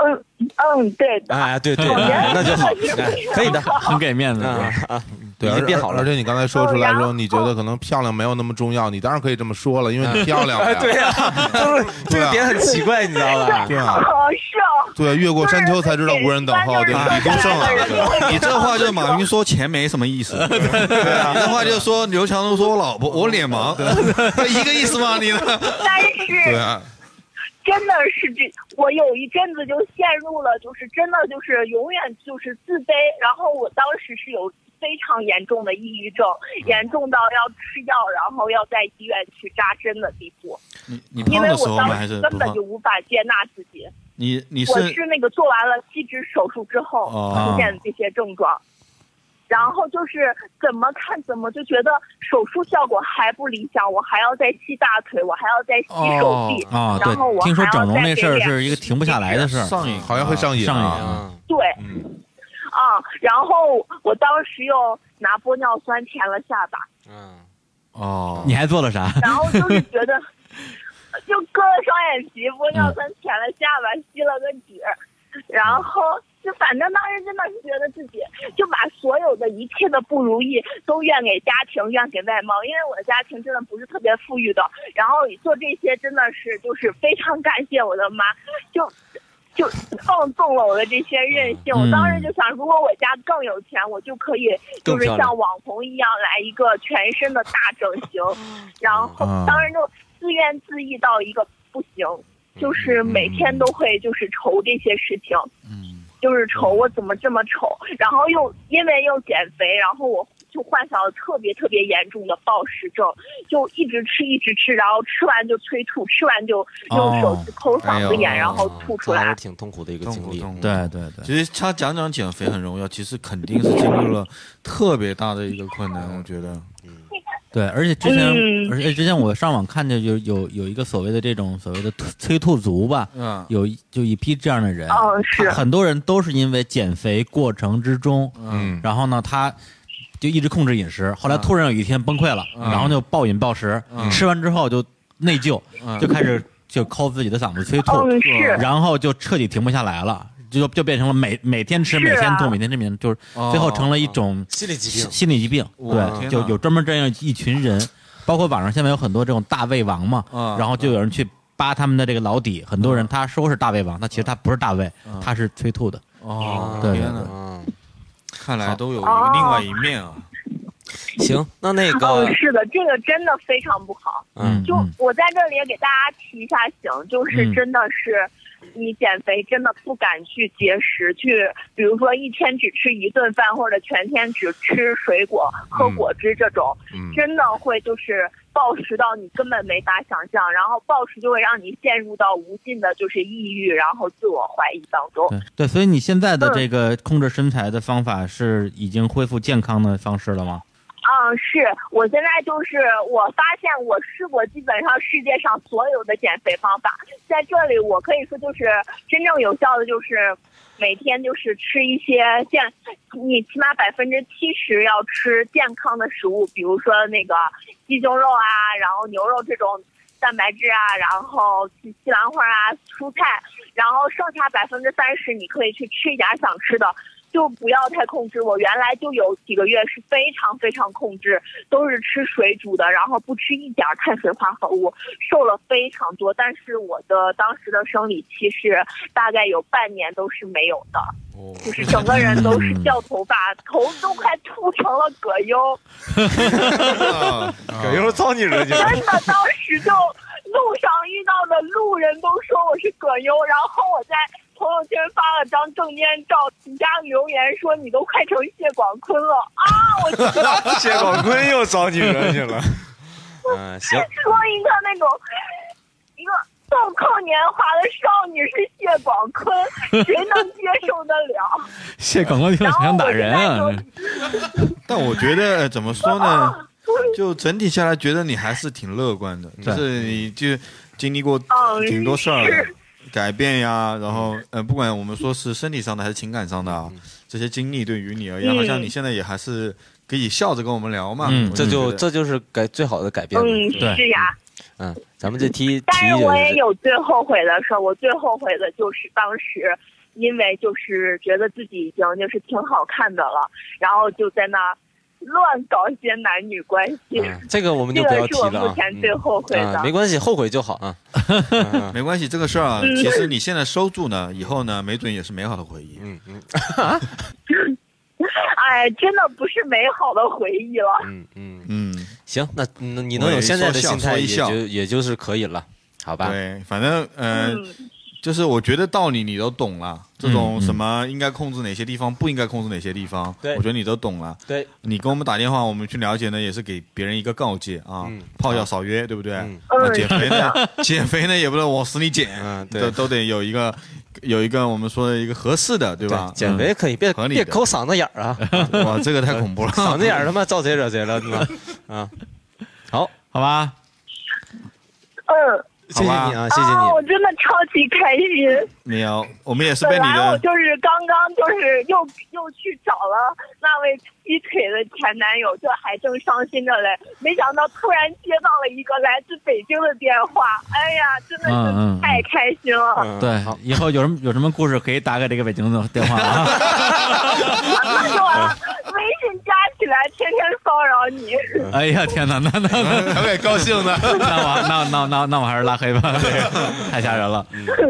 [SPEAKER 10] 嗯嗯，对的。
[SPEAKER 5] 哎，对对，
[SPEAKER 10] 我觉得
[SPEAKER 5] 哎那就好，哎可以的。
[SPEAKER 1] 挺给面子的，
[SPEAKER 5] 啊啊，
[SPEAKER 2] 嗯对，
[SPEAKER 5] 已
[SPEAKER 2] 而
[SPEAKER 5] 经变好
[SPEAKER 2] 而
[SPEAKER 5] 了。
[SPEAKER 2] 且你刚才说出来之
[SPEAKER 10] 然
[SPEAKER 2] 后，
[SPEAKER 10] 后
[SPEAKER 2] 你觉得可能漂亮没有那么重要，你当然可以这么说了，因为你漂亮
[SPEAKER 5] 哎，
[SPEAKER 2] 呀，
[SPEAKER 5] 对呀，啊就是这个点很奇怪，你知道
[SPEAKER 10] <laughs>
[SPEAKER 5] 吧？
[SPEAKER 2] 对啊，
[SPEAKER 10] 哦，是哦，
[SPEAKER 2] 对啊，越过山丘才知道无人等候，对吧？
[SPEAKER 10] 就是
[SPEAKER 2] 李宗盛啊，对吧
[SPEAKER 3] 你这话就是马云说钱没什么意思，对啊，你这话就是说刘强东说我老婆我脸盲， <laughs> 一个意思吗？你呢？
[SPEAKER 10] 但是
[SPEAKER 2] 对啊，
[SPEAKER 10] 真的是这，我有一阵子就陷入了，就是真的就是永远就是自卑，然后我当时是有非常严重的抑郁症，
[SPEAKER 2] 嗯
[SPEAKER 10] 严重到要吃药，然后要在医院去扎针的地步，
[SPEAKER 3] <laughs> 你你
[SPEAKER 10] 因
[SPEAKER 3] 胖
[SPEAKER 10] 为
[SPEAKER 3] 的时
[SPEAKER 10] 我
[SPEAKER 3] 候吗？
[SPEAKER 10] 当
[SPEAKER 3] 还
[SPEAKER 10] 时
[SPEAKER 3] 是
[SPEAKER 10] 根
[SPEAKER 3] 不
[SPEAKER 10] 本
[SPEAKER 3] 胖
[SPEAKER 10] 就？无法接纳自己。
[SPEAKER 3] 你你
[SPEAKER 10] 我
[SPEAKER 3] 是
[SPEAKER 10] 是那个做完了吸脂手术之后
[SPEAKER 3] 哦
[SPEAKER 10] 出现的这些症状，然后就是怎么看怎么就觉得手术效果还不理想，我还要再吸大腿，我还要再吸手臂，
[SPEAKER 1] 啊，
[SPEAKER 10] 然后
[SPEAKER 1] 对，
[SPEAKER 10] 我
[SPEAKER 1] 听说
[SPEAKER 10] 还要
[SPEAKER 1] 整容
[SPEAKER 10] 再
[SPEAKER 1] 那
[SPEAKER 10] 给
[SPEAKER 1] 事儿
[SPEAKER 10] 脸
[SPEAKER 1] 是一个停不下来的事儿，
[SPEAKER 3] 上瘾，
[SPEAKER 2] 好像会上瘾
[SPEAKER 1] 上
[SPEAKER 2] 啊
[SPEAKER 1] 瘾。
[SPEAKER 5] 嗯，
[SPEAKER 10] 对，啊，然后我当时又拿玻尿酸填了下巴，
[SPEAKER 5] 嗯，
[SPEAKER 3] 哦
[SPEAKER 1] 你。还做了啥？
[SPEAKER 10] 然后就是觉得，就割了双眼皮，玻
[SPEAKER 5] 嗯
[SPEAKER 10] 尿酸填了下巴，吸了个脂，然后就反正当时真的是觉得自己就把所有的一切的不如意都怨给家庭，怨给外貌，因为我的家庭真的不是特别富裕的，然后做这些真的是就是非常感谢我的妈，就。就放纵了我的这些任性，
[SPEAKER 1] 嗯
[SPEAKER 10] 我当时就想，如果我家更有钱，我就可以
[SPEAKER 5] 更
[SPEAKER 10] 就是
[SPEAKER 5] 漂亮
[SPEAKER 10] 像网红一样来一个全身的大整形，
[SPEAKER 5] 嗯
[SPEAKER 10] 然后
[SPEAKER 2] 啊
[SPEAKER 10] 当然就自怨自艾
[SPEAKER 5] 嗯
[SPEAKER 10] 到一个不行，就是每天都会就是愁这些事情。
[SPEAKER 3] 嗯
[SPEAKER 10] 就是丑，我怎么这么丑？然后又因为又减肥，然后我就患上了特别特别严重的暴食症，就一直吃一直吃，然后吃完就催吐，吃完就用手去抠嗓子眼，
[SPEAKER 5] 哦哎呦
[SPEAKER 10] 然后吐出
[SPEAKER 5] 这还
[SPEAKER 10] 来
[SPEAKER 5] 是。挺痛苦的一个
[SPEAKER 3] 痛
[SPEAKER 5] 经
[SPEAKER 3] 苦
[SPEAKER 5] 历。
[SPEAKER 3] 痛苦。
[SPEAKER 1] 对对对，
[SPEAKER 3] 其实他讲讲减肥很容易，其实肯定是经历了特别大的一个困难，我觉得。
[SPEAKER 1] 对，而且之前，
[SPEAKER 12] 嗯
[SPEAKER 1] 而且之前我上网看见有有有一个所谓的这种所谓的催催吐族吧，
[SPEAKER 3] 嗯
[SPEAKER 1] 有一就一批这样的人，
[SPEAKER 10] 嗯，是
[SPEAKER 1] 他很多人都是因为减肥过程之中，
[SPEAKER 2] 嗯
[SPEAKER 1] 然后呢，他就一直控制饮食，后来突然有一天崩溃了，然后就暴饮暴食，吃完之后就内疚，就开始就抠自己的嗓子催吐，
[SPEAKER 10] 嗯是
[SPEAKER 1] 然后就彻底停不下来了。就就变成了每每天吃，
[SPEAKER 10] 是
[SPEAKER 1] 每天吐，
[SPEAKER 10] 啊
[SPEAKER 1] 每天吃，每天就是最后成了一种
[SPEAKER 5] 心理疾
[SPEAKER 1] 心
[SPEAKER 5] 病，
[SPEAKER 1] 心理疾病，
[SPEAKER 3] 我的
[SPEAKER 1] 对，
[SPEAKER 3] 天
[SPEAKER 1] 就
[SPEAKER 3] 哪
[SPEAKER 1] 有专门这样一群人，包括网上现在有很多这种大胃王嘛，
[SPEAKER 5] 啊
[SPEAKER 3] 嗯
[SPEAKER 1] 然后就有人去扒他们的这个老底，很多人他说是大胃王，但其实他不是大胃，
[SPEAKER 5] 啊
[SPEAKER 1] 他是催吐的。
[SPEAKER 3] 哦，
[SPEAKER 1] 对
[SPEAKER 3] 天
[SPEAKER 1] 对
[SPEAKER 3] 哪，
[SPEAKER 5] 嗯，
[SPEAKER 3] 看来都有一个
[SPEAKER 10] 哦
[SPEAKER 3] 另外一面啊。
[SPEAKER 5] 行，那那
[SPEAKER 10] 嗯
[SPEAKER 5] 个，，
[SPEAKER 10] 是的，这个真的非常不好。
[SPEAKER 5] 嗯，
[SPEAKER 10] 就我在这里也给大家提一下醒，就是真的是。你减肥真的不敢去节食，去比如说一天只吃一顿饭，或者全天只吃水果、喝果汁这种，
[SPEAKER 2] 嗯
[SPEAKER 10] 真的会就是暴食到你根本没法想象，然后暴食就会让你陷入到无尽的就是抑郁，然后自我怀疑当中。
[SPEAKER 1] 对对，所以你现在的这个控制身材的方法是已经恢复健康的方式了吗？
[SPEAKER 10] 嗯，是我现在就是我发现我试过基本上世界上所有的减肥方法，在这里我可以说就是真正有效的就是每天就是吃一些健，你起码百分之七十要吃健康的食物，比如说那个鸡胸肉啊，然后牛肉这种蛋白质啊，然后西西兰花啊、蔬菜，然后剩下百分之三十你可以去吃一点想吃的，就不要太控制。我原来就有几个月是非常非常控制，都是吃水煮的，然后不吃一点儿碳水化合物，瘦了非常多。但是我的当时的生理期是大概有半年都是没有的，就是整个人都是掉头发，头都快秃成了葛
[SPEAKER 8] <laughs>
[SPEAKER 10] 优。
[SPEAKER 8] 啊葛优操你惹你了
[SPEAKER 10] 真的，当时就路上遇到的路人都说我是葛优，然后我在朋友圈发了张证件照，底下留言说你都快成谢广坤了啊！我
[SPEAKER 1] <laughs>
[SPEAKER 10] 就
[SPEAKER 8] 谢广坤又招你惹你了。
[SPEAKER 5] 嗯，行，
[SPEAKER 10] 说一个那种一个豆蔻年华的少女是谢广坤，谁能接受得了？
[SPEAKER 1] 谢广坤挺
[SPEAKER 10] 然
[SPEAKER 1] <laughs>
[SPEAKER 10] 后
[SPEAKER 1] 想打
[SPEAKER 10] 我现
[SPEAKER 1] 人
[SPEAKER 10] 在
[SPEAKER 1] 啊！
[SPEAKER 10] 就
[SPEAKER 3] 但我觉得呃怎么说呢，就整体下来觉得你还是挺乐观的，就是你就经历过
[SPEAKER 10] 嗯
[SPEAKER 3] 挺多事儿的
[SPEAKER 10] 是
[SPEAKER 3] 改变呀，然后呃，不管我们说是身体上的还是情感上的
[SPEAKER 5] 嗯
[SPEAKER 3] 啊，这些经历对于你而言，
[SPEAKER 10] 嗯
[SPEAKER 3] 好像你现在也还是可以笑着跟我们聊嘛
[SPEAKER 1] 嗯，
[SPEAKER 3] 我
[SPEAKER 5] 这
[SPEAKER 3] 觉
[SPEAKER 5] 就
[SPEAKER 3] 得
[SPEAKER 5] 这就是改最好的改变了。
[SPEAKER 10] 嗯，
[SPEAKER 1] 对
[SPEAKER 10] 是呀。
[SPEAKER 5] 嗯，咱们这提提
[SPEAKER 10] 但是
[SPEAKER 5] 就
[SPEAKER 10] 我也
[SPEAKER 5] 是
[SPEAKER 10] 有最后悔的事儿，我最后悔的就是当时，因为就是觉得自己已经就是挺好看的了，然后就在那儿乱搞一些男女关系，
[SPEAKER 5] 嗯这个我们
[SPEAKER 10] 这
[SPEAKER 5] 就不要
[SPEAKER 10] 个
[SPEAKER 5] 提
[SPEAKER 10] 是我
[SPEAKER 5] 了
[SPEAKER 10] 目
[SPEAKER 5] 啊。
[SPEAKER 10] 前最后悔的。
[SPEAKER 5] 啊，没关系，后悔就好啊。嗯
[SPEAKER 3] 没关系，这个事儿啊，
[SPEAKER 10] 嗯
[SPEAKER 3] 其实你现在收住呢，以后呢，没准也是美好的回忆。
[SPEAKER 5] 嗯嗯
[SPEAKER 10] 哎，真的不是美好的回忆了。
[SPEAKER 5] 嗯嗯，
[SPEAKER 3] 嗯，
[SPEAKER 5] 行，那那你
[SPEAKER 3] 我
[SPEAKER 5] 能有
[SPEAKER 3] 也
[SPEAKER 5] 现在的
[SPEAKER 3] 说笑
[SPEAKER 5] 心态，
[SPEAKER 3] 说一
[SPEAKER 5] 也
[SPEAKER 3] 笑
[SPEAKER 5] 就也就是可以了，好吧？
[SPEAKER 3] 对，反正呃，
[SPEAKER 10] 嗯，
[SPEAKER 3] 就是我觉得道理你都懂了，这种
[SPEAKER 1] 嗯
[SPEAKER 3] 什么应该控制哪些地方，不应该控制哪些地方，
[SPEAKER 5] 对
[SPEAKER 3] 我觉得你都懂了。
[SPEAKER 5] 对，
[SPEAKER 3] 你跟我们打电话，我们去了解呢，也是给别人一个告诫啊
[SPEAKER 5] 嗯，
[SPEAKER 3] 炮要少约，对不对？
[SPEAKER 5] 嗯
[SPEAKER 3] 那减肥呢？减肥呢，也不能往死里减，
[SPEAKER 5] 嗯对
[SPEAKER 3] 都都得有一个有一个我们说的一个合适的，对
[SPEAKER 5] 对
[SPEAKER 3] 吧？嗯
[SPEAKER 5] 减肥可以，别
[SPEAKER 3] 合理
[SPEAKER 5] 别
[SPEAKER 3] 的
[SPEAKER 5] 抠嗓子眼
[SPEAKER 3] <laughs>
[SPEAKER 5] 儿啊，
[SPEAKER 3] 嗯，哇，这个太恐怖了。
[SPEAKER 5] 嗓
[SPEAKER 3] <laughs>
[SPEAKER 5] 子眼儿他妈招谁惹谁了，对吧？啊，好，
[SPEAKER 1] 好吧，
[SPEAKER 10] 嗯，
[SPEAKER 5] 谢谢
[SPEAKER 3] 好吧
[SPEAKER 5] 你啊，谢谢
[SPEAKER 10] 啊，我
[SPEAKER 5] 你。
[SPEAKER 10] 真的超级开心。
[SPEAKER 3] 没有，我们也是被
[SPEAKER 10] 本
[SPEAKER 3] 你
[SPEAKER 10] 来我
[SPEAKER 3] 的
[SPEAKER 10] 就是刚刚就是又又去找了那位劈腿的前男友，这还正伤心着嘞，没想到突然接到了一个来自北京的电话，哎呀，真的
[SPEAKER 1] 嗯嗯嗯
[SPEAKER 10] 是太开心了！
[SPEAKER 5] 嗯
[SPEAKER 1] 对，以后有什么有什么故事可以打给这个北京的电话啊。
[SPEAKER 5] <laughs>
[SPEAKER 10] 那是我的啊微信加起来，天天骚扰你。 <laughs>
[SPEAKER 1] 哎呀，天哪，那那那
[SPEAKER 2] 还给高兴呢。
[SPEAKER 1] 那我那那那那我还是拉黑吧，这个太吓人了。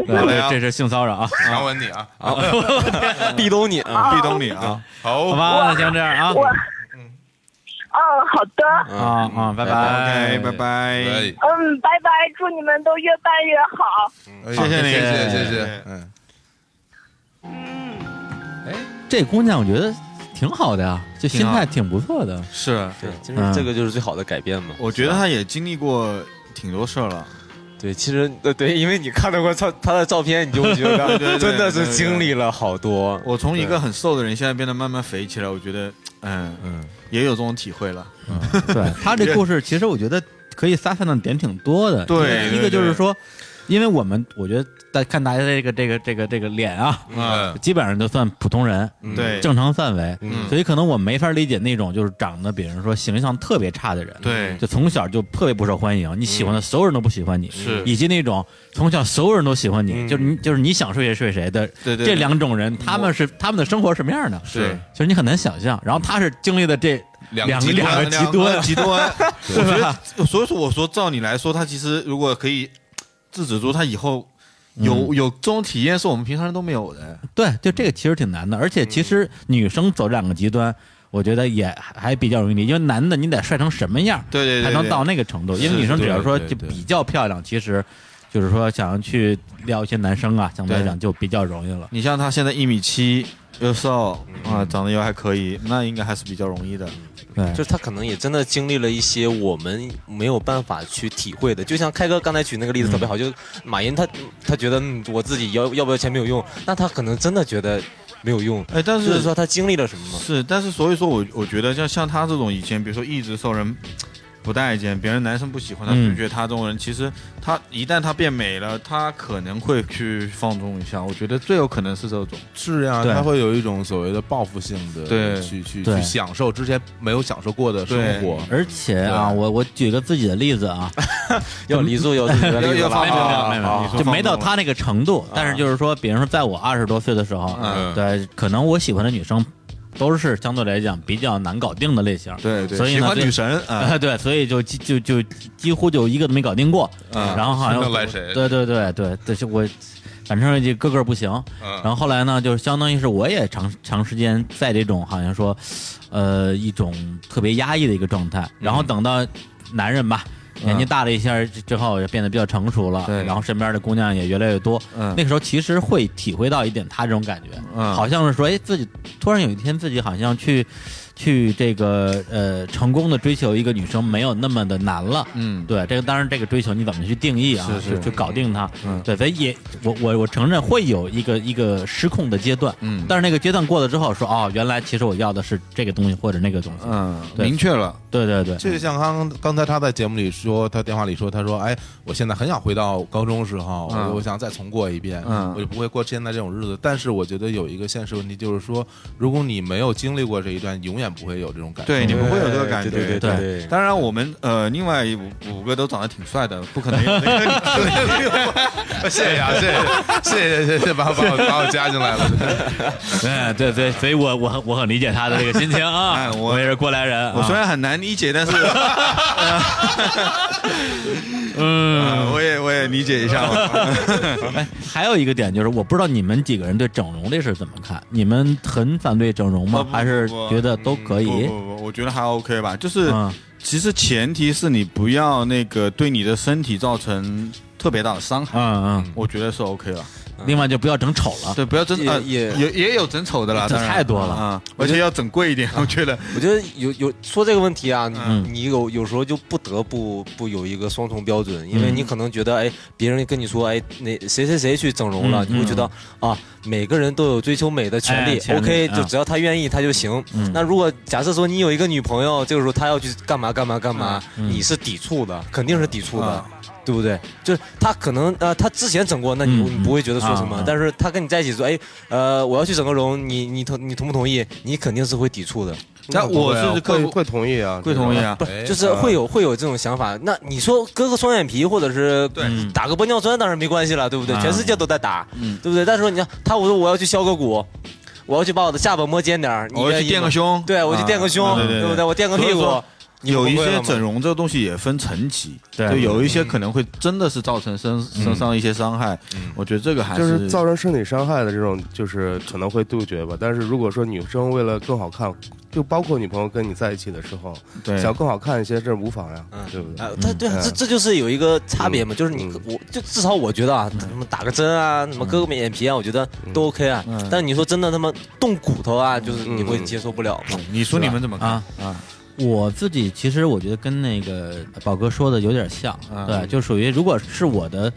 [SPEAKER 3] 好嘞啊
[SPEAKER 1] 对，这是性骚扰啊。
[SPEAKER 2] 强吻你啊！
[SPEAKER 5] 壁咚你啊，
[SPEAKER 3] 壁咚你啊，
[SPEAKER 1] 好
[SPEAKER 2] 好，
[SPEAKER 1] 吧，那先这样啊。
[SPEAKER 10] 我，嗯，好的，
[SPEAKER 1] 啊
[SPEAKER 5] 嗯
[SPEAKER 1] 啊，拜拜
[SPEAKER 3] OK，拜拜。
[SPEAKER 2] 哎
[SPEAKER 10] 嗯，拜拜，祝你们都
[SPEAKER 3] 哎
[SPEAKER 10] 越办越好。
[SPEAKER 2] 谢谢你，
[SPEAKER 1] 谢
[SPEAKER 2] 谢
[SPEAKER 1] 谢
[SPEAKER 2] 谢谢，嗯。
[SPEAKER 10] 嗯
[SPEAKER 1] 这姑娘我觉得挺好的呀，就心
[SPEAKER 3] 挺好
[SPEAKER 1] 态挺不错的。
[SPEAKER 3] 是，
[SPEAKER 5] 对，就
[SPEAKER 1] 嗯
[SPEAKER 5] 是这个就是最好的改变嘛。
[SPEAKER 3] 我觉得他也经历过挺多事儿了。
[SPEAKER 5] 对，其实呃对，因为你看到过他他的照片，你就会觉
[SPEAKER 3] 对对对
[SPEAKER 5] 得真的
[SPEAKER 3] 对
[SPEAKER 5] 是
[SPEAKER 3] 对
[SPEAKER 5] 经历了好多。
[SPEAKER 3] 我从一个很瘦的人，现在变得慢慢肥起来，我觉得，嗯嗯，也有这种体会了。
[SPEAKER 1] 对他这故事，其实我觉得可以撒散的点挺多的。
[SPEAKER 3] 对
[SPEAKER 1] 一个一个就是说，因为我们我觉得大看大家这个这个这个这个脸啊，
[SPEAKER 2] 嗯
[SPEAKER 1] 基本上就算普通人，
[SPEAKER 3] 对
[SPEAKER 1] 正常范围，
[SPEAKER 5] 嗯
[SPEAKER 1] 所以可能我没法理解那种就是长得，比如说形象特别差的人，
[SPEAKER 3] 对
[SPEAKER 1] 就从小就特别不受欢迎，你喜欢的所有人都不喜欢你，
[SPEAKER 3] 是
[SPEAKER 1] 以及那种从小所有人都喜欢你，
[SPEAKER 5] 嗯
[SPEAKER 1] 就是你就是你想睡谁睡谁的，
[SPEAKER 3] 对对
[SPEAKER 1] 这两种人他们是他们的生活是什么样的？
[SPEAKER 3] 是
[SPEAKER 1] 就是你很难想象。然后他是经历了这
[SPEAKER 2] 两
[SPEAKER 1] 两
[SPEAKER 2] 极端
[SPEAKER 1] 两个极端，
[SPEAKER 3] 极端， <laughs> 我觉
[SPEAKER 1] 是吧
[SPEAKER 3] 得，所以说我说，照你来说，他其实如果可以制止住他以后。有有这种体验是我们平常人都没有的，
[SPEAKER 1] 对，就这个其实挺难的，而且其实女生走两个极端，我觉得也还还比较容易理解，因为男的你得帅成什么样，
[SPEAKER 3] 对对对
[SPEAKER 1] 才能到那个程度。因为女生只要说
[SPEAKER 2] 对
[SPEAKER 1] 就
[SPEAKER 2] 对对
[SPEAKER 1] 比较漂亮，其实就是说想要去撩一些男生啊，相对来讲就比较容易了。
[SPEAKER 3] 你像他现在一米七，又瘦啊，长得又还可以，那应该还是比较容易的。
[SPEAKER 1] 对，
[SPEAKER 5] 就是他可能也真的经历了一些我们没有办法去体会的，就像开哥刚才举那个例子特别好，就马云他他觉得嗯我自己要要不要钱没有用，那他可能真的觉得没有用，
[SPEAKER 3] 哎，但
[SPEAKER 5] 就是是说他经历了什么嘛。
[SPEAKER 3] 是，但是所以说我我觉得像像他这种以前，比如说一直受人不待见，别人男生不喜欢他，
[SPEAKER 1] 嗯
[SPEAKER 3] 就觉得他这种人，其实他一旦他变美了，他可能会去放纵一下。我觉得最有可能是这种。
[SPEAKER 2] 是呀，
[SPEAKER 1] 对
[SPEAKER 2] 他会有一种所谓的报复性的，
[SPEAKER 3] 对
[SPEAKER 2] 去去
[SPEAKER 1] 对
[SPEAKER 2] 去享受之前没有享受过的生活。
[SPEAKER 1] 而且啊，
[SPEAKER 2] 对
[SPEAKER 1] 我我举个自己的例子啊，
[SPEAKER 5] 要离座要啊离座
[SPEAKER 3] 要
[SPEAKER 5] 离座
[SPEAKER 3] 要放
[SPEAKER 1] 没有没
[SPEAKER 5] 了
[SPEAKER 1] 有没有没有，就没到他那个程度。但是就是说，比如说在我二十多岁的时候，
[SPEAKER 3] 嗯
[SPEAKER 1] 对，可能我喜欢的女生都是相对来讲比较难搞定的类型。
[SPEAKER 3] 对对，
[SPEAKER 1] 所以
[SPEAKER 3] 喜
[SPEAKER 1] 呢
[SPEAKER 3] 欢
[SPEAKER 1] 对
[SPEAKER 3] 女神啊，
[SPEAKER 1] 啊， <laughs> 对，所以就几就就几乎就一个都没搞定过，
[SPEAKER 3] 嗯
[SPEAKER 1] 然后好像
[SPEAKER 2] 谁能来谁
[SPEAKER 1] 对对对对对，就我反正就个个不行，
[SPEAKER 3] 嗯
[SPEAKER 1] 然后后来呢，就是相当于是我也长长时间在这种好像说，呃，一种特别压抑的一个状态，
[SPEAKER 3] 嗯
[SPEAKER 1] 然后等到男人吧。年纪大了一下之后，也变得比较成熟了，
[SPEAKER 3] 对
[SPEAKER 1] 然后身边的姑娘也越来越多。
[SPEAKER 3] 嗯
[SPEAKER 1] 那个时候其实会体会到一点他这种感觉，
[SPEAKER 3] 嗯
[SPEAKER 1] 好像是说，哎，自己突然有一天自己好像去去这个呃成功的追求一个女生没有那么的难了。
[SPEAKER 3] 嗯，
[SPEAKER 1] 对，这个当然这个追求你怎么去定义啊，
[SPEAKER 3] 是是
[SPEAKER 1] 就去搞定它。
[SPEAKER 3] 嗯
[SPEAKER 1] 对，所以也我我我承认会有一个一个失控的阶段，
[SPEAKER 3] 嗯
[SPEAKER 1] 但是那个阶段过了之后说，哦，原来其实我要的是这个东西或者那个东西。
[SPEAKER 3] 嗯，
[SPEAKER 1] 对
[SPEAKER 3] 明确了，
[SPEAKER 1] 对对对，
[SPEAKER 2] 这就像刚刚才他在节目里说，他电话里说，他说：“哎，我现在很想回到高中时候，
[SPEAKER 3] 嗯
[SPEAKER 2] 我我想再重过一遍，
[SPEAKER 3] 嗯
[SPEAKER 2] 我就不会过现在这种日子。”但是我觉得有一个现实问题，就是说，如果你没有经历过这一段，永远不会有这种感受。
[SPEAKER 3] 对你不会有这个感觉。
[SPEAKER 5] 对对
[SPEAKER 1] 对
[SPEAKER 5] 对，
[SPEAKER 3] 当然，我们呃，另外五五个都长得挺帅的，不可能有那个。
[SPEAKER 2] 谢谢啊，谢谢，谢谢，谢谢，把我把我把我加进来了。
[SPEAKER 1] 哎对对，所以我我很我很理解他的这个心情啊，
[SPEAKER 3] <laughs> 哎我
[SPEAKER 1] 我也是过来人啊，
[SPEAKER 3] 我虽然很难理解，但是，嗯，我也我也理解一下吧。
[SPEAKER 1] 哎，还有一个点就是，我不知道你们几个人对整容这事怎么看？你们很反对整容吗？
[SPEAKER 3] 不
[SPEAKER 1] 还是觉得都可
[SPEAKER 3] 不
[SPEAKER 1] 以？
[SPEAKER 3] 不不，我觉得还 OK 吧。就是
[SPEAKER 1] 嗯
[SPEAKER 3] 其实前提是你不要那个对你的身体造成特别大的伤害，
[SPEAKER 1] 嗯
[SPEAKER 3] 我觉得是 OK 了。
[SPEAKER 1] 嗯，另外就不要整丑了。
[SPEAKER 3] 对，不要整
[SPEAKER 5] 也
[SPEAKER 3] 呃
[SPEAKER 5] 也
[SPEAKER 3] 也也有整丑的啦，
[SPEAKER 1] 这
[SPEAKER 3] 当然
[SPEAKER 1] 太多了
[SPEAKER 3] 啊，而且要整贵一点，我觉得。
[SPEAKER 5] 我觉得有有说这个问题啊，
[SPEAKER 1] 嗯
[SPEAKER 5] 你你有有时候就不得不不有一个双重标准，因
[SPEAKER 1] 嗯
[SPEAKER 5] 为你可能觉得哎，别人跟你说哎，那谁谁谁去整容了，
[SPEAKER 1] 嗯
[SPEAKER 5] 你会觉得啊，每个人都有追求美的权
[SPEAKER 1] 哎
[SPEAKER 5] 利
[SPEAKER 1] 权利
[SPEAKER 5] ，OK，
[SPEAKER 1] 啊
[SPEAKER 5] 就只要他愿意他就行
[SPEAKER 1] 嗯。
[SPEAKER 5] 那如果假设说你有一个女朋友，这个时候她要去干嘛干嘛干嘛，你是抵触的，肯定是抵触的
[SPEAKER 3] 啊。
[SPEAKER 5] 对不对？就是她可能呃，她之前整过，那你
[SPEAKER 1] 嗯
[SPEAKER 5] 你不会觉得说什么，
[SPEAKER 1] 啊啊
[SPEAKER 5] 但是她跟你在一起说，哎，呃，我要去整个容，你你同你同不同意？你肯定是会抵触的。
[SPEAKER 3] 那我是
[SPEAKER 8] 会
[SPEAKER 3] 客
[SPEAKER 8] 会同意啊，
[SPEAKER 3] 会同意啊，
[SPEAKER 5] 不
[SPEAKER 2] 哎
[SPEAKER 5] 就是会有会有这种想法。那你说割个双眼皮，或者是
[SPEAKER 1] 嗯
[SPEAKER 5] 打个玻尿酸，当然没关系了，对不对？
[SPEAKER 1] 啊
[SPEAKER 5] 全世界都在打，对不对？但是说你看他，我说我要去削个骨，我要去把我的下巴磨尖点儿，你
[SPEAKER 3] 我要
[SPEAKER 5] 愿
[SPEAKER 3] 去
[SPEAKER 5] 意
[SPEAKER 3] 垫
[SPEAKER 5] 吗
[SPEAKER 3] 个，胸，
[SPEAKER 5] 对我去
[SPEAKER 3] 啊
[SPEAKER 5] 垫个胸，
[SPEAKER 3] 对对对
[SPEAKER 5] 不对？我垫个屁
[SPEAKER 3] 所以
[SPEAKER 5] 股
[SPEAKER 3] 说，
[SPEAKER 5] 你
[SPEAKER 3] 有一
[SPEAKER 5] 崩溃了
[SPEAKER 3] 些
[SPEAKER 5] 吗
[SPEAKER 3] 整容这个东西也分层级，
[SPEAKER 1] 对
[SPEAKER 3] 就有一些可能会真的是造成身身上一些伤害，我觉得这个还
[SPEAKER 14] 就是造成身体伤害的这种，就是可能会杜绝吧。但是如果说女生为了更好看，就包括女朋友跟你在一起的时候，
[SPEAKER 3] 对
[SPEAKER 14] 想更好看一些，这无妨呀，
[SPEAKER 2] 嗯
[SPEAKER 14] 对不对
[SPEAKER 2] 哎
[SPEAKER 5] 啊？，他对啊，这这就是有一个差别嘛，就是你我就至少我觉得啊，什么打个针啊，什么割个眼皮啊，我觉得都 OK 啊。但你说真的他妈动骨头啊，就是你会接受不了嘛？
[SPEAKER 3] 你说你们怎么看
[SPEAKER 1] 啊？
[SPEAKER 3] 啊？
[SPEAKER 1] 我自己其实我觉得跟那个宝哥说的有点像，
[SPEAKER 3] 啊
[SPEAKER 1] 对，就属于如果是我的。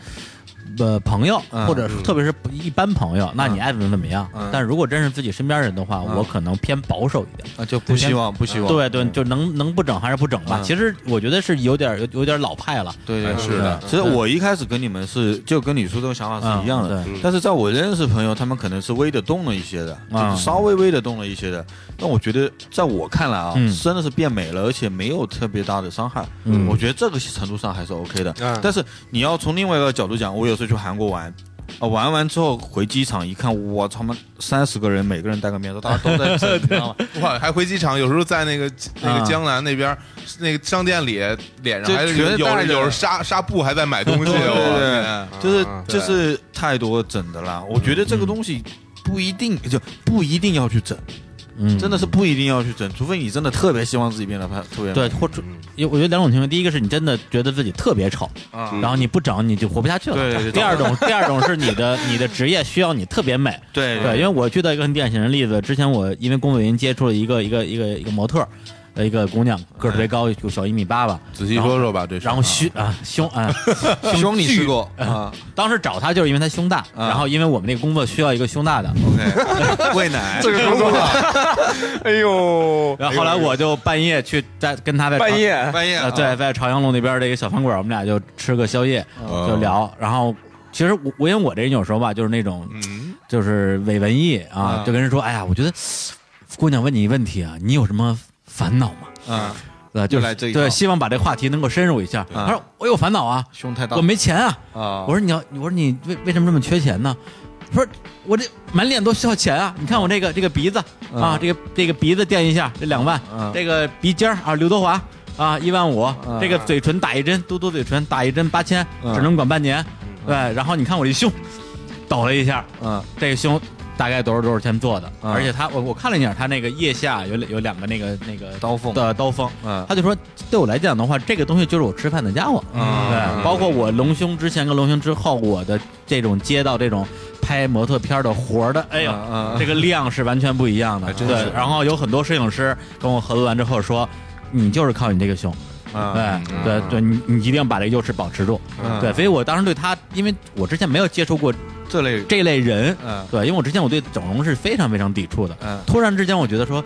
[SPEAKER 1] 呃，朋友，
[SPEAKER 3] 嗯啊
[SPEAKER 1] 或者是特别是一般朋友，那你爱怎么怎么样？
[SPEAKER 3] 嗯
[SPEAKER 1] 但如果真是自己身边人的话，我可能偏保守一点，
[SPEAKER 3] 啊，就不啊希望，不希望，
[SPEAKER 1] 对对，就能能不整还是不整吧。
[SPEAKER 3] 嗯
[SPEAKER 1] 其实我觉得是有点有有点老派了，
[SPEAKER 3] 对对
[SPEAKER 2] 哎
[SPEAKER 3] 对
[SPEAKER 2] 是的
[SPEAKER 3] 其实我一开始跟你们是就跟你说这个想法是一样的
[SPEAKER 1] 嗯，
[SPEAKER 3] 但是在我认识朋友，他们可能是微的动了一些的，就
[SPEAKER 1] 嗯
[SPEAKER 3] 是稍微微的动了一些的。但我觉得，在我看来啊，
[SPEAKER 1] 嗯
[SPEAKER 3] 真的是变美了，而且没有特别大的伤害。
[SPEAKER 1] 嗯
[SPEAKER 3] 我觉得这个程度上还是 OK 的
[SPEAKER 5] 嗯。
[SPEAKER 3] 但是你要从另外一个角度讲，我有时候去韩国玩。啊，玩完之后回机场一看，我他妈三十个人，每个人戴个面罩，大家都 <laughs> 在整，你知道吗？
[SPEAKER 2] 哇，还回机场，有时候在那个那个江南那边那个商店里，脸上还
[SPEAKER 3] 就全
[SPEAKER 2] 有有
[SPEAKER 3] 带
[SPEAKER 2] 着
[SPEAKER 3] 着
[SPEAKER 2] 有着纱纱布，还在买东西。哦哎
[SPEAKER 3] 对
[SPEAKER 2] 我
[SPEAKER 3] 对
[SPEAKER 2] 天
[SPEAKER 3] 就是
[SPEAKER 5] 啊
[SPEAKER 3] 就
[SPEAKER 2] 对
[SPEAKER 3] 是太多整的啦。我觉得这个东西不一定就不一定要去整，
[SPEAKER 1] 嗯，
[SPEAKER 3] 真的是不一定要去整，除非你真的特别希望自己变得特别美
[SPEAKER 1] 对，或者
[SPEAKER 3] 嗯
[SPEAKER 1] 有我觉得两种情况，第一个是你真的觉得自己特别丑，
[SPEAKER 3] 啊
[SPEAKER 1] 然后你不整你就活不下去了。
[SPEAKER 3] 对对对
[SPEAKER 1] 第二种，第 <laughs> 二种是你的你的职业需要你特别美。
[SPEAKER 3] 对
[SPEAKER 1] 对，因为我遇到一个很典型的例子，之前我因为工作原因接触了一个一个一个一个模特儿，呃，一个姑娘个儿特别高，有小一米八吧，
[SPEAKER 2] 仔细说说吧，这事儿
[SPEAKER 1] 然后
[SPEAKER 2] 啊
[SPEAKER 1] 胸啊胸啊，
[SPEAKER 3] 胸你
[SPEAKER 1] 巨
[SPEAKER 3] 试过啊
[SPEAKER 1] 当时找她就是因为她胸大，
[SPEAKER 3] 啊
[SPEAKER 1] 然后因为我们那个工作需要一个胸大的，
[SPEAKER 3] ？OK，喂奶
[SPEAKER 8] 这个工作，哎呦，
[SPEAKER 1] 然后后来我就半夜去在跟她在
[SPEAKER 8] 半夜
[SPEAKER 3] 半夜啊
[SPEAKER 1] 呃，对，在朝阳路那边的一个小饭馆，我们俩就吃个宵夜，
[SPEAKER 2] 哦
[SPEAKER 1] 就聊。然后其实我我因为我这人有时候吧，就是那种
[SPEAKER 2] 嗯，
[SPEAKER 1] 就是伪文艺啊，
[SPEAKER 3] 嗯
[SPEAKER 1] 就跟人说，哎呀，我觉得姑娘问你一问题啊，你有什么烦恼吗？
[SPEAKER 3] 啊，
[SPEAKER 1] 呃，就
[SPEAKER 3] 又
[SPEAKER 1] 是
[SPEAKER 3] 来这一套
[SPEAKER 1] 对，希望把这话题能够深入一下。
[SPEAKER 3] 嗯
[SPEAKER 1] 他说我有烦恼啊，
[SPEAKER 3] 胸太大
[SPEAKER 1] 我没钱啊。
[SPEAKER 3] 啊
[SPEAKER 1] 我说你要，我说你为为什么这么缺钱呢？他说我这满脸都需要钱啊！你看我这个这个鼻子啊
[SPEAKER 3] 嗯，
[SPEAKER 1] 这个这个鼻子垫一下，这两万
[SPEAKER 3] 嗯，
[SPEAKER 1] 这个鼻尖儿啊，刘德华啊，一万五
[SPEAKER 3] 嗯，
[SPEAKER 1] 这个嘴唇打一针，嘟嘟嘴唇打一针八千，
[SPEAKER 3] 嗯
[SPEAKER 1] 只能管半年。对，然后你看我这胸，抖了一下，
[SPEAKER 3] 嗯
[SPEAKER 1] 这个胸大概多少多少钱做的？
[SPEAKER 3] 嗯
[SPEAKER 1] 而且他我我看了一下，他那个腋下有两有两个那个那个
[SPEAKER 3] 刀锋
[SPEAKER 1] 的刀锋，
[SPEAKER 3] 嗯
[SPEAKER 1] 他就说对我来讲的话，这个东西就是我吃饭的家伙。
[SPEAKER 3] 嗯
[SPEAKER 1] 对，包括我隆胸之前跟隆胸之后，我的这种接到这种拍模特片的活儿的，哎呦。
[SPEAKER 3] 嗯哎
[SPEAKER 1] 这个量是完全不一样的，
[SPEAKER 2] 真
[SPEAKER 1] 对
[SPEAKER 2] 是。
[SPEAKER 1] 然后有很多摄影师跟我合作完之后说，你就是靠你这个胸，
[SPEAKER 3] 嗯
[SPEAKER 1] 对对对，你你一定把这个优势保持住，
[SPEAKER 3] 嗯
[SPEAKER 1] 对。所以我当时对他，因为我之前没有接触过
[SPEAKER 3] 这类
[SPEAKER 1] 这类人，
[SPEAKER 3] 嗯
[SPEAKER 1] 对，因为我之前我对整容是非常非常抵触的。
[SPEAKER 3] 嗯
[SPEAKER 1] 突然之间，我觉得说，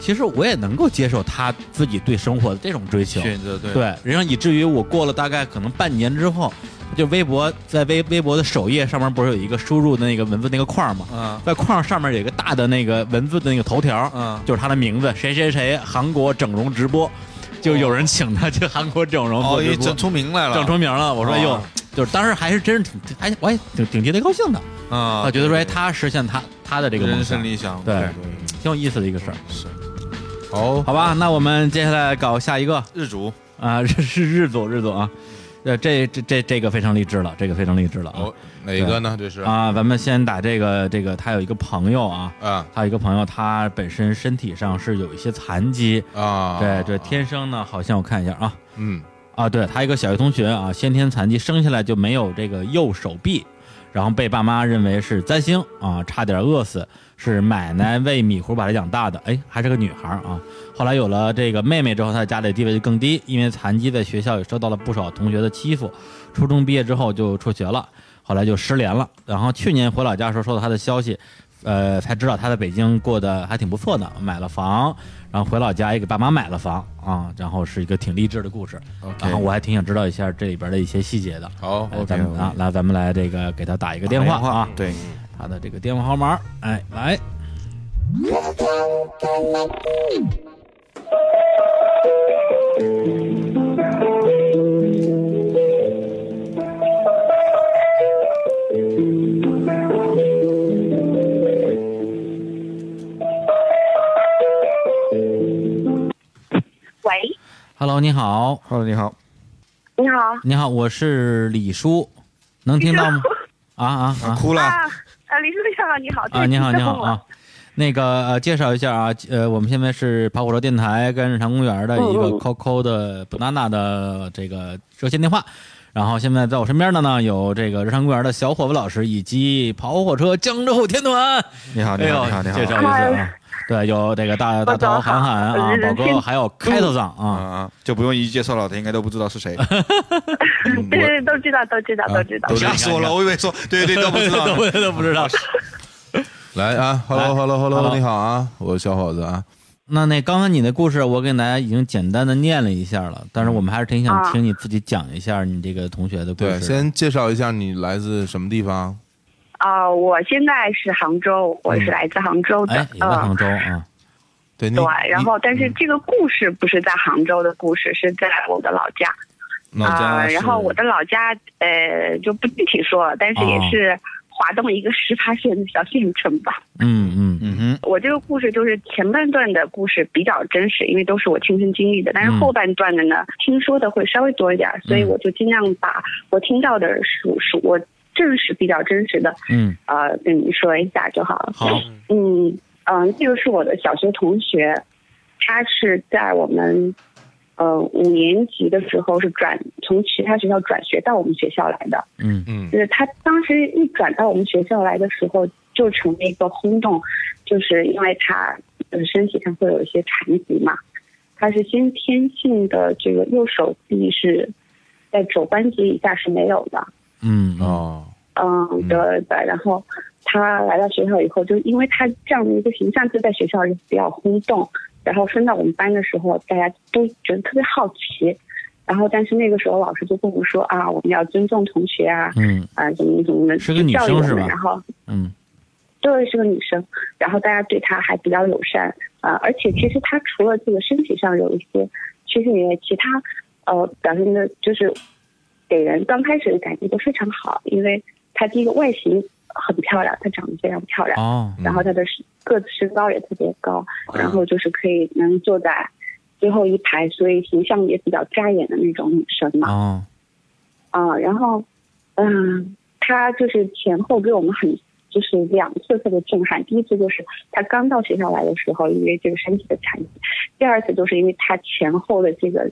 [SPEAKER 1] 其实我也能够接受他自己对生活的这种追求，
[SPEAKER 3] 选择对
[SPEAKER 1] 对，然后以至于我过了大概可能半年之后，就微博在微微博的首页上面不是有一个输入的那个文字那个框吗？
[SPEAKER 3] 嗯
[SPEAKER 1] 在框上面有一个大的那个文字的那个头条，
[SPEAKER 3] 嗯
[SPEAKER 1] 就是他的名字，谁谁谁韩国整容直播，就有人请他去韩国整容
[SPEAKER 3] 哦，
[SPEAKER 1] 做
[SPEAKER 3] 你
[SPEAKER 1] 直播，
[SPEAKER 3] 整出名来了，
[SPEAKER 1] 整出名了。我说
[SPEAKER 3] 哦
[SPEAKER 1] 哟，就是当时还是真是挺，还我还挺挺替他高兴的。
[SPEAKER 3] 啊，
[SPEAKER 1] 啊，觉得说，哎，
[SPEAKER 3] 对
[SPEAKER 1] 他实现他他的这
[SPEAKER 3] 对
[SPEAKER 1] 个
[SPEAKER 3] 对
[SPEAKER 1] 梦
[SPEAKER 3] 人
[SPEAKER 1] 想
[SPEAKER 3] 生，理想，
[SPEAKER 1] 对
[SPEAKER 3] 对，
[SPEAKER 1] 挺有意思的一个事儿。
[SPEAKER 2] 哦，
[SPEAKER 1] 好吧，那我们接下来搞下一个
[SPEAKER 3] 日主
[SPEAKER 1] 啊， <laughs> 是是日组日组啊，呃，这这这这个非常励志了，这个非常励志了啊
[SPEAKER 2] 嗯哦，哪一个呢？这是
[SPEAKER 1] 啊，咱们先打这个这个，他有一个朋友啊，
[SPEAKER 2] 啊
[SPEAKER 1] 他有一个朋友，他本身身体上是有一些残疾，
[SPEAKER 2] 啊，
[SPEAKER 1] 对对，天生呢好像我看一下啊。
[SPEAKER 2] 嗯
[SPEAKER 1] 啊，对他一个小学同学啊，先天残疾，生下来就没有这个右手臂，然后被爸妈认为是灾星啊，差点饿死，是奶奶喂米糊把他养大的，哎，还是个女孩儿啊。后来有了这个妹妹之后，他在家里地位就更低，因为残疾在学校也受到了不少同学的欺负。初中毕业之后就辍学了，后来就失联了。然后去年回老家的时候收到他的消息，呃，才知道他在北京过得还挺不错的，买了房，然后回老家也给爸妈买了房啊，然后是一个挺励志的故事。然后我还挺想知道一下这里边的一些细节的。
[SPEAKER 2] 好
[SPEAKER 1] 哎咱们啊，来，咱们来这个给他打一个电话啊，
[SPEAKER 3] 对，
[SPEAKER 1] 他的这个电话号码，哎，来，
[SPEAKER 10] 喂，
[SPEAKER 1] Hello，你好。
[SPEAKER 3] Hello，你好。
[SPEAKER 10] 你好，
[SPEAKER 1] 你好，我是李叔，能听到吗？啊啊啊！
[SPEAKER 3] 哭
[SPEAKER 10] 啊，啊，李书记校长你好，
[SPEAKER 1] 啊！你好，
[SPEAKER 10] 这
[SPEAKER 1] 你
[SPEAKER 10] 是
[SPEAKER 1] 好
[SPEAKER 10] 我 <laughs>
[SPEAKER 1] 啊！那个、呃、介绍一下啊，呃，我们现在是跑火车电台跟日常公园的一个
[SPEAKER 10] 嗯嗯
[SPEAKER 1] QQ 的 banana 的这个热线电话。然后现在在我身边的呢有这个日常公园的小伙子老师以及跑火车江浙沪天团。
[SPEAKER 3] 你好，你好，你好，你好。
[SPEAKER 1] 介绍一次啊！对，有这个大大头、韩寒啊，宝哥，还有开头长啊，
[SPEAKER 3] 啊，就不用一一介绍了，他应该都不知道
[SPEAKER 1] <laughs>
[SPEAKER 3] 是谁。
[SPEAKER 10] 对对对，都知道，都知
[SPEAKER 2] 啊
[SPEAKER 1] 啊
[SPEAKER 10] 道，都知道。
[SPEAKER 3] 吓死我了，我以为说对对都不知道。
[SPEAKER 1] 都不都不知道。
[SPEAKER 2] 来啊，hello hello hello，
[SPEAKER 1] Hello
[SPEAKER 2] 你好啊，我是小伙子啊，
[SPEAKER 1] 那那刚才你的故事，我给大家已经简单的念了一下了，但是我们还是挺想
[SPEAKER 10] 啊
[SPEAKER 1] 听你自己讲一下你这个同学的故事。
[SPEAKER 2] 对，先介绍一下你来自什么地方？
[SPEAKER 10] 啊、我现在是杭州，我是来自杭州的
[SPEAKER 1] 嗯哎，，也在
[SPEAKER 10] 嗯
[SPEAKER 1] 杭州啊，
[SPEAKER 2] 对，你
[SPEAKER 10] 对，然后但是
[SPEAKER 2] 嗯
[SPEAKER 10] 这个故事不是在杭州的故事，是在我的老家
[SPEAKER 2] 老
[SPEAKER 10] 啊、
[SPEAKER 2] 家是
[SPEAKER 10] 然后我的老家呃就不具体说了，但是也
[SPEAKER 1] 哦
[SPEAKER 10] 是华东一个十八线的小县城吧。
[SPEAKER 1] 嗯嗯
[SPEAKER 3] 嗯
[SPEAKER 10] 我这个故事就是前半段的故事比较真实，因为都是我亲身经历的，但是
[SPEAKER 1] 嗯
[SPEAKER 10] 后半段的呢，听说的会稍微多一点儿，所以
[SPEAKER 1] 嗯
[SPEAKER 10] 我就尽量把我听到的数数我正是比较真实的
[SPEAKER 1] 嗯
[SPEAKER 10] 呃跟你说一下就好了。
[SPEAKER 1] 好
[SPEAKER 10] 嗯嗯，这个是我的小学同学，他是在我们呃五年级的时候是转从其他学校转学到我们学校来的。
[SPEAKER 1] 嗯
[SPEAKER 2] 嗯
[SPEAKER 10] 就是他当时一转到我们学校来的时候，就成为一个轰动，就是因为他呃身体上会有一些残疾嘛，他是先天性的这个右手臂是在肘关节以下是没有的，
[SPEAKER 1] 嗯哦
[SPEAKER 2] 哦，
[SPEAKER 10] 嗯，对对，然后他来到学校以后，就因为他这样的一个形象，就在学校里比较轰动。然后升到我们班的时候，大家都觉得特别好奇。然后，但是那个时候老师就跟我们说啊，我们要尊重同学啊，
[SPEAKER 1] 嗯
[SPEAKER 10] 啊，怎么怎么的，
[SPEAKER 1] 是个女生
[SPEAKER 10] 教育我们
[SPEAKER 1] 是吧
[SPEAKER 10] 然后
[SPEAKER 1] 嗯
[SPEAKER 10] 对，是个女生，然后大家对她还比较友善啊、呃而且其实她除了这个身体上有一些缺陷以外，其他呃表现的就是给人刚开始的感觉都非常好，因为她第一个外形很漂亮，她长得非常漂亮，
[SPEAKER 1] 哦
[SPEAKER 10] 然后她的身个子身高也特别高，然后就是可以能坐在最后一排，所以形象也比较扎眼的那种女生嘛。
[SPEAKER 1] 哦
[SPEAKER 10] 啊，然后，嗯，他就是前后给我们很就是两次特别震撼。第一次就是他刚到学校来的时候，因为这个身体的残疾；第二次就是因为他前后的这个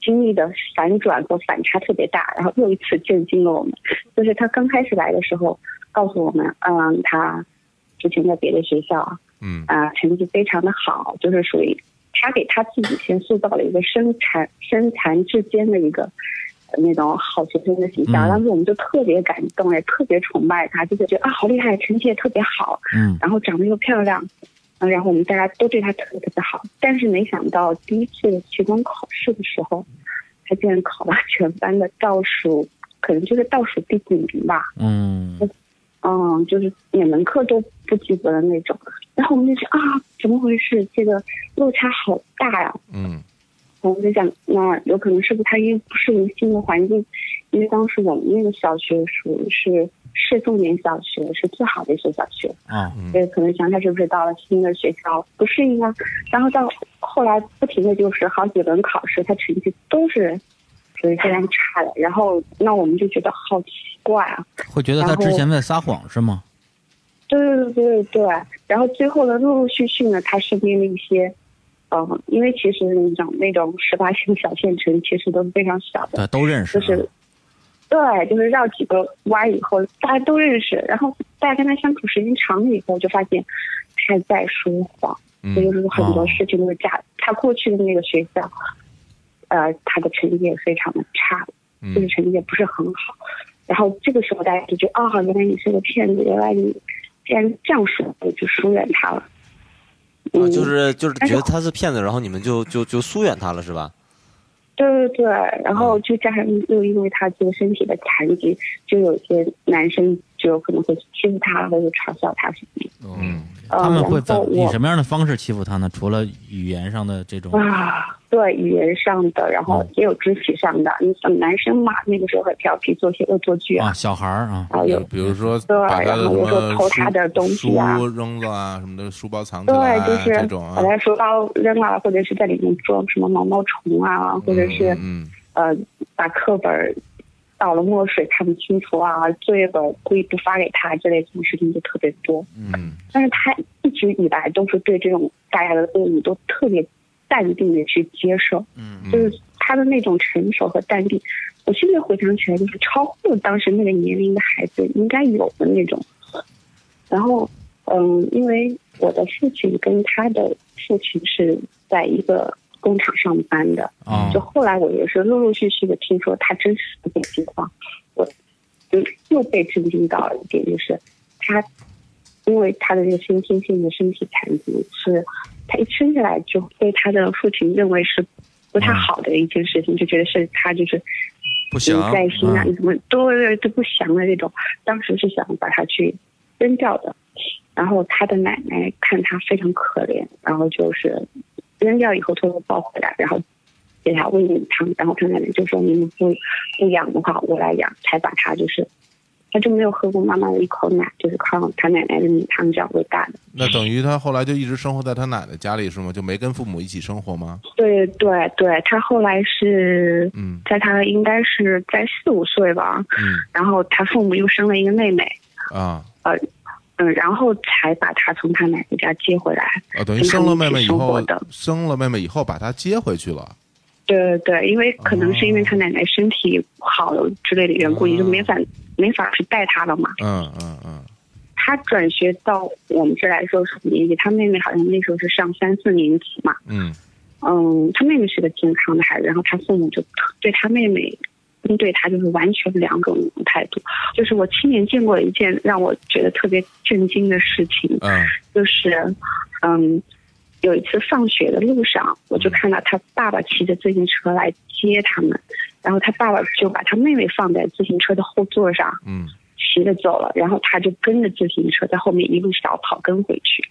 [SPEAKER 10] 经历的反转和反差特别大，然后又一次震惊了我们。就是他刚开始来的时候，告诉我们，嗯，他之前在别的学校
[SPEAKER 2] 嗯
[SPEAKER 10] 啊、成绩非常的好，就是属于他给他自己先塑造了一个身残身残志坚的一个呃那种好学生的形象。
[SPEAKER 1] 嗯
[SPEAKER 10] 当时我们就特别感动，也特别崇拜他，就是觉得啊好厉害，成绩也特别好，
[SPEAKER 1] 嗯
[SPEAKER 10] 然后长得又漂亮，嗯，然后我们大家都对他特别特别好。但是没想到第一次期中考试的时候，他竟然考了全班的倒数，可能就是倒数第几名吧。
[SPEAKER 1] 嗯
[SPEAKER 10] 嗯，就是每门课都不及格的那种。然后我们就想啊，怎么回事？这个落差好大呀、
[SPEAKER 2] 嗯
[SPEAKER 10] 我们就想，那有可能是不是他因为不适应新的环境？因为当时我们那个小学属于是市重点小学，是最好的一所小学。
[SPEAKER 1] 哦
[SPEAKER 10] 所以可能想想是不是到了新的学校不适应啊，然后到后来不停的就是好几轮考试，他成绩都是属于非常差的，然后那我们就觉得好奇怪啊，
[SPEAKER 1] 会觉得他之前在撒谎是吗？
[SPEAKER 10] 对对对对对，然后最后呢，陆陆续续呢，他身边的一些，嗯、因为其实你讲那种十八线小县城，其实都是非常小的，
[SPEAKER 1] 对，都认识
[SPEAKER 10] 就
[SPEAKER 1] 啊。
[SPEAKER 10] 是，对，就是绕几个弯以后，大家都认识，然后大家跟他相处时间长了以后，就发现他在说谎，
[SPEAKER 2] 嗯
[SPEAKER 10] 这就是很
[SPEAKER 1] 哦
[SPEAKER 10] 多事情都是假的。他过去的那个学校，呃，他的成绩也非常的差，就是
[SPEAKER 2] 嗯
[SPEAKER 10] 成绩也不是很好。然后这个时候大家就觉得，啊、原来你是个骗子，原来你既然这样说，我就疏远他了。嗯，
[SPEAKER 5] 啊，就是就是
[SPEAKER 10] 但是
[SPEAKER 5] 觉得他是骗子，然后你们就就就疏远他了，是吧？
[SPEAKER 10] 对对对，然后就加上又因为他这个身体的残疾，就有些男生就有可能会欺负他或者嘲笑他什么的。
[SPEAKER 2] 嗯
[SPEAKER 10] 呃、
[SPEAKER 1] 他们会
[SPEAKER 10] 然
[SPEAKER 1] 怎
[SPEAKER 10] 后
[SPEAKER 1] 以
[SPEAKER 10] 我
[SPEAKER 1] 什么样的方式欺负他呢？除了语言上的这种，
[SPEAKER 10] 啊，个语言上的，然后也有肢体上的。你像男生嘛，那个时候很调皮，做些恶作剧啊，
[SPEAKER 1] 啊，小孩儿啊，
[SPEAKER 10] 啊有
[SPEAKER 2] 呃比如说
[SPEAKER 10] 对
[SPEAKER 2] 把他
[SPEAKER 10] 然
[SPEAKER 2] 的
[SPEAKER 10] 后
[SPEAKER 2] 什
[SPEAKER 10] 有时候
[SPEAKER 2] 么
[SPEAKER 10] 偷他的东西啊
[SPEAKER 2] 书扔了啊，什么的书包藏起来
[SPEAKER 10] 对，
[SPEAKER 2] 啊，
[SPEAKER 10] 就是
[SPEAKER 2] 这种
[SPEAKER 10] 把
[SPEAKER 2] 啊，
[SPEAKER 10] 它书包扔了，或者是在里面装什么毛毛虫啊，或者
[SPEAKER 2] 嗯
[SPEAKER 10] 是、呃把课本儿倒了墨水看不清楚啊，作业本儿故意不发给他之类这种事情就特别多。
[SPEAKER 2] 嗯，
[SPEAKER 10] 但是他一直以来都是对这种大家的恶意都特别淡定的去接受，
[SPEAKER 2] 嗯
[SPEAKER 10] 就是他的那种成熟和淡定，我现在回想起来就是超乎当时那个年龄的孩子应该有的那种。然后，嗯，因为我的父亲跟他的父亲是在一个工厂上班的，
[SPEAKER 1] 哦
[SPEAKER 10] 就后来我也是陆陆续续的听说他真实的一些情况，我就又被震惊到了一点，就是他因为他的这个先天性的身体残疾，是他一生下来就被他的父亲认为是不太好的一件事情，就觉得是他就是
[SPEAKER 3] 不祥
[SPEAKER 10] 你在心啊，
[SPEAKER 3] 嗯
[SPEAKER 10] 你怎么对对对不祥的这种，当时是想把他去扔掉的。然后他的奶奶看他非常可怜，然后就是扔掉以后偷偷抱回来，然后给他喂米汤，然后他奶奶就说：“你们不不养的话，我来养。”才把他就是，他就没有喝过妈妈的一口奶，就是靠他奶奶的米汤这样喂大的。
[SPEAKER 2] 那等于他后来就一直生活在他奶奶家里是吗？就没跟父母一起生活吗？
[SPEAKER 10] 对对对，他后来是，在他应该是在四五岁吧，
[SPEAKER 2] 嗯
[SPEAKER 10] 然后他父母又生了一个妹妹，
[SPEAKER 2] 啊
[SPEAKER 10] 呃，嗯，然后才把他从他奶奶家接回来。
[SPEAKER 2] 啊，等于
[SPEAKER 10] 跟他
[SPEAKER 2] 生了
[SPEAKER 10] 们一
[SPEAKER 2] 妹妹
[SPEAKER 10] 起
[SPEAKER 2] 以
[SPEAKER 10] 生活
[SPEAKER 2] 后
[SPEAKER 10] 的，
[SPEAKER 2] 生了妹妹以后把她接回去了。
[SPEAKER 10] 对对对，因为可能是因为他奶奶身体不好了之类的缘故，也就没法没法去带他了嘛。
[SPEAKER 2] 嗯嗯嗯，
[SPEAKER 10] 他转学到我们这来说是什么年纪？他妹妹好像那时候是上三四年级嘛。
[SPEAKER 2] 嗯
[SPEAKER 10] 嗯，他妹妹是个健康的孩子，然后他父母就特对他妹妹跟对他就是完全两种态度。就是我亲眼见过一件让我觉得特别震惊的事情，
[SPEAKER 2] 嗯
[SPEAKER 10] 就是嗯，有一次放学的路上，我就看到他爸爸骑着自行车来接他们，然后他爸爸就把他妹妹放在自行车的后座上，
[SPEAKER 2] 嗯，
[SPEAKER 10] 骑着走了，然后他就跟着自行车在后面一路小跑跟回去。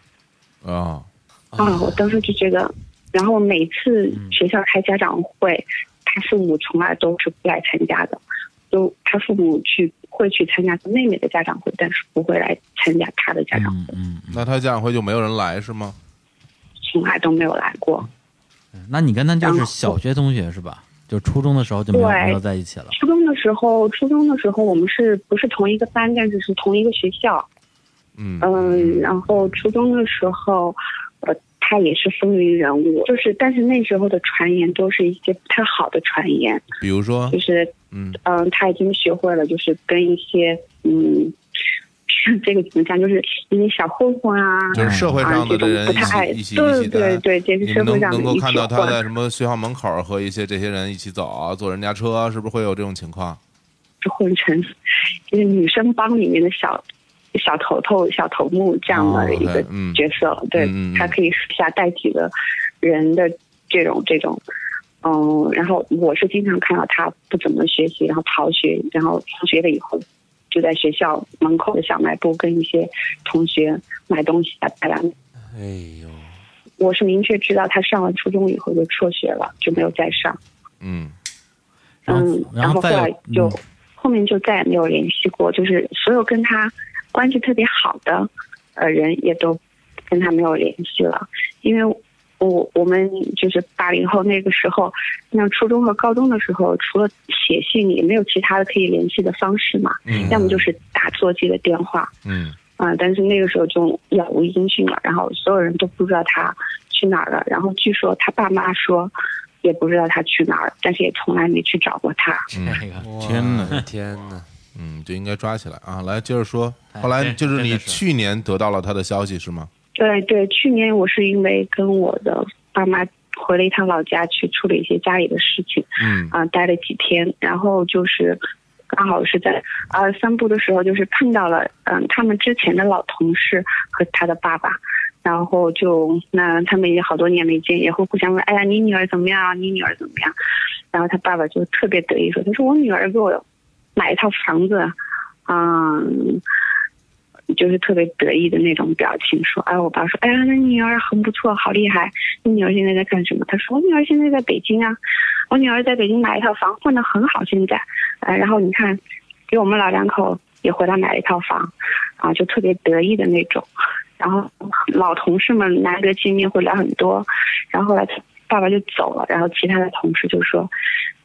[SPEAKER 2] 啊
[SPEAKER 10] 啊，我当时就觉得，然后每次学校开家长会，他父母从来都是不来参加的，就他父母去会去参加妹妹的家长会，但是不会来参加他的家
[SPEAKER 1] 嗯
[SPEAKER 10] 长会，
[SPEAKER 2] 那他家长会就没有人来是吗？
[SPEAKER 10] 从来都没有来过。
[SPEAKER 1] 那你跟他就是小学同学是吧？就初中的时候就没有
[SPEAKER 10] 对
[SPEAKER 1] 没有在一起了。
[SPEAKER 10] 初中的时候，初中的时候我们是不是同一个班，但是是同一个学校。
[SPEAKER 2] 嗯
[SPEAKER 10] 然后初中的时候，呃，他也是风云人物，就是但是那时候的传言都是一些不太好的传言，
[SPEAKER 2] 比如说，
[SPEAKER 10] 就是
[SPEAKER 2] 嗯
[SPEAKER 10] 嗯，他已经学会了，就是跟一些嗯， <laughs> 这个怎么讲，就是一些小混混啊，
[SPEAKER 2] 就是社会上
[SPEAKER 10] 啊、
[SPEAKER 2] 的
[SPEAKER 10] 这种
[SPEAKER 2] 这人
[SPEAKER 10] 不
[SPEAKER 2] 一
[SPEAKER 10] 太爱，
[SPEAKER 2] 起一起一
[SPEAKER 10] 对
[SPEAKER 2] 起
[SPEAKER 10] 对
[SPEAKER 2] 待
[SPEAKER 10] 对，这是
[SPEAKER 2] 你
[SPEAKER 10] 社
[SPEAKER 2] 们
[SPEAKER 10] 会
[SPEAKER 2] 能
[SPEAKER 10] 上的
[SPEAKER 2] 能够
[SPEAKER 10] 一
[SPEAKER 2] 看
[SPEAKER 10] 起
[SPEAKER 2] 到他
[SPEAKER 10] 混
[SPEAKER 2] 在什么学校门口和一些这些人一起走，啊坐人家车，是不是会有这种情况？
[SPEAKER 10] 混成就是女生帮里面的小小头头、小头目这样的一个
[SPEAKER 2] 哦嗯
[SPEAKER 10] 角色，对、他可以私下代替的人的这种这种。嗯，然后我是经常看到他不怎么学习，然后逃学，然后放学了以后就在学校门口的小卖部跟一些同学买东西啊，打篮。
[SPEAKER 5] 哎呦，
[SPEAKER 10] 我是明确知道他上了初中以后就辍学了，就没有再上。
[SPEAKER 2] 嗯
[SPEAKER 10] 嗯，
[SPEAKER 1] 然后
[SPEAKER 10] 后后
[SPEAKER 1] 再有
[SPEAKER 10] 来就、后面就再也没有联系过，就是所有跟他关系特别好的呃人也都跟他没有联系了，因为我我们就是八零后那个时候，像初中和高中的时候，除了写信也没有其他的可以联系的方式嘛，
[SPEAKER 2] 嗯
[SPEAKER 10] 要么就是打座机的电话，
[SPEAKER 2] 嗯
[SPEAKER 10] 啊，但是那个时候就杳无音讯了，然后所有人都不知道他去哪儿了。然后据说他爸妈说，也不知道他去哪儿，但是也从来没去找过他。
[SPEAKER 2] 嗯，
[SPEAKER 3] 天哪
[SPEAKER 5] 天哪！
[SPEAKER 2] 嗯，就应该抓起来啊！来，接着说，
[SPEAKER 1] 哎
[SPEAKER 2] 后来
[SPEAKER 1] 这
[SPEAKER 2] 就是
[SPEAKER 1] 真
[SPEAKER 2] 你
[SPEAKER 1] 的是
[SPEAKER 2] 去年得到了他的消息是吗？
[SPEAKER 10] 对对，去年我是因为跟我的爸妈回了一趟老家，去处理一些家里的事情，
[SPEAKER 2] 嗯
[SPEAKER 10] 啊、待了几天，然后就是刚好是在呃散步的时候，就是碰到了嗯、他们之前的老同事和他的爸爸，然后就那他们也好多年没见，也会互相问，哎呀，你女儿怎么样啊？你女儿怎么样？然后他爸爸就特别得啊意说，他说我女儿给我买一套房子，嗯、就是特别得意的那种表情，说：“哎，我爸说，哎呀，那女儿很不错，好厉害。你女儿现在在干什么？”他说：“我女儿现在在北京啊，我女儿在北京买一套房，混得很好，现在。呃，然后你看，给我们老两口也回来买了一套房，啊，就特别得意的那种。然后老同事们难得见面会聊很多，然后后来他爸爸就走了，然后其他的同事就说，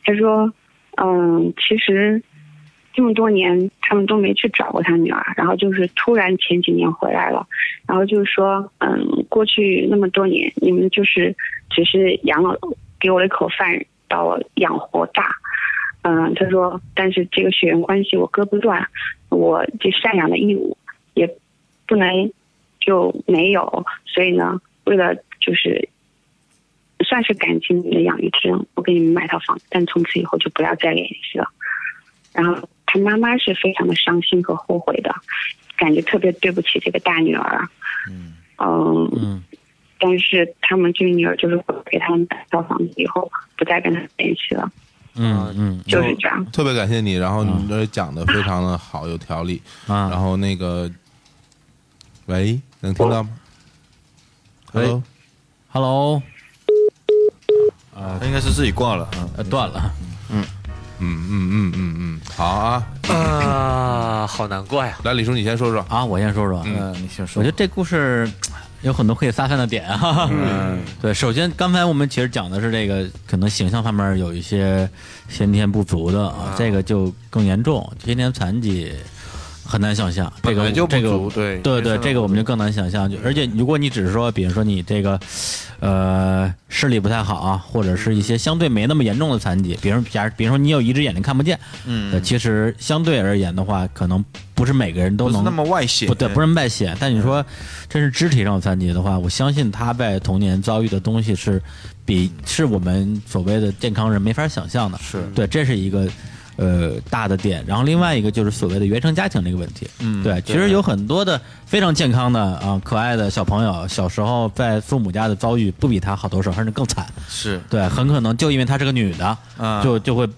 [SPEAKER 10] 他说，嗯，其实这么多年他们都没去找过他女儿，然后就是突然前几年回来了，然后就是说，嗯，过去那么多年你们就是只是养老给我了一口饭把我养活大，嗯，他说，但是这个血缘关系我割不断，我这赡养的义务也不能就没有，所以呢，为了就是算是感激你的养育之恩，我给你们买套房，但从此以后就不要再联系了。然后他妈妈是非常的伤心和后悔的，感觉特别对不起这个大女儿。嗯，嗯，但是他们这个女儿就是给他们买套房子以后，不再跟他联系了。
[SPEAKER 1] 嗯嗯，
[SPEAKER 10] 就是这样。
[SPEAKER 2] 特别感谢你，然后你这讲的非常的好，有条理。
[SPEAKER 1] 啊，
[SPEAKER 2] <laughs> 然后那个，喂，能听到吗？Hello，
[SPEAKER 1] Hello，啊，
[SPEAKER 3] 他应该是自己挂了，
[SPEAKER 1] 呃断了。
[SPEAKER 2] 嗯嗯嗯嗯嗯，好啊，
[SPEAKER 5] 啊，好难过呀！
[SPEAKER 2] 来，李叔你先说说
[SPEAKER 1] 啊，我先说说，
[SPEAKER 3] 嗯，你先说
[SPEAKER 1] 我觉得这故事有很多可以撒饭的点啊。嗯， <laughs> 对，首先刚才我们其实讲的是这个，可能形象方面有一些先天不足的啊，这个就更严重，先天残疾很难想象。这
[SPEAKER 15] 本
[SPEAKER 1] 个
[SPEAKER 15] 来就不
[SPEAKER 1] 这个
[SPEAKER 15] 足对天
[SPEAKER 1] 对对，
[SPEAKER 15] 生的
[SPEAKER 1] 这个我们就更难想象。就而且如果你只是说，比如说你这个呃视力不太好啊，或者是一些相对没那么严重的残疾，比如假如比如说你有一只眼睛看不见，呃
[SPEAKER 3] 嗯，
[SPEAKER 1] 其实相对而言的话，可能不是每个人都
[SPEAKER 3] 不是
[SPEAKER 1] 能
[SPEAKER 3] 那么外显，
[SPEAKER 1] 不对，不是外显。但你说真是肢体上有残疾的话，我相信他在童年遭遇的东西是比是我们所谓的健康人没法想象的。
[SPEAKER 3] 嗯是
[SPEAKER 1] 对，这是一个呃大的点。然后另外一个就是所谓的原生家庭这个问题。
[SPEAKER 3] 嗯
[SPEAKER 1] 对，其实有很多的非常健康的啊、可爱的小朋友，小时候在父母家的遭遇不比他好多少，甚至更惨。
[SPEAKER 3] 是
[SPEAKER 1] 对，很可能就因为她是个女的，
[SPEAKER 3] 啊
[SPEAKER 1] 就就会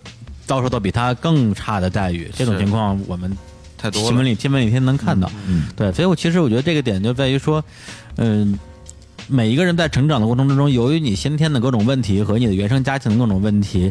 [SPEAKER 1] 遭受到比她更差的待遇。这种
[SPEAKER 3] 是
[SPEAKER 1] 情况我们
[SPEAKER 3] 太多了嗯
[SPEAKER 1] 新闻里新闻里天天能看到。对，所以我其实我觉得这个点就在于说，嗯、每一个人在成长的过程之中，由于你先天的各种问题和你的原生家庭的各种问题。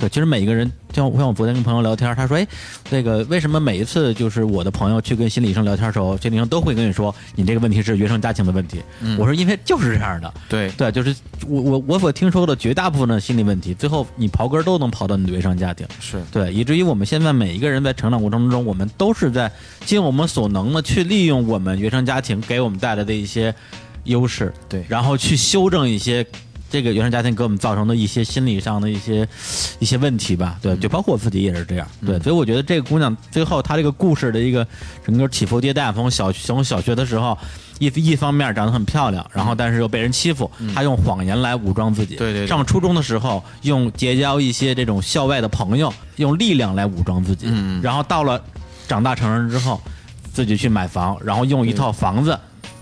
[SPEAKER 1] 对，其实每一个人，就像像我昨天跟朋友聊天，他说：“哎，那个为什么每一次就是我的朋友去跟心理医生聊天的时候，心理医生都会跟你说你这个问题是原生家庭的问题？”
[SPEAKER 3] 嗯
[SPEAKER 1] 我说：“因为就是这样的，
[SPEAKER 3] 对，
[SPEAKER 1] 对，就是我我我所听说的绝大部分的心理问题，最后你刨根儿都能刨到你的原生家庭，
[SPEAKER 3] 是
[SPEAKER 1] 对，以至于我们现在每一个人在成长过程中，我们都是在尽我们所能的去利用我们原生家庭给我们带来的一些优势，
[SPEAKER 3] 对
[SPEAKER 1] 然后去修正一些这个原生家庭给我们造成的一些心理上的一些一些问题吧，
[SPEAKER 3] 嗯
[SPEAKER 1] 对，就包括我自己也是这样，对，所以我觉得这个姑娘最后她这个故事的一个整个起伏跌宕，从小从小学的时候。一一方面长得很漂亮，然后但是又被人欺负，她用谎言来武装自己。
[SPEAKER 3] 嗯对对对
[SPEAKER 1] 上初中的时候，用结交一些这种校外的朋友，用力量来武装自己。
[SPEAKER 3] 嗯
[SPEAKER 1] 然后到了长大成人之后，自己去买房，然后用一套房子，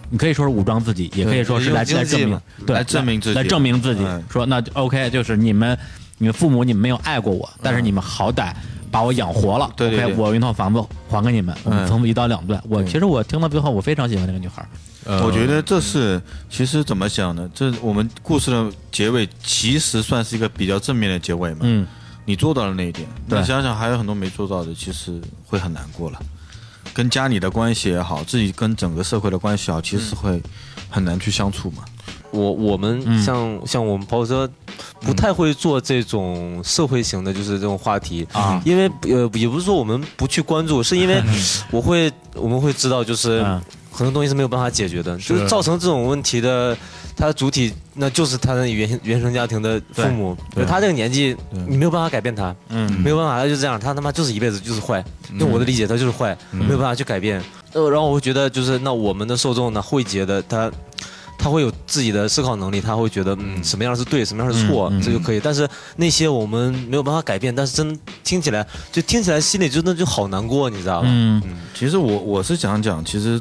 [SPEAKER 1] 你可以说是武装自己，也可以说是来
[SPEAKER 3] 用经
[SPEAKER 1] 来
[SPEAKER 3] 济
[SPEAKER 1] 证明
[SPEAKER 3] 嘛，
[SPEAKER 1] 对，
[SPEAKER 3] 来证明自己
[SPEAKER 1] 来证明自己
[SPEAKER 3] 嗯。
[SPEAKER 1] 说那就 OK，就是你们，你们父母你们没有爱过我，但是你们好歹。把我养活了
[SPEAKER 3] 对对
[SPEAKER 1] ，OK，
[SPEAKER 3] 对
[SPEAKER 1] 我用一套房子还给你们，我们
[SPEAKER 3] 嗯
[SPEAKER 1] 从此一刀两断。我
[SPEAKER 3] 对
[SPEAKER 1] 其实我听到最后，我非常喜欢这个女孩儿。
[SPEAKER 3] 我觉得这是其实怎么讲呢？这我们故事的结尾其实算是一个比较正面的结尾嘛。
[SPEAKER 1] 嗯，
[SPEAKER 3] 你做到了那一点，
[SPEAKER 1] 对
[SPEAKER 3] 但想想还有很多没做到的，其实会很难过了。跟家里的关系也好，自己跟整个社会的关系也好，其实会很难去相处嘛。
[SPEAKER 5] 我我们
[SPEAKER 1] 嗯
[SPEAKER 5] 像、像我们包括说，不太会做这种社会型的，就是这种话题
[SPEAKER 1] 啊
[SPEAKER 5] 因为呃也不是说我们不去关注，是因为我会我们会知道就是
[SPEAKER 1] 嗯
[SPEAKER 5] 很多东西是没有办法解决的，就是造成这种问题的。他的主体那就是他的原原生家庭的父母，
[SPEAKER 3] 对对
[SPEAKER 5] 他这个年纪你没有办法改变他，
[SPEAKER 3] 嗯
[SPEAKER 5] 没有办法，他就这样，他他妈就是一辈子就是坏。用我的理解，他就是坏，
[SPEAKER 3] 嗯
[SPEAKER 5] 没有办法去改变。呃，然后我会觉得，就是那我们的受众呢，会觉得他他会有自己的思考能力，他会觉得嗯什么样是对，什么样是
[SPEAKER 3] 嗯
[SPEAKER 5] 错，这就可以。但是那些我们没有办法改变，但是真听起来就听起来心里真的就好难过，你知道吧？
[SPEAKER 1] 嗯
[SPEAKER 3] 其实我我是想讲，其实，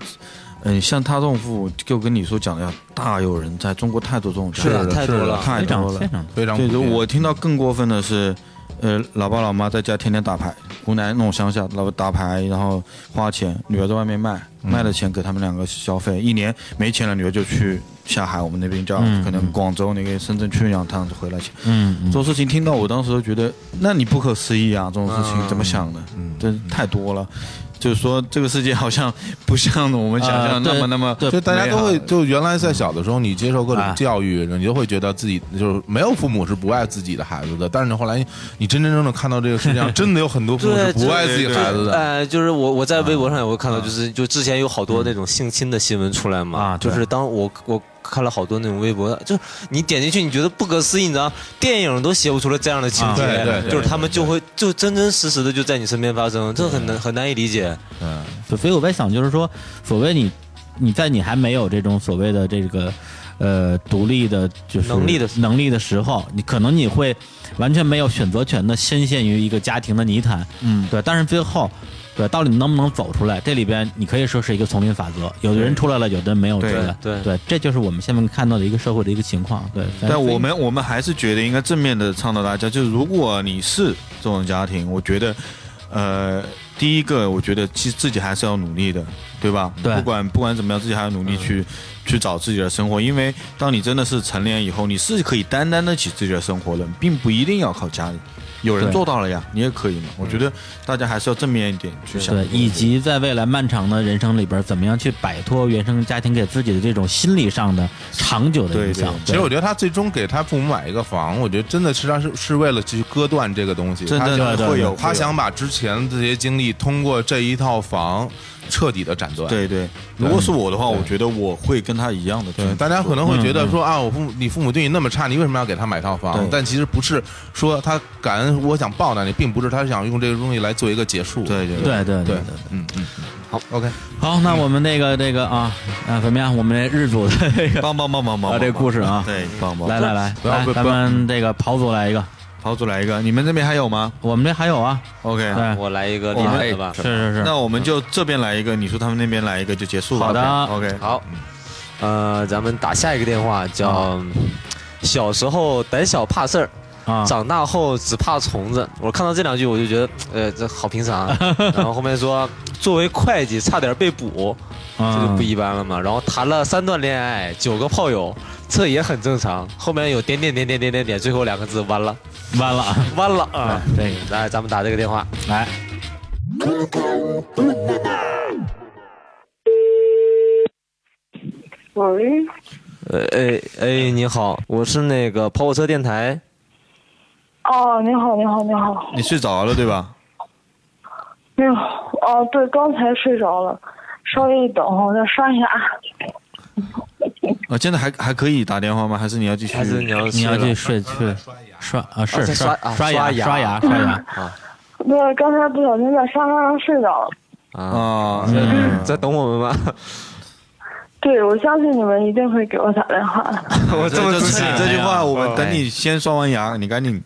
[SPEAKER 3] 嗯，像他这种父母，就跟你所讲的一样，大有人在，中国太多这种家
[SPEAKER 5] 是啊
[SPEAKER 3] 长
[SPEAKER 5] 太多了
[SPEAKER 3] 太
[SPEAKER 1] 非常
[SPEAKER 3] 多了
[SPEAKER 1] 非。常
[SPEAKER 2] 非常
[SPEAKER 3] 对，
[SPEAKER 2] 普遍
[SPEAKER 3] 我听到更过分的是，呃，老爸老妈在家天天打牌，湖南那种乡下，老打牌，然后花钱，女儿在外面卖，
[SPEAKER 1] 嗯
[SPEAKER 3] 卖了钱给他们两个消费，一年没钱了，女儿就去下海，我们那边叫、
[SPEAKER 1] 嗯
[SPEAKER 3] 可能广州那个深圳去两趟就回来钱。
[SPEAKER 1] 嗯
[SPEAKER 3] 这种事情听到我当时都觉得，那你不可思议啊！这种事情
[SPEAKER 1] 嗯
[SPEAKER 3] 怎么想的？真太多了。就是说，这个世界好像不像我们想
[SPEAKER 1] 啊
[SPEAKER 3] 象的那么那么，
[SPEAKER 2] 就大家
[SPEAKER 3] 美好
[SPEAKER 2] 都会，就原来在小的时候，你接受各种教育，你就会觉得自己就是没有父母是不爱自己的孩子的。但是你后来，你真真正正看到这个世界上，真的有很多父母
[SPEAKER 5] 对，
[SPEAKER 2] 是不爱自己
[SPEAKER 5] 就是
[SPEAKER 2] 孩子的。啊
[SPEAKER 5] 呃，就是我我在微博上也会看到，就是就之前有好
[SPEAKER 2] 嗯
[SPEAKER 5] 多那种性侵的新闻出来嘛，
[SPEAKER 1] 啊
[SPEAKER 5] 就
[SPEAKER 1] 对
[SPEAKER 5] 是当我我看了好多那种微博，就是你点进去，你觉得不可思议，你知道，电影都写不出来这样的情节，
[SPEAKER 2] 啊对对对
[SPEAKER 5] 就是他们就会就真真实实的就在你身边发生，这很难很难以理解。
[SPEAKER 2] 嗯，
[SPEAKER 1] 对，所以我在想，就是说，所谓你你在你还没有这种所谓的这个呃独立的，就是
[SPEAKER 5] 能力的
[SPEAKER 1] 能力的时候，你可能你会完全没有选择权的深陷于一个家庭的泥潭，
[SPEAKER 3] 嗯，
[SPEAKER 1] 对，但是最后。对，到底能不能走出来？这里边你可以说是一个丛林法则，有的人出来了，有的人没有出
[SPEAKER 3] 对
[SPEAKER 1] 来。
[SPEAKER 5] 对
[SPEAKER 1] 对，这就是我们现在看到的一个社会的一个情况。对，
[SPEAKER 3] 但我们我们还是觉得应该正面的倡导大家，就是如果你是这种家庭，我觉得，呃，第一个我觉得其实自己还是要努力的，对吧？
[SPEAKER 1] 对嗯
[SPEAKER 3] 不管不管怎么样，自己还要努力去、去找自己的生活，因为当你真的是成年以后，你是可以担当得起自己的生活的，并不一定要靠家里。有人
[SPEAKER 1] 对嗯
[SPEAKER 3] 做到了呀，你也可以嘛。我觉得大家还是要正面一点去想。
[SPEAKER 1] 对，以及在未来漫长的人生里边，怎么样去摆脱原生家庭给自己的这种心理上的长久的影响？
[SPEAKER 2] 其实我觉得他最终给他父母买一个房，我觉得真的实际上是是为了去割断这个东西。
[SPEAKER 1] 真
[SPEAKER 2] 他
[SPEAKER 1] 的
[SPEAKER 2] 想
[SPEAKER 1] 对对对
[SPEAKER 2] 他想把之前的这些经历通过这一套房彻底的斩断。
[SPEAKER 3] 对对，如果是我的话，
[SPEAKER 1] 嗯
[SPEAKER 2] 对
[SPEAKER 3] 我觉得我会跟他一样的去做。
[SPEAKER 2] 对，大家可能会觉得说啊，我父母你父母对你那么差，你为什么要给他买套房
[SPEAKER 3] 对？
[SPEAKER 2] 但其实不是说他感恩，我想报答你，并不是他想用这个东西来做一个结束。对
[SPEAKER 3] 对
[SPEAKER 1] 对对
[SPEAKER 2] 对
[SPEAKER 1] 对，
[SPEAKER 2] 嗯嗯，
[SPEAKER 5] 好
[SPEAKER 2] ，OK，
[SPEAKER 1] 好，那我们那个这个啊啊，怎么样？我们这日组的这个
[SPEAKER 3] 棒棒棒棒棒
[SPEAKER 1] 啊，
[SPEAKER 3] 棒
[SPEAKER 1] 这个故事啊，
[SPEAKER 3] 对，棒棒
[SPEAKER 1] 来来来，
[SPEAKER 3] 不要
[SPEAKER 1] 来
[SPEAKER 3] 不要
[SPEAKER 1] 咱们这个跑组来一个，
[SPEAKER 3] 跑组来一个，你们这边还有吗？
[SPEAKER 1] 我们这还有啊
[SPEAKER 3] ，OK，
[SPEAKER 1] 对
[SPEAKER 5] 我来一个厉
[SPEAKER 3] 哎我们
[SPEAKER 10] 哎
[SPEAKER 5] 害的吧，
[SPEAKER 1] 是是是，
[SPEAKER 3] 那我们就这边来一个，你说他们那边来一个就结束了。
[SPEAKER 5] 好的
[SPEAKER 3] OK，
[SPEAKER 5] 好，
[SPEAKER 2] 嗯
[SPEAKER 5] 呃，咱们打下一个电话，叫
[SPEAKER 2] 啊
[SPEAKER 5] 小时候胆小怕事儿。
[SPEAKER 1] 啊
[SPEAKER 5] 长大后只怕虫子。我看到这两句，我就觉得，呃，这好平常
[SPEAKER 2] <laughs>
[SPEAKER 5] 啊。然后后面说，作为会计差点被捕，
[SPEAKER 1] 嗯
[SPEAKER 5] 这
[SPEAKER 3] 嗯
[SPEAKER 5] 就不一般了嘛。然后谈了三段恋爱，九个炮友，这也很正常。后面有点点点点点点点，最后两个字完了，
[SPEAKER 1] 完了啊，
[SPEAKER 5] 完了啊！
[SPEAKER 1] 对，
[SPEAKER 3] 嗯
[SPEAKER 5] <laughs> 来，咱们打这个电话。
[SPEAKER 1] 来，
[SPEAKER 10] 喂，
[SPEAKER 5] 呃，哎哎，你好，我是那个跑火车电
[SPEAKER 3] 嗯
[SPEAKER 5] 台。
[SPEAKER 10] 哦，你好，你好，你好，
[SPEAKER 3] 你睡着了对吧？
[SPEAKER 10] 没有，哦，对，刚才睡着了，稍微等会儿我再刷一下啊。
[SPEAKER 3] 啊，现在还还可以打电话吗？还是你要继续？
[SPEAKER 5] 还是你要
[SPEAKER 1] 你要去睡去刷啊，
[SPEAKER 5] 啊
[SPEAKER 1] 是
[SPEAKER 5] 再刷
[SPEAKER 1] 刷牙
[SPEAKER 5] 啊刷牙
[SPEAKER 1] 刷
[SPEAKER 5] <laughs>
[SPEAKER 1] 牙刷牙，
[SPEAKER 5] 啊
[SPEAKER 10] 对，刚才不小心在沙发上睡着了。
[SPEAKER 3] 啊？
[SPEAKER 5] <laughs> 在等我们
[SPEAKER 3] <laughs>
[SPEAKER 5] 吗？
[SPEAKER 10] 对，我相信你们一定会给我打电话的。
[SPEAKER 3] 我这么
[SPEAKER 5] 这
[SPEAKER 3] 自信，这句话我
[SPEAKER 5] 哎呀
[SPEAKER 3] 们等你先刷完牙，你赶紧，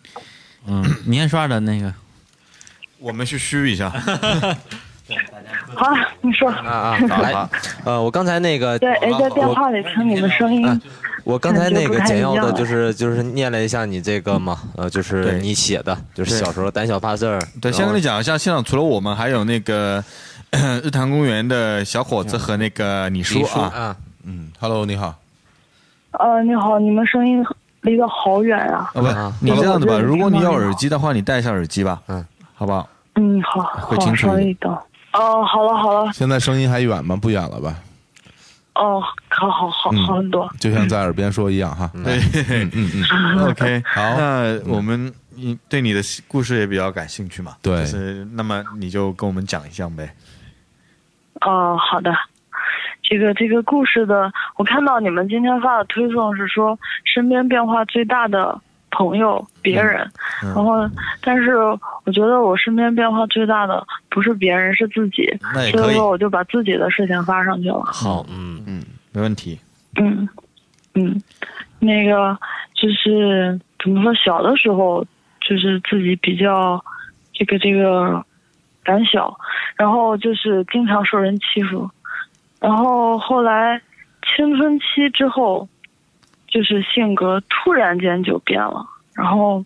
[SPEAKER 1] 嗯，你先刷着 <laughs> 那个，
[SPEAKER 3] 我们去嘘一下。
[SPEAKER 10] 好，你说。
[SPEAKER 5] 啊啊，来，呃，我刚才那个
[SPEAKER 10] 对，哎，在电
[SPEAKER 5] 我
[SPEAKER 10] 话里听你们声音。
[SPEAKER 3] 啊
[SPEAKER 5] 我刚才那个简要的就
[SPEAKER 10] 感觉不太一样
[SPEAKER 5] 是就是念了一下你这个嘛，呃，就是
[SPEAKER 3] 对
[SPEAKER 5] 你写的，就是小时候胆小怕事儿。
[SPEAKER 3] 对，先跟你讲一下，现场除了我们，还有那个咳日坛公园的小伙子和那个你叔
[SPEAKER 5] 李叔
[SPEAKER 3] 啊。
[SPEAKER 5] 啊，
[SPEAKER 2] 嗯，Hello，你好，
[SPEAKER 10] 呃，你好，你们声音离得好远啊。
[SPEAKER 3] 啊，不
[SPEAKER 5] 啊，
[SPEAKER 3] 你这样子吧，
[SPEAKER 10] 我觉得你
[SPEAKER 3] 如果你
[SPEAKER 10] 听到
[SPEAKER 3] 有
[SPEAKER 10] 了
[SPEAKER 3] 耳机的话，你戴一下耳机吧，
[SPEAKER 5] 嗯，
[SPEAKER 3] 好不好？
[SPEAKER 10] 嗯，好，
[SPEAKER 3] 会
[SPEAKER 10] 好，
[SPEAKER 3] 清楚
[SPEAKER 10] 稍
[SPEAKER 3] 一点
[SPEAKER 10] 微等。哦，好了好了，
[SPEAKER 2] 现在声音还远吗？不远了吧？
[SPEAKER 10] 哦，好好好
[SPEAKER 2] 嗯
[SPEAKER 10] 好很多。
[SPEAKER 2] 就像在耳边说一样哈。
[SPEAKER 3] 对
[SPEAKER 2] 嗯嗯，
[SPEAKER 3] <laughs> ，OK，
[SPEAKER 2] 好
[SPEAKER 3] 那我们你对你的故事也比较感兴趣嘛？
[SPEAKER 2] 对
[SPEAKER 3] 就是那么你就跟我们讲一讲呗。
[SPEAKER 10] 哦，好的。这个这个故事的，我看到你们今天发的推送是说身边变化最大的朋友别人，
[SPEAKER 3] 嗯
[SPEAKER 10] 然后但是我觉得我身边变化最大的不是别人是自己
[SPEAKER 3] 那也，可以
[SPEAKER 10] 所以说我就把自己的事情发上去了。
[SPEAKER 5] 好，嗯，
[SPEAKER 3] 嗯，没问题。
[SPEAKER 10] 嗯，嗯，那个就是怎么说，小的时候就是自己比较这个这个胆小，然后就是经常受人欺负，然后后来青春期之后，就是性格突然间就变了，然后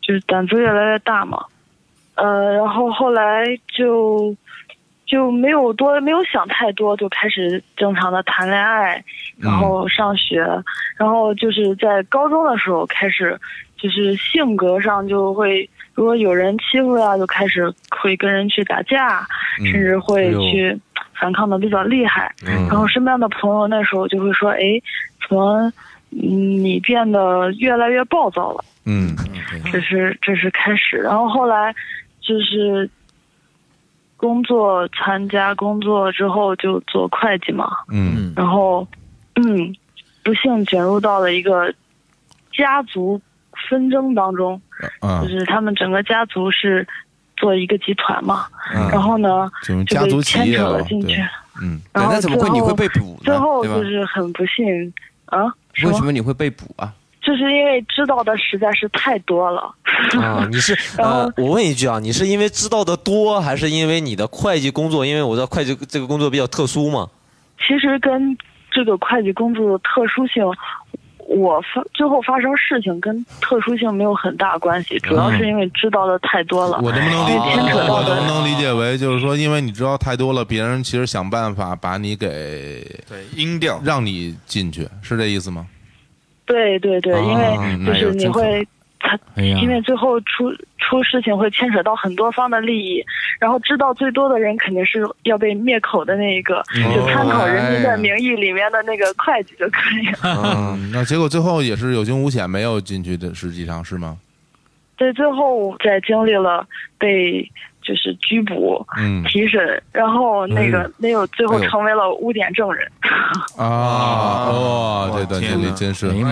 [SPEAKER 10] 就是胆子越来越大嘛。呃，然后后来就就没有多没有想太多，就开始正常的谈恋爱，然
[SPEAKER 16] 嗯
[SPEAKER 10] 后上学，然后就是在高中的时候开始，就是性格上就会，如果有人欺负呀、就开始会跟人去打架，
[SPEAKER 16] 嗯
[SPEAKER 10] 甚至会
[SPEAKER 16] 哎呦
[SPEAKER 10] 去反抗的比较厉害。
[SPEAKER 16] 嗯
[SPEAKER 10] 然后身边的朋友那时候就会说：“哎，怎么嗯你变得越来越暴躁了？”
[SPEAKER 2] 嗯，
[SPEAKER 10] 这是这是开始，然后后来就是工作参加工作之后就做会计嘛，
[SPEAKER 2] 嗯
[SPEAKER 10] 然后嗯，不幸卷入到了一个家族纷争当中，
[SPEAKER 2] 嗯
[SPEAKER 10] 就是他们整个家族是做一个集团嘛，
[SPEAKER 2] 嗯
[SPEAKER 10] 然后呢
[SPEAKER 2] 就是
[SPEAKER 10] 就
[SPEAKER 2] 家
[SPEAKER 10] 被
[SPEAKER 2] 族企
[SPEAKER 10] 牵
[SPEAKER 2] 业
[SPEAKER 10] 扯
[SPEAKER 2] 了
[SPEAKER 10] 了进
[SPEAKER 2] 对
[SPEAKER 10] 去，
[SPEAKER 2] 嗯，
[SPEAKER 10] 然后最后最后
[SPEAKER 4] 对吧
[SPEAKER 10] 就是很不幸啊，
[SPEAKER 4] 为
[SPEAKER 10] 说
[SPEAKER 4] 什么你会被捕啊？
[SPEAKER 10] 就是因为知道的实在是太多了。 <laughs>
[SPEAKER 5] 啊，你是呃，我问一句啊，你是因为知道的多，还是因为你的会计工作？因为我知道会计这个工作比较特殊嘛。
[SPEAKER 10] 其实跟这个会计工作的特殊性，我发最后发生事情跟特殊性没有很大关系，主要是因为知道的太多了。
[SPEAKER 2] 嗯我能不能理
[SPEAKER 10] 因为哎牵扯到
[SPEAKER 2] 我能
[SPEAKER 10] 的
[SPEAKER 2] 不能理解为就是说，因为你知道太多了，别人其实想办法把你给对
[SPEAKER 3] 阴掉，
[SPEAKER 2] 让你进去，是这意思吗？
[SPEAKER 10] 对对对，
[SPEAKER 2] 啊
[SPEAKER 10] 因为就
[SPEAKER 2] 哎呦
[SPEAKER 10] 是你
[SPEAKER 2] 真可怕
[SPEAKER 10] 会。他
[SPEAKER 2] 哎呀
[SPEAKER 10] 因为最后出出事情会牵扯到很多方的利益，然后知道最多的人肯定是要被灭口的那一个，
[SPEAKER 2] 哦
[SPEAKER 10] 就参考《人民
[SPEAKER 2] 哎呀
[SPEAKER 10] 的名义》里面的那个会计就可以了。 <laughs>
[SPEAKER 2] 嗯，那结果最后也是有惊无险，没有进去的，实际上是吗？
[SPEAKER 10] 对，最后在经历了被就是拘捕、
[SPEAKER 2] 嗯
[SPEAKER 10] 提审，然后那个、
[SPEAKER 2] 哎呦
[SPEAKER 10] 那个最后
[SPEAKER 2] 哎呦
[SPEAKER 10] 成为了污点证人。
[SPEAKER 2] 啊，哦，这段经历真是，哎呀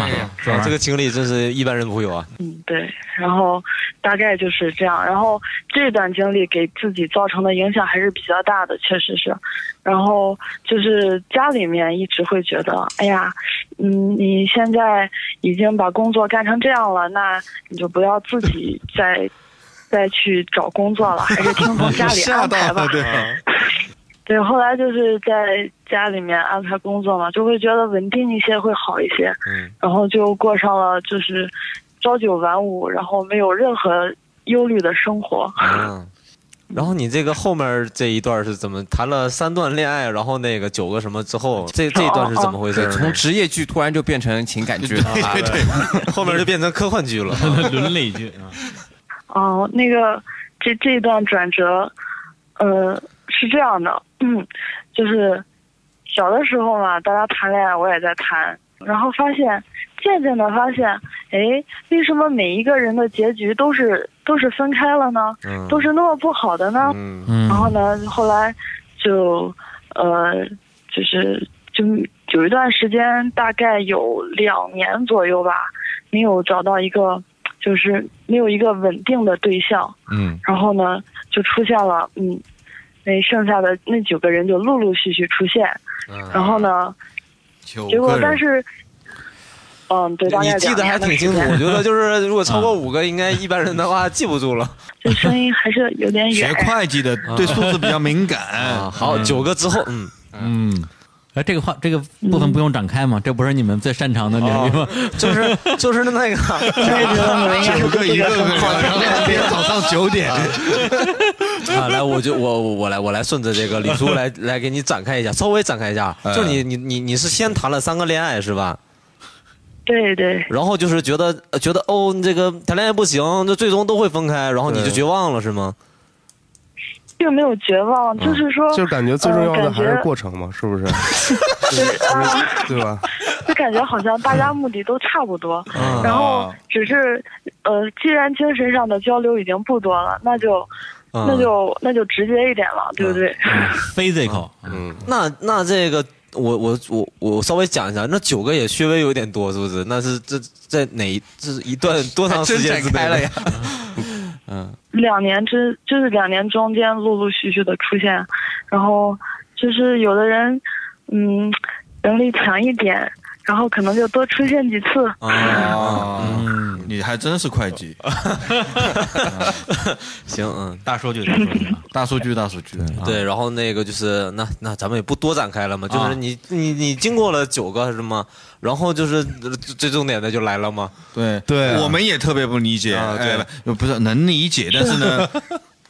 [SPEAKER 2] 妈
[SPEAKER 5] 啊，这个经历真是一般人不会有啊。
[SPEAKER 10] 嗯，对。然后大概就是这样。然后这段经历给自己造成的影响还是比较大的，确实是。然后就是家里面一直会觉得，哎呀，嗯，你现在已经把工作干成这样了，那你就不要自己再再去找工作了，还是听从家里
[SPEAKER 3] 吓
[SPEAKER 10] 安
[SPEAKER 3] 到
[SPEAKER 10] 排吧
[SPEAKER 3] 了，。对啊吧？
[SPEAKER 10] 对，后来就是在家里面安排工作嘛，就会觉得稳定一些会好一些。
[SPEAKER 5] 嗯，
[SPEAKER 10] 然后就过上了就是朝九晚五，然后没有任何忧虑的生活。
[SPEAKER 5] 嗯。然后你这个后面这一段是怎么谈了三段恋爱，然后那个九个什么之后，这这一段是怎么回事
[SPEAKER 4] 对
[SPEAKER 5] 呢？啊
[SPEAKER 4] 从职业剧突然就变成情感剧了，
[SPEAKER 5] 哦对对对， <laughs> 后面就变成科幻剧了，
[SPEAKER 1] 伦理剧啊。
[SPEAKER 10] 哦，那个这这一段转折，呃，是这样的，嗯，就是小的时候嘛，大家谈恋爱，我也在谈，然后发现，渐渐的发现，哎，为什么每一个人的结局都是都是分开了呢？
[SPEAKER 5] 嗯
[SPEAKER 10] 都是那么不好的呢？
[SPEAKER 5] 嗯
[SPEAKER 10] 然后呢，后来就呃，就是就有一段时间，大概有两年左右吧，没有找到一个，就是没有一个稳定的对象。
[SPEAKER 2] 嗯
[SPEAKER 10] 然后呢，就出现了，嗯，那剩下的那九个人就陆陆续续出现，
[SPEAKER 5] 嗯
[SPEAKER 10] 然后呢，结果但是，嗯，对，大
[SPEAKER 5] 你
[SPEAKER 10] 概
[SPEAKER 5] 记得
[SPEAKER 10] 两
[SPEAKER 5] 还
[SPEAKER 10] 年的啊
[SPEAKER 5] 挺清楚，
[SPEAKER 10] 时间
[SPEAKER 5] 我觉得
[SPEAKER 10] <laughs>
[SPEAKER 5] 就是如果超过五个，应该一般人的话记不住了。
[SPEAKER 10] 就声音还是有点
[SPEAKER 3] 学
[SPEAKER 10] 远。
[SPEAKER 3] 会计的
[SPEAKER 5] 嗯
[SPEAKER 3] 对数字比较敏
[SPEAKER 5] <laughs>
[SPEAKER 10] 啊
[SPEAKER 3] 感。
[SPEAKER 5] 啊好，九个之后，嗯
[SPEAKER 1] 嗯，哎，这个话这个部分不用展
[SPEAKER 5] 嗯
[SPEAKER 1] 开嘛，这不是你们最擅长的领
[SPEAKER 5] 哦
[SPEAKER 1] 域吗？ <laughs>
[SPEAKER 5] 就是就是那
[SPEAKER 10] <laughs>
[SPEAKER 5] 个，
[SPEAKER 3] 九个一个个的，然后每天早上九点，
[SPEAKER 5] <laughs> 啊，来，我就我我我来我来顺着这个李叔
[SPEAKER 4] <laughs>
[SPEAKER 5] 来来给你展开一下，稍微展开一下，啊
[SPEAKER 2] 哎
[SPEAKER 5] 就是你你你你是先谈了三个恋爱是吧？
[SPEAKER 10] 对对，
[SPEAKER 5] 然后就是觉得呃觉得哦，你这个谈恋爱不行，这最终都会分开，然后你就
[SPEAKER 12] 对
[SPEAKER 5] 绝望了是吗？
[SPEAKER 10] 并没有绝
[SPEAKER 5] 嗯
[SPEAKER 10] 望，就是说，
[SPEAKER 12] 就是感觉最重要
[SPEAKER 10] 呃
[SPEAKER 12] 的
[SPEAKER 10] 感
[SPEAKER 12] 还是
[SPEAKER 10] 觉
[SPEAKER 12] 过程嘛，是不是？
[SPEAKER 10] 对啊，
[SPEAKER 12] 对吧？
[SPEAKER 10] 就感觉好像大家目的都差
[SPEAKER 3] <laughs>
[SPEAKER 10] 不多，
[SPEAKER 3] 嗯
[SPEAKER 10] 然后
[SPEAKER 3] 啊
[SPEAKER 10] 只是呃，既然精神上的交流已经不多了，那就。
[SPEAKER 5] 嗯
[SPEAKER 10] 那就那就直接一点了，对不对？
[SPEAKER 3] 嗯
[SPEAKER 1] physical，
[SPEAKER 5] 嗯，那那这个我我我我稍微讲一下，那九个也稍微有点多是不是？那是这在哪一这是一段多长时间之内
[SPEAKER 4] 还真展
[SPEAKER 5] <laughs>
[SPEAKER 4] 开了呀？
[SPEAKER 5] 嗯，
[SPEAKER 10] <laughs> 两年之就是两年中间陆陆续续的出现，然后就是有的人，嗯，
[SPEAKER 3] 啊
[SPEAKER 10] 能力强一点，然后可能就多出现几次，
[SPEAKER 3] <laughs>
[SPEAKER 5] 啊，嗯，
[SPEAKER 3] 你还真是会
[SPEAKER 5] <laughs>
[SPEAKER 3] 计。
[SPEAKER 5] 行，嗯，
[SPEAKER 1] 大数据，大数据，
[SPEAKER 3] 大数据，大数据。啊
[SPEAKER 5] 对，然后那个就是那那咱们也不多展开了嘛，就是你、你你经过了九个是吗？然后就是呃最重点的就来了吗？
[SPEAKER 3] 对
[SPEAKER 5] 对啊
[SPEAKER 3] 我们也特别不理解，
[SPEAKER 5] 啊对
[SPEAKER 3] 哎，不不是能理解，但是
[SPEAKER 10] <laughs>
[SPEAKER 3] 呢，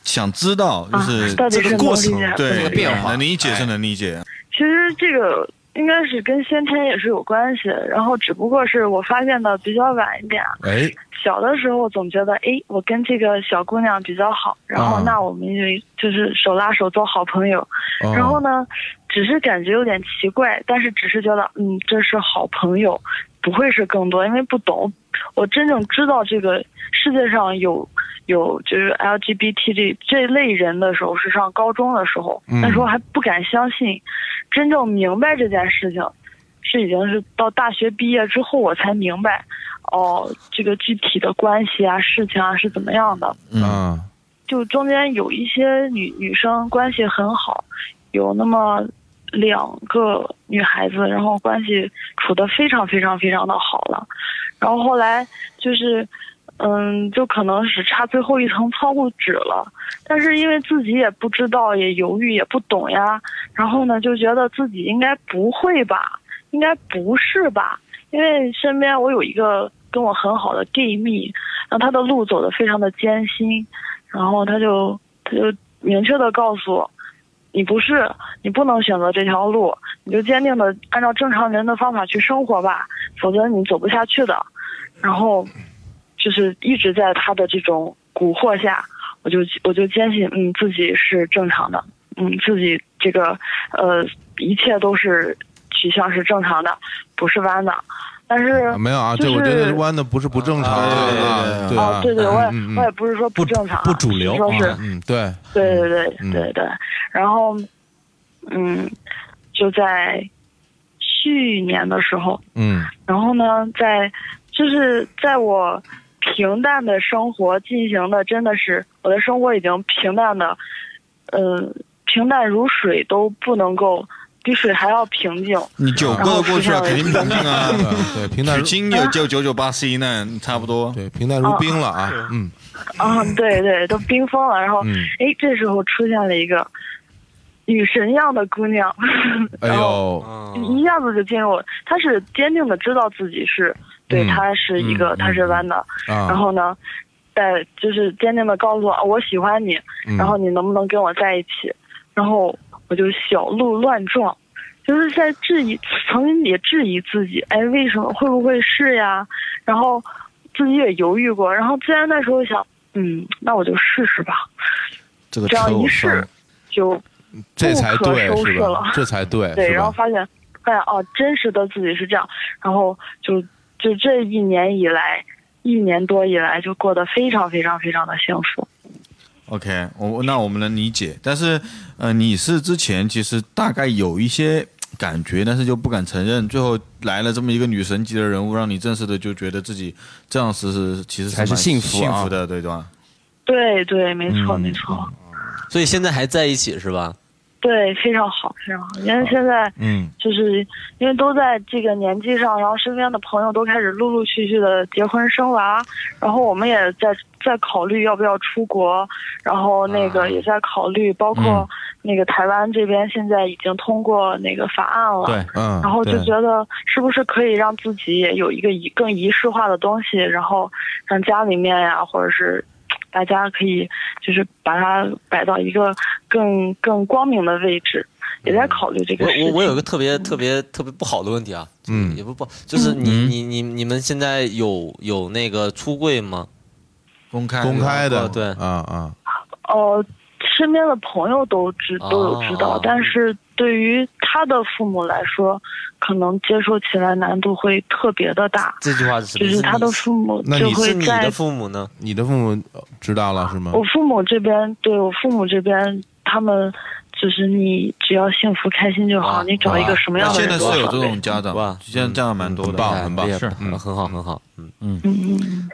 [SPEAKER 3] 想知道就是
[SPEAKER 10] 啊到底是
[SPEAKER 3] 这个
[SPEAKER 10] 能
[SPEAKER 3] 过
[SPEAKER 10] 理
[SPEAKER 3] 程
[SPEAKER 10] 解，还是
[SPEAKER 3] 对
[SPEAKER 10] 不理解
[SPEAKER 3] 能理解是能理解。
[SPEAKER 10] 其实这个应该是跟先天也是有关系，然后只不过是我发现的比较晚一点。
[SPEAKER 2] 哎，
[SPEAKER 10] 小的时候总觉得，哎，我跟这个小姑娘比较好，然后
[SPEAKER 2] 啊
[SPEAKER 10] 那我们就就是手拉手做好朋友。
[SPEAKER 2] 哦
[SPEAKER 10] 然后呢，只是感觉有点奇怪，但是只是觉得，嗯，这是好朋友，不会是更多，因为不懂。我真正知道这个世界上有有就是 LGBT 这这类人的时候，是上高中的时候，
[SPEAKER 17] 嗯
[SPEAKER 10] 那时候还不敢相信，真正明白这件事情，是已经是到大学毕业之后我才明白，哦，这个具体的关系啊、事情啊是怎么样的。
[SPEAKER 2] 嗯，
[SPEAKER 10] 就中间有一些女女生关系很好，有那么两个女孩子，然后关系处得非常非常非常的好了，然后后来就是，嗯，就可能是差最后一层窗户纸了，但是因为自己也不知道，也犹豫，也不懂呀，然后呢，就觉得自己应该不会吧，应该不是吧，因为身边我有一个跟我很好的 gay 蜜，然后他的路走得非常的艰辛，然后他就他就明确的告诉我，你不是，你不能选择这条路，你就坚定的按照正常人的方法去生活吧，否则你走不下去的。然后，就是一直在他的这种蛊惑下，我就我就坚信，嗯，自己是正常的，嗯，自己这个呃，一切都是取向是正常的，不是弯的。但是
[SPEAKER 2] 没有啊，
[SPEAKER 10] 就
[SPEAKER 2] 这
[SPEAKER 10] 是
[SPEAKER 2] 我觉得弯的不是不正常啊，对啊
[SPEAKER 10] 哦，，对对，我也、
[SPEAKER 2] 嗯嗯
[SPEAKER 10] 我也不是说不正常啊、
[SPEAKER 2] 不主流
[SPEAKER 10] 就是说是、
[SPEAKER 2] 啊嗯，对，
[SPEAKER 10] 对对对
[SPEAKER 2] 嗯
[SPEAKER 10] 对对，然后，嗯，就在去年的时候，
[SPEAKER 2] 嗯
[SPEAKER 10] 然后呢，在就是在我平淡的生活进行的，真的是我的生活已经平淡的，呃，平淡如水都不能够比水还要平静。
[SPEAKER 3] 你九
[SPEAKER 10] 啊然
[SPEAKER 3] 个
[SPEAKER 10] 后
[SPEAKER 3] 过去了，
[SPEAKER 10] 实
[SPEAKER 3] 肯
[SPEAKER 10] 现
[SPEAKER 3] 定平
[SPEAKER 10] 为止
[SPEAKER 3] 静啊。
[SPEAKER 10] <laughs>
[SPEAKER 2] 对，平淡如
[SPEAKER 3] 取经有就九九八十一呢，差不多。
[SPEAKER 2] 对，平淡如冰了啊，嗯，
[SPEAKER 10] 嗯，对对，都冰封了。然后
[SPEAKER 2] 嗯，
[SPEAKER 10] 哎、这时候出现了一个女神一样的姑娘，
[SPEAKER 2] 哎呦，
[SPEAKER 5] 啊
[SPEAKER 10] 一下子就进入了。她是坚定的知道自己是对，
[SPEAKER 2] 嗯
[SPEAKER 10] 她是一个，
[SPEAKER 2] 嗯
[SPEAKER 10] 她是弯的。
[SPEAKER 2] 嗯啊
[SPEAKER 10] 然后呢，在就是坚定的告诉我，我喜欢你，
[SPEAKER 2] 嗯
[SPEAKER 10] 然后你能不能跟我在一起？然后我就小鹿乱撞。就是在质疑，曾经也质疑自己，哎，为什么会不会是呀？然后自己也犹豫过，然后自然那时候想，嗯，那我就试试吧。
[SPEAKER 3] 这
[SPEAKER 10] 这样一试就
[SPEAKER 2] 这才
[SPEAKER 10] 不可
[SPEAKER 2] 对
[SPEAKER 10] 收拾
[SPEAKER 2] 是吧
[SPEAKER 10] 了？
[SPEAKER 2] 这才对
[SPEAKER 10] 对，
[SPEAKER 2] 是
[SPEAKER 10] 然后
[SPEAKER 2] 吧？
[SPEAKER 10] 发现发现哦，真实的自己是这样，然后就就这一年以来，一年多以来就过得非常非常非常的幸福。
[SPEAKER 3] OK，我我那我们能理解，但是呃，你是之前其实大概有一些感觉，但是就不敢承认，最后来了这么一个女神级的人物，让你正式的就觉得自己这样是是其实
[SPEAKER 4] 才是
[SPEAKER 3] 蛮
[SPEAKER 4] 幸
[SPEAKER 3] 幸
[SPEAKER 4] 福啊
[SPEAKER 3] 福的，对吧？
[SPEAKER 10] 对对，没错、没错，
[SPEAKER 5] 所以现在还在一起是吧？
[SPEAKER 10] 对，非常好非常好，因为现在
[SPEAKER 5] 嗯，
[SPEAKER 10] 就是因为都在这个年纪上，然后身边的朋友都开始陆陆续续的结婚生娃，然后我们也在在考虑要不要出国，然后那个也在考虑，包括那个台湾这边现在已经通过那个法案了，
[SPEAKER 2] 对嗯
[SPEAKER 10] 然后就
[SPEAKER 2] 对
[SPEAKER 10] 觉得是不是可以让自己也有一个仪更仪式化的东西，然后让家里面呀，或者是大家可以就是把它摆到一个更更光明的位置，也在考虑这个
[SPEAKER 5] 嗯我
[SPEAKER 10] 事情。
[SPEAKER 5] 我我有一个特别特别特别不好的问题啊，嗯，也不不，就是你、你你你们现在有有那个出柜吗？
[SPEAKER 3] 公开
[SPEAKER 2] 公开的，
[SPEAKER 5] 对
[SPEAKER 2] 啊啊，
[SPEAKER 10] 呃，身边的朋友都知
[SPEAKER 2] 哦
[SPEAKER 10] 都有知道，但是对于他的父母来说，可能接受起来难度会特别的大。
[SPEAKER 5] 这句话是什么
[SPEAKER 10] 就
[SPEAKER 5] 意
[SPEAKER 10] 是
[SPEAKER 5] 思？
[SPEAKER 10] 他的父母就会在
[SPEAKER 5] 母呢？
[SPEAKER 2] 你的父母呃知道了是吗？
[SPEAKER 10] 我父母这边，对我父母这边，他们就是你只要幸福开心就好，你找一个什么样的
[SPEAKER 3] 啊现
[SPEAKER 10] 人
[SPEAKER 3] 在是
[SPEAKER 10] 都
[SPEAKER 3] 有
[SPEAKER 10] 好。
[SPEAKER 3] 这种家长，现在家长蛮多的，很
[SPEAKER 2] 棒很棒是
[SPEAKER 5] 嗯，很好很好，嗯
[SPEAKER 1] 嗯
[SPEAKER 10] 嗯嗯，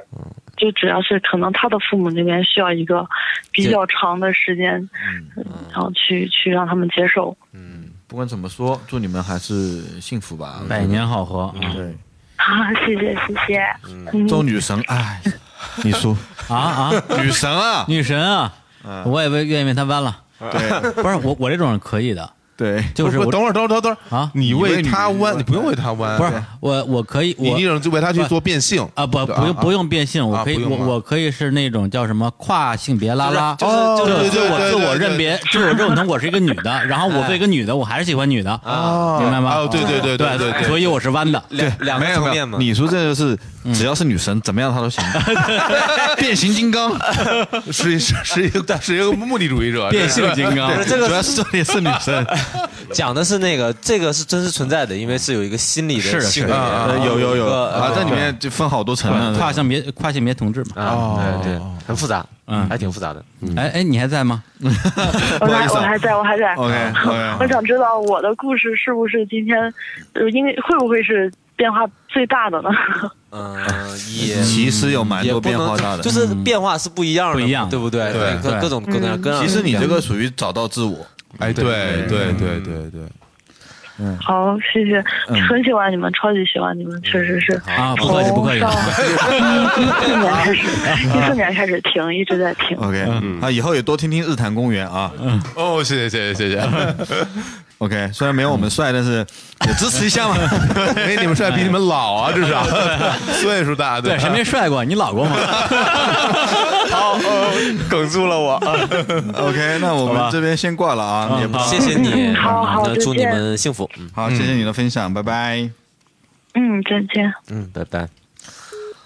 [SPEAKER 10] 就只要是可能他的父母那边需要一个比较长的时间，
[SPEAKER 3] 嗯
[SPEAKER 10] 然后去去让他们接受。
[SPEAKER 3] 不管怎么说，祝你们还是幸福吧，
[SPEAKER 1] 哎百年好合。
[SPEAKER 3] 对，
[SPEAKER 10] 啊，谢谢谢谢。嗯
[SPEAKER 3] 周女神，哎，你说
[SPEAKER 1] 啊啊，
[SPEAKER 3] 女神啊，
[SPEAKER 1] 女神啊，我也为愿意为他弯了。
[SPEAKER 3] 对
[SPEAKER 1] 不是我我这种人可以的，
[SPEAKER 3] 对，
[SPEAKER 1] 就是
[SPEAKER 2] 不是
[SPEAKER 1] 我
[SPEAKER 2] 等会儿等会儿等会儿
[SPEAKER 1] 啊，
[SPEAKER 2] 你为他弯，你不用为他弯，
[SPEAKER 1] 不是我我可以，
[SPEAKER 2] 你
[SPEAKER 1] 我
[SPEAKER 2] 一种就为他去做变性
[SPEAKER 1] 啊，不
[SPEAKER 2] 对
[SPEAKER 1] 不用
[SPEAKER 2] 啊
[SPEAKER 1] 不用变性，我
[SPEAKER 2] 啊
[SPEAKER 1] 可以
[SPEAKER 2] 不用
[SPEAKER 1] 我
[SPEAKER 2] 吗
[SPEAKER 1] 我可以是那种叫什么跨性别拉拉，
[SPEAKER 2] 就是就
[SPEAKER 1] 这
[SPEAKER 2] 是哦对对
[SPEAKER 1] 自我
[SPEAKER 2] 对
[SPEAKER 1] 自
[SPEAKER 2] 对
[SPEAKER 1] 我
[SPEAKER 2] 对
[SPEAKER 1] 认
[SPEAKER 2] 对
[SPEAKER 1] 别，自 <laughs> 我认同我是一个女的，然后我做一个女的，我还是喜欢女的，明白吗？
[SPEAKER 2] 哦对对
[SPEAKER 1] 对
[SPEAKER 2] 对对对对
[SPEAKER 1] 所以我是弯的，
[SPEAKER 3] 对，没有没有，你说这就是
[SPEAKER 2] 嗯
[SPEAKER 3] 只要是女神，怎么样她
[SPEAKER 2] <laughs>
[SPEAKER 3] 都行，变形金刚，
[SPEAKER 2] 是是是一个是一个目的主义者，
[SPEAKER 1] 变性金刚
[SPEAKER 2] 对
[SPEAKER 5] 这个
[SPEAKER 2] 主要是
[SPEAKER 3] 重点是女
[SPEAKER 1] <laughs>
[SPEAKER 3] 生，
[SPEAKER 5] 讲的是那个，这个是真实存在的，因为是有一个心理
[SPEAKER 1] 是的
[SPEAKER 5] 性
[SPEAKER 1] 是
[SPEAKER 5] 格
[SPEAKER 1] 的
[SPEAKER 5] 的
[SPEAKER 1] 啊
[SPEAKER 5] 一个，
[SPEAKER 1] 有有有
[SPEAKER 5] 呃
[SPEAKER 1] 啊在里面
[SPEAKER 3] 就分好多层呢
[SPEAKER 1] 跨性别跨性别同志嘛，
[SPEAKER 5] 啊，对对，很复杂，
[SPEAKER 1] 嗯
[SPEAKER 5] 还挺复杂的。
[SPEAKER 1] 哎哎，你还在吗？
[SPEAKER 18] 我还
[SPEAKER 3] 啊
[SPEAKER 18] 我还在我还在。
[SPEAKER 10] <laughs>
[SPEAKER 1] OK，OK
[SPEAKER 18] 我想知道我的故事是不是今天，呃，因为会不会是变化最大的呢？
[SPEAKER 5] <laughs> 嗯，也
[SPEAKER 3] 其实有蛮
[SPEAKER 5] 也
[SPEAKER 3] 多
[SPEAKER 5] 不
[SPEAKER 3] 变
[SPEAKER 5] 能
[SPEAKER 3] 化大的，
[SPEAKER 5] 就是变化是不一样的，不一样，对不对？各各种各种
[SPEAKER 2] 嗯
[SPEAKER 5] 各样的。
[SPEAKER 3] 其实你这个属于找到自我，
[SPEAKER 2] 哎对对
[SPEAKER 1] 嗯
[SPEAKER 2] 对
[SPEAKER 3] 对对，
[SPEAKER 18] 好，谢谢
[SPEAKER 3] 嗯，
[SPEAKER 18] 很喜欢你们，超级喜欢你们，确实是。
[SPEAKER 1] 啊不客气不客气
[SPEAKER 18] 从上一四年开始，一四年开始听，一直在听。
[SPEAKER 3] OK，啊，
[SPEAKER 2] 嗯
[SPEAKER 3] 以后也多听听日坛公园啊。
[SPEAKER 2] 哦，谢谢谢谢谢 <laughs> 谢。
[SPEAKER 3] OK，虽然没有我们帅，但是也支持一
[SPEAKER 2] <laughs>
[SPEAKER 3] 下嘛。
[SPEAKER 2] 因嗯为你
[SPEAKER 3] <laughs>
[SPEAKER 2] 们帅比你们老啊，
[SPEAKER 1] <laughs>
[SPEAKER 2] 至少岁数大，
[SPEAKER 1] 对，谁
[SPEAKER 2] <laughs>
[SPEAKER 1] 没帅过？你老公吗？
[SPEAKER 2] 好， <laughs>
[SPEAKER 1] 哦
[SPEAKER 2] 梗住了我。
[SPEAKER 3] 哦 OK，那我们这边先挂了啊，
[SPEAKER 2] 嗯
[SPEAKER 3] 也不
[SPEAKER 5] 谢谢你，那祝你们幸福。嗯
[SPEAKER 3] 好，谢谢你的分享，拜拜。
[SPEAKER 18] 嗯，再见。
[SPEAKER 5] 嗯，拜拜。
[SPEAKER 2] <laughs>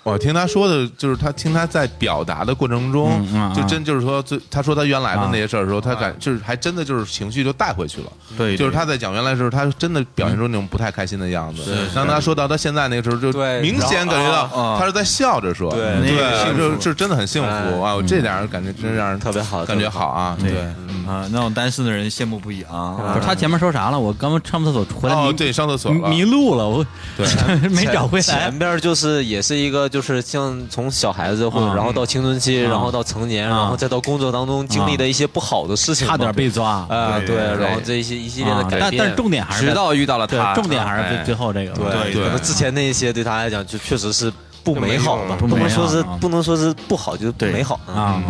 [SPEAKER 2] 我听他说的，就是他听他在表达的过程中，
[SPEAKER 1] 嗯啊
[SPEAKER 2] 就真就是说，最他说他原来的
[SPEAKER 1] 啊
[SPEAKER 2] 那些事儿的时候，他感就是还真的就是情绪就带回去了。
[SPEAKER 3] 对
[SPEAKER 2] 就是他在讲原来的时候，他真的表现出那种不太开心的样子
[SPEAKER 3] 是是。
[SPEAKER 2] 当他说到他现在那个时候，就
[SPEAKER 5] 对
[SPEAKER 2] 明显感觉
[SPEAKER 5] 然后
[SPEAKER 2] 到
[SPEAKER 5] 啊
[SPEAKER 2] 他是在笑着说，
[SPEAKER 5] 对
[SPEAKER 3] 那个幸
[SPEAKER 2] 对，
[SPEAKER 3] 福
[SPEAKER 2] 就就真的很幸福
[SPEAKER 5] 哎
[SPEAKER 2] 啊！这俩人感觉真让人
[SPEAKER 5] 特别好
[SPEAKER 2] 感觉好啊，
[SPEAKER 3] 对
[SPEAKER 2] 对。
[SPEAKER 3] 啊，那种单身的人羡慕不已啊
[SPEAKER 1] 不。是他前面说啥了？我刚刚上厕所回来迷，
[SPEAKER 2] 哦对上厕所了
[SPEAKER 1] 迷路了，我 <laughs> 没找回来
[SPEAKER 5] 前。边就是也是一个，就是像从小孩子，或者
[SPEAKER 1] 嗯
[SPEAKER 5] 然后到青春期，
[SPEAKER 1] 嗯
[SPEAKER 5] 然后到成年，然后再到工作当中经历的一些不好的事情嘛，
[SPEAKER 1] 差点被抓
[SPEAKER 5] 啊，
[SPEAKER 1] 对
[SPEAKER 5] 对，
[SPEAKER 1] 对
[SPEAKER 5] 然后这一些一系列的
[SPEAKER 1] 啊
[SPEAKER 5] 改
[SPEAKER 1] 但
[SPEAKER 5] 变，
[SPEAKER 1] 但是重点还是在
[SPEAKER 5] 直到遇到了
[SPEAKER 1] 对
[SPEAKER 5] 他，
[SPEAKER 1] 重点还是最
[SPEAKER 5] 哎
[SPEAKER 1] 最后这个
[SPEAKER 5] 对
[SPEAKER 1] 对
[SPEAKER 5] 可能之前那一些对他来讲就确实是不美好嘛，
[SPEAKER 1] 不美好
[SPEAKER 5] 能说是
[SPEAKER 1] 啊
[SPEAKER 5] 不能说是不好，就是不美好
[SPEAKER 1] 啊。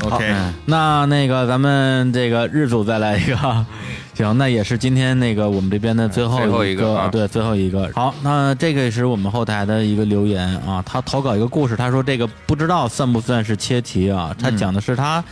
[SPEAKER 5] 好
[SPEAKER 3] OK，
[SPEAKER 1] 那那个咱们这个日组再来一个，行，那也是今天那个我们这边的最
[SPEAKER 4] 最
[SPEAKER 1] 后
[SPEAKER 4] 后
[SPEAKER 1] 一
[SPEAKER 4] 一个啊
[SPEAKER 1] 对，最后一个。好，那这个也是我们后台的一个留言啊，他投稿一个故事，他说这个不知道算不算是切题啊，他讲的是他。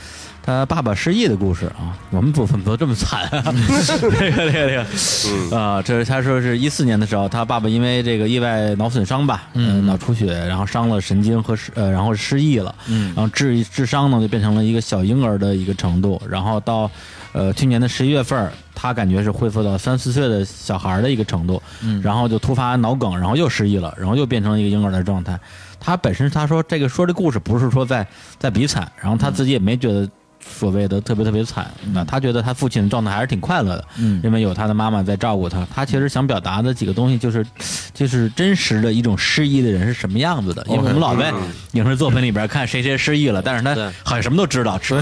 [SPEAKER 1] 他爸爸失忆的故事啊，我们组怎么都这么惨啊？这个这个这个，啊，这是他说是一四年的时候，他爸爸因为这个意外脑损伤吧，嗯，脑出血，然后伤了神经和失呃，然后失忆了，嗯，然后智智商呢就变成了一个小婴儿的一个程度，然后到呃去年的十一月份儿，他感觉是恢复到三四岁的小孩儿的一个程度，嗯，然后就突发脑梗，然后又失忆了，然后又变成了一个婴儿的状态。他本身他说这个说这故事不是说在在比惨，然后他自己也没觉得所谓的特别特别惨，那他觉得他父亲的状态还是挺快乐的，
[SPEAKER 3] 嗯
[SPEAKER 1] 因为有他的妈妈在照顾他。他其实想表达的几个东西就是，就是真实的一种失忆的人是什么样子的，因为我们老在影视作品里边看谁谁失忆了，但是他好像什么都知道，是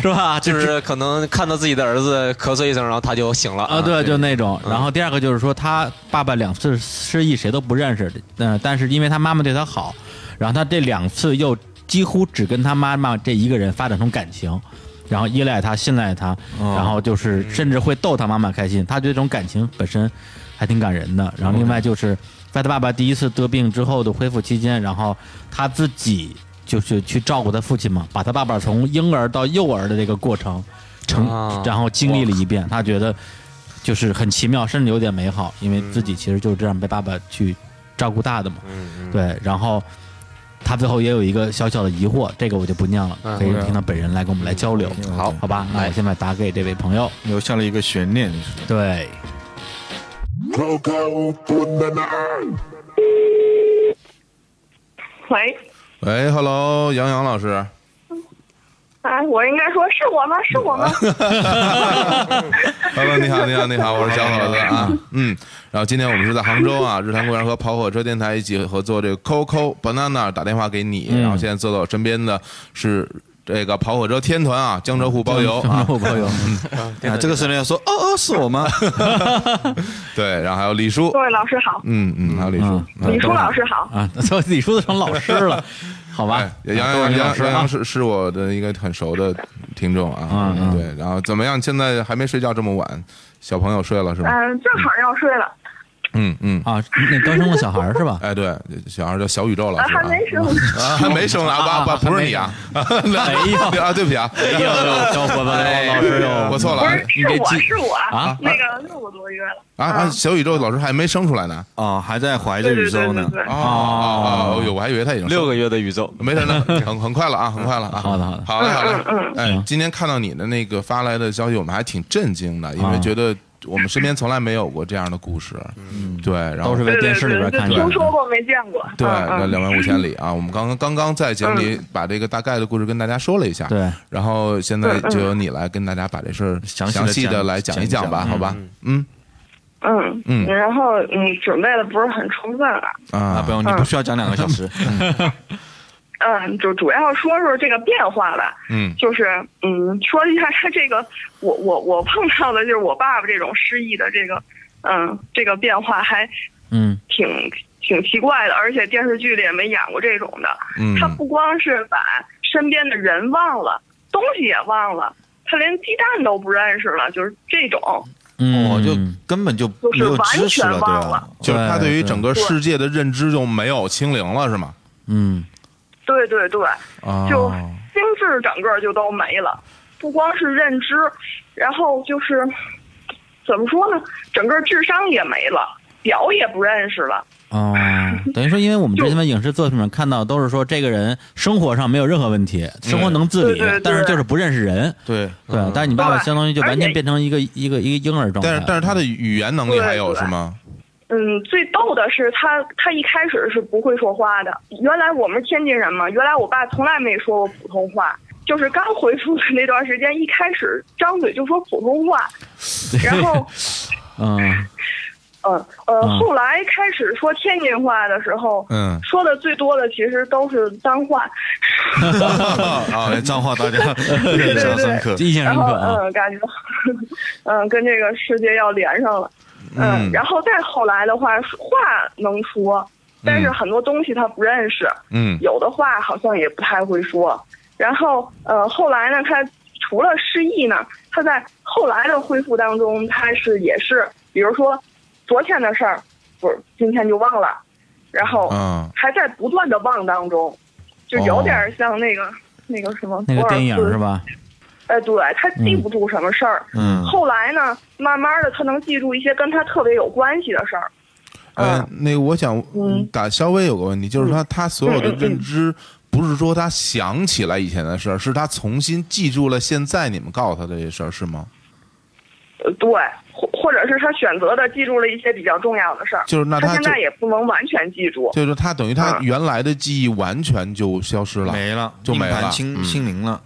[SPEAKER 1] 是吧？
[SPEAKER 5] 就
[SPEAKER 1] 就是
[SPEAKER 5] 可能看到自己的儿子咳嗽一声，然后他就醒了
[SPEAKER 1] 啊，对，就 <laughs> 那种。然后第二个就是说，他爸爸两次失忆谁都不认识，嗯、但是因为他妈妈对他好，然后他这两次又几乎只跟他妈妈这一个人发展出感情，然后依赖他、信赖他，
[SPEAKER 3] 哦
[SPEAKER 1] 然后就是甚至会逗他妈妈开心。他觉得这种感情本身还挺感人的。然后另外就是在他爸爸第一次得病之后的恢复期间，然后他自己就是去照顾他父亲嘛，把他爸爸从婴儿到幼儿的这个过程成，
[SPEAKER 5] 啊
[SPEAKER 1] 然后经历了一遍，他觉得就是很奇妙，甚至有点美好，因为自己其实就是这样被爸爸去照顾大的嘛。对，然后他最后也有一个小小的疑惑，这个我就不念了，
[SPEAKER 5] 嗯
[SPEAKER 1] 可以
[SPEAKER 3] OK
[SPEAKER 1] 听到本人来跟我们来交流。
[SPEAKER 3] 好
[SPEAKER 1] 好吧，那我先把打给这位朋友。
[SPEAKER 3] 留下了一个悬念。你说
[SPEAKER 1] <laughs> 对，
[SPEAKER 19] 喂，
[SPEAKER 2] 喂，Hello，杨哎洋老师，
[SPEAKER 19] 哎，我应该说是我吗？是我吗？
[SPEAKER 2] Hello，你好，你好，你好，我是小伙子啊，嗯，然后今天我们是在杭州啊，日坛公园和跑火车电台一起合作这个 Coco Banana 打电话给你，然后现在坐在我身边的是。这个跑火车天团啊，江浙沪包邮啊，
[SPEAKER 3] 江浙沪包邮
[SPEAKER 2] 嗯
[SPEAKER 3] 啊这个时候要说哦哦，是我 <laughs> 吗？
[SPEAKER 2] 对，然后还有李叔
[SPEAKER 10] 各，位老师好，
[SPEAKER 2] 嗯嗯，还有李叔，
[SPEAKER 10] 李叔老师好，
[SPEAKER 1] 啊， <laughs> 那李叔都成老师
[SPEAKER 2] <laughs>
[SPEAKER 1] 了，好吧？
[SPEAKER 2] 哎杨洋杨杨
[SPEAKER 1] 啊
[SPEAKER 2] 洋是是我的一个很熟的听众啊，对，然后怎么样？现在还没睡觉这么晚，小朋友睡了是吗？
[SPEAKER 10] 嗯，正好要睡了，
[SPEAKER 2] 嗯嗯
[SPEAKER 1] 啊，那刚生了小孩是吧？
[SPEAKER 2] 哎，对，小孩叫小宇宙了，
[SPEAKER 10] 呃
[SPEAKER 2] 是吧
[SPEAKER 10] 还没生呢，
[SPEAKER 2] 啊，还没生呢，啊，不不不是你啊，哎呀， <laughs> 啊，对不起啊，哎
[SPEAKER 1] 呦我老师
[SPEAKER 2] 我错了
[SPEAKER 10] 不
[SPEAKER 2] 啊，
[SPEAKER 10] 是
[SPEAKER 2] 你
[SPEAKER 10] 是
[SPEAKER 2] 别
[SPEAKER 10] 我
[SPEAKER 2] 记
[SPEAKER 10] 是我
[SPEAKER 2] 啊
[SPEAKER 10] 那个六个多月了，
[SPEAKER 2] 啊啊！小宇宙老师还没生出来呢，
[SPEAKER 3] 啊，还在怀
[SPEAKER 10] 着宇宙呢对对对对对
[SPEAKER 2] 哦哦哦，哟，我还以为他已经
[SPEAKER 5] 六
[SPEAKER 2] 个
[SPEAKER 5] 个月的宇宙，
[SPEAKER 2] 没事，那很很快了啊，很快了啊。好的好的，好嘞好
[SPEAKER 10] 嗯
[SPEAKER 2] 嘞。哎，今天看到你的那个发来的消息，我们还挺震惊的，因为
[SPEAKER 1] 啊
[SPEAKER 2] 觉得我们身边从来没有过这样的故事。嗯，对，然后
[SPEAKER 1] 都是在电视里边看见
[SPEAKER 2] 对
[SPEAKER 1] 的
[SPEAKER 10] 听说过没见过，
[SPEAKER 2] 对，
[SPEAKER 10] 嗯
[SPEAKER 2] 那
[SPEAKER 10] 嗯
[SPEAKER 2] 两万五千里啊，我们刚刚刚刚在节目里把这个大概的故事跟大家说了一下，
[SPEAKER 1] 对，
[SPEAKER 2] 然后现在就由你来跟大家把这事儿
[SPEAKER 3] 细地
[SPEAKER 2] 详细的
[SPEAKER 3] 讲
[SPEAKER 2] 来讲一
[SPEAKER 3] 讲一
[SPEAKER 2] 吧，
[SPEAKER 3] 讲
[SPEAKER 2] 好吧？嗯
[SPEAKER 10] 嗯
[SPEAKER 2] 嗯
[SPEAKER 10] 然后嗯准备的不是很充分了，
[SPEAKER 2] 啊，
[SPEAKER 3] 不用，你不需要讲两个小时。
[SPEAKER 10] 嗯，就主要说说这个变化吧，
[SPEAKER 2] 嗯
[SPEAKER 10] 就是嗯，说一下他这个，我我我碰到的就是我爸爸这种失忆的这个，嗯，这个变化还
[SPEAKER 1] 嗯
[SPEAKER 10] 挺挺奇怪的，而且电视剧里也没演过这种的。
[SPEAKER 2] 嗯
[SPEAKER 10] 他不光是把身边的人忘了，东西也忘了，他连鸡蛋都不认识了，就是这种。
[SPEAKER 1] 嗯，
[SPEAKER 3] 哦
[SPEAKER 2] 哦
[SPEAKER 3] 我就根本就没有知识了，
[SPEAKER 10] 就是完全
[SPEAKER 3] 对
[SPEAKER 10] 忘
[SPEAKER 3] 吧
[SPEAKER 10] 了？
[SPEAKER 2] 就是他对于整个
[SPEAKER 10] 对
[SPEAKER 2] 世界的认知就没有清零了，是吗？
[SPEAKER 1] 嗯
[SPEAKER 10] 对对对，
[SPEAKER 2] 啊，
[SPEAKER 10] 就心智整个就都没了，不光是认知，然后就是怎么说呢，整个智商也没了，表也不认识了。
[SPEAKER 1] 哦，等于说，因为我们之前的影视作品上看到都是说这个人生活上没有任何问题，生活能自理
[SPEAKER 10] 对对对，
[SPEAKER 1] 但是就是不认识人。
[SPEAKER 3] 对
[SPEAKER 1] 对，但是你爸爸相当于就完
[SPEAKER 10] 而
[SPEAKER 1] 全
[SPEAKER 10] 且
[SPEAKER 1] 变成一个一个一个婴儿状态
[SPEAKER 2] 但
[SPEAKER 1] 了
[SPEAKER 2] 是。但是他的语言能力还有
[SPEAKER 10] 对
[SPEAKER 2] 是吗？
[SPEAKER 10] 嗯，最逗的是他，他一开始是不会说话的。原来我们是天津人嘛，原来我爸从来没说过普通话，就是刚回出的那段时间，一开始张嘴就说普通话，然后，
[SPEAKER 1] <laughs> 嗯
[SPEAKER 10] 嗯呃，
[SPEAKER 1] 嗯
[SPEAKER 10] 后来开始说天津话的时候，
[SPEAKER 2] 嗯，
[SPEAKER 10] 说的最多的其实都是脏话，
[SPEAKER 3] <laughs> 啊，脏话大家
[SPEAKER 10] <laughs> 对
[SPEAKER 3] 印
[SPEAKER 10] 对
[SPEAKER 3] 象
[SPEAKER 10] 对
[SPEAKER 3] 深，刻，
[SPEAKER 10] 然后
[SPEAKER 1] 啊
[SPEAKER 10] 嗯，感觉 <laughs> 嗯跟这个世界要连上了，嗯，
[SPEAKER 2] 嗯
[SPEAKER 10] 然后再后来的话，说话能说，但是
[SPEAKER 2] 嗯
[SPEAKER 10] 很多东西他不认识，
[SPEAKER 2] 嗯
[SPEAKER 10] 有的话好像也不太会说。然后呃，后来呢，他除了失忆呢，他在后来的恢复当中，他是也是，比如说昨天的事儿，不是今天就忘了，然后
[SPEAKER 2] 嗯
[SPEAKER 10] 还在不断的忘当中，就有点儿像那个、那个什么
[SPEAKER 1] 那个
[SPEAKER 10] 博尔
[SPEAKER 1] 电影
[SPEAKER 10] 赫
[SPEAKER 1] 是吧？
[SPEAKER 10] 哎，对，他记不住什么事儿。
[SPEAKER 3] 嗯
[SPEAKER 10] 后来呢，慢慢的他能记住一些跟他特别有关系的事儿。
[SPEAKER 2] 哎，那个我想
[SPEAKER 10] 啊嗯
[SPEAKER 2] 打稍微有个问题，就是说他所有的
[SPEAKER 10] 嗯嗯嗯
[SPEAKER 2] 认知，不是说他想起来以前的事儿，是他重新记住了现在你们告诉他的这些事儿，是吗？
[SPEAKER 10] 呃，对，或或者是他选择的记住了一些比较重要的事儿。
[SPEAKER 2] 就是那
[SPEAKER 10] 他
[SPEAKER 2] 他
[SPEAKER 10] 现
[SPEAKER 2] 就
[SPEAKER 10] 在也不能完全记住。
[SPEAKER 2] 就是说他等于他
[SPEAKER 10] 啊
[SPEAKER 2] 原来的记忆完全就消失了，
[SPEAKER 3] 没了，
[SPEAKER 2] 就没
[SPEAKER 3] 硬
[SPEAKER 2] 了
[SPEAKER 3] 盘，清
[SPEAKER 2] 嗯
[SPEAKER 3] 清零了。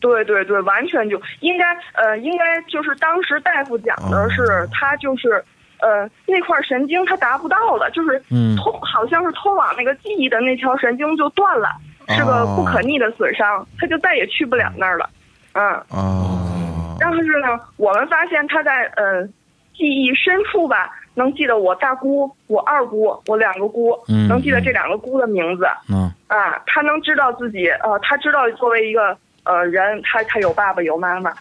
[SPEAKER 10] 对对对，完全就应该呃，应该就是当时大夫讲的是、
[SPEAKER 2] 哦
[SPEAKER 10] 他就是呃那块神经他达不到了，就是
[SPEAKER 1] 嗯
[SPEAKER 10] 通、好像是通往那个记忆的那条神经就断了，是个不
[SPEAKER 2] 哦
[SPEAKER 10] 可逆的损伤，他就再也去不了那儿了。嗯，
[SPEAKER 2] 哦，
[SPEAKER 10] 但是呢，我们发现他在呃记忆深处吧，能记得我大姑、我二姑、我两个姑，
[SPEAKER 1] 嗯
[SPEAKER 10] 能记得这两个姑的名字。
[SPEAKER 1] 嗯
[SPEAKER 10] 啊，他能知道自己，呃，他知道作为一个呃人，他他有爸爸有妈妈，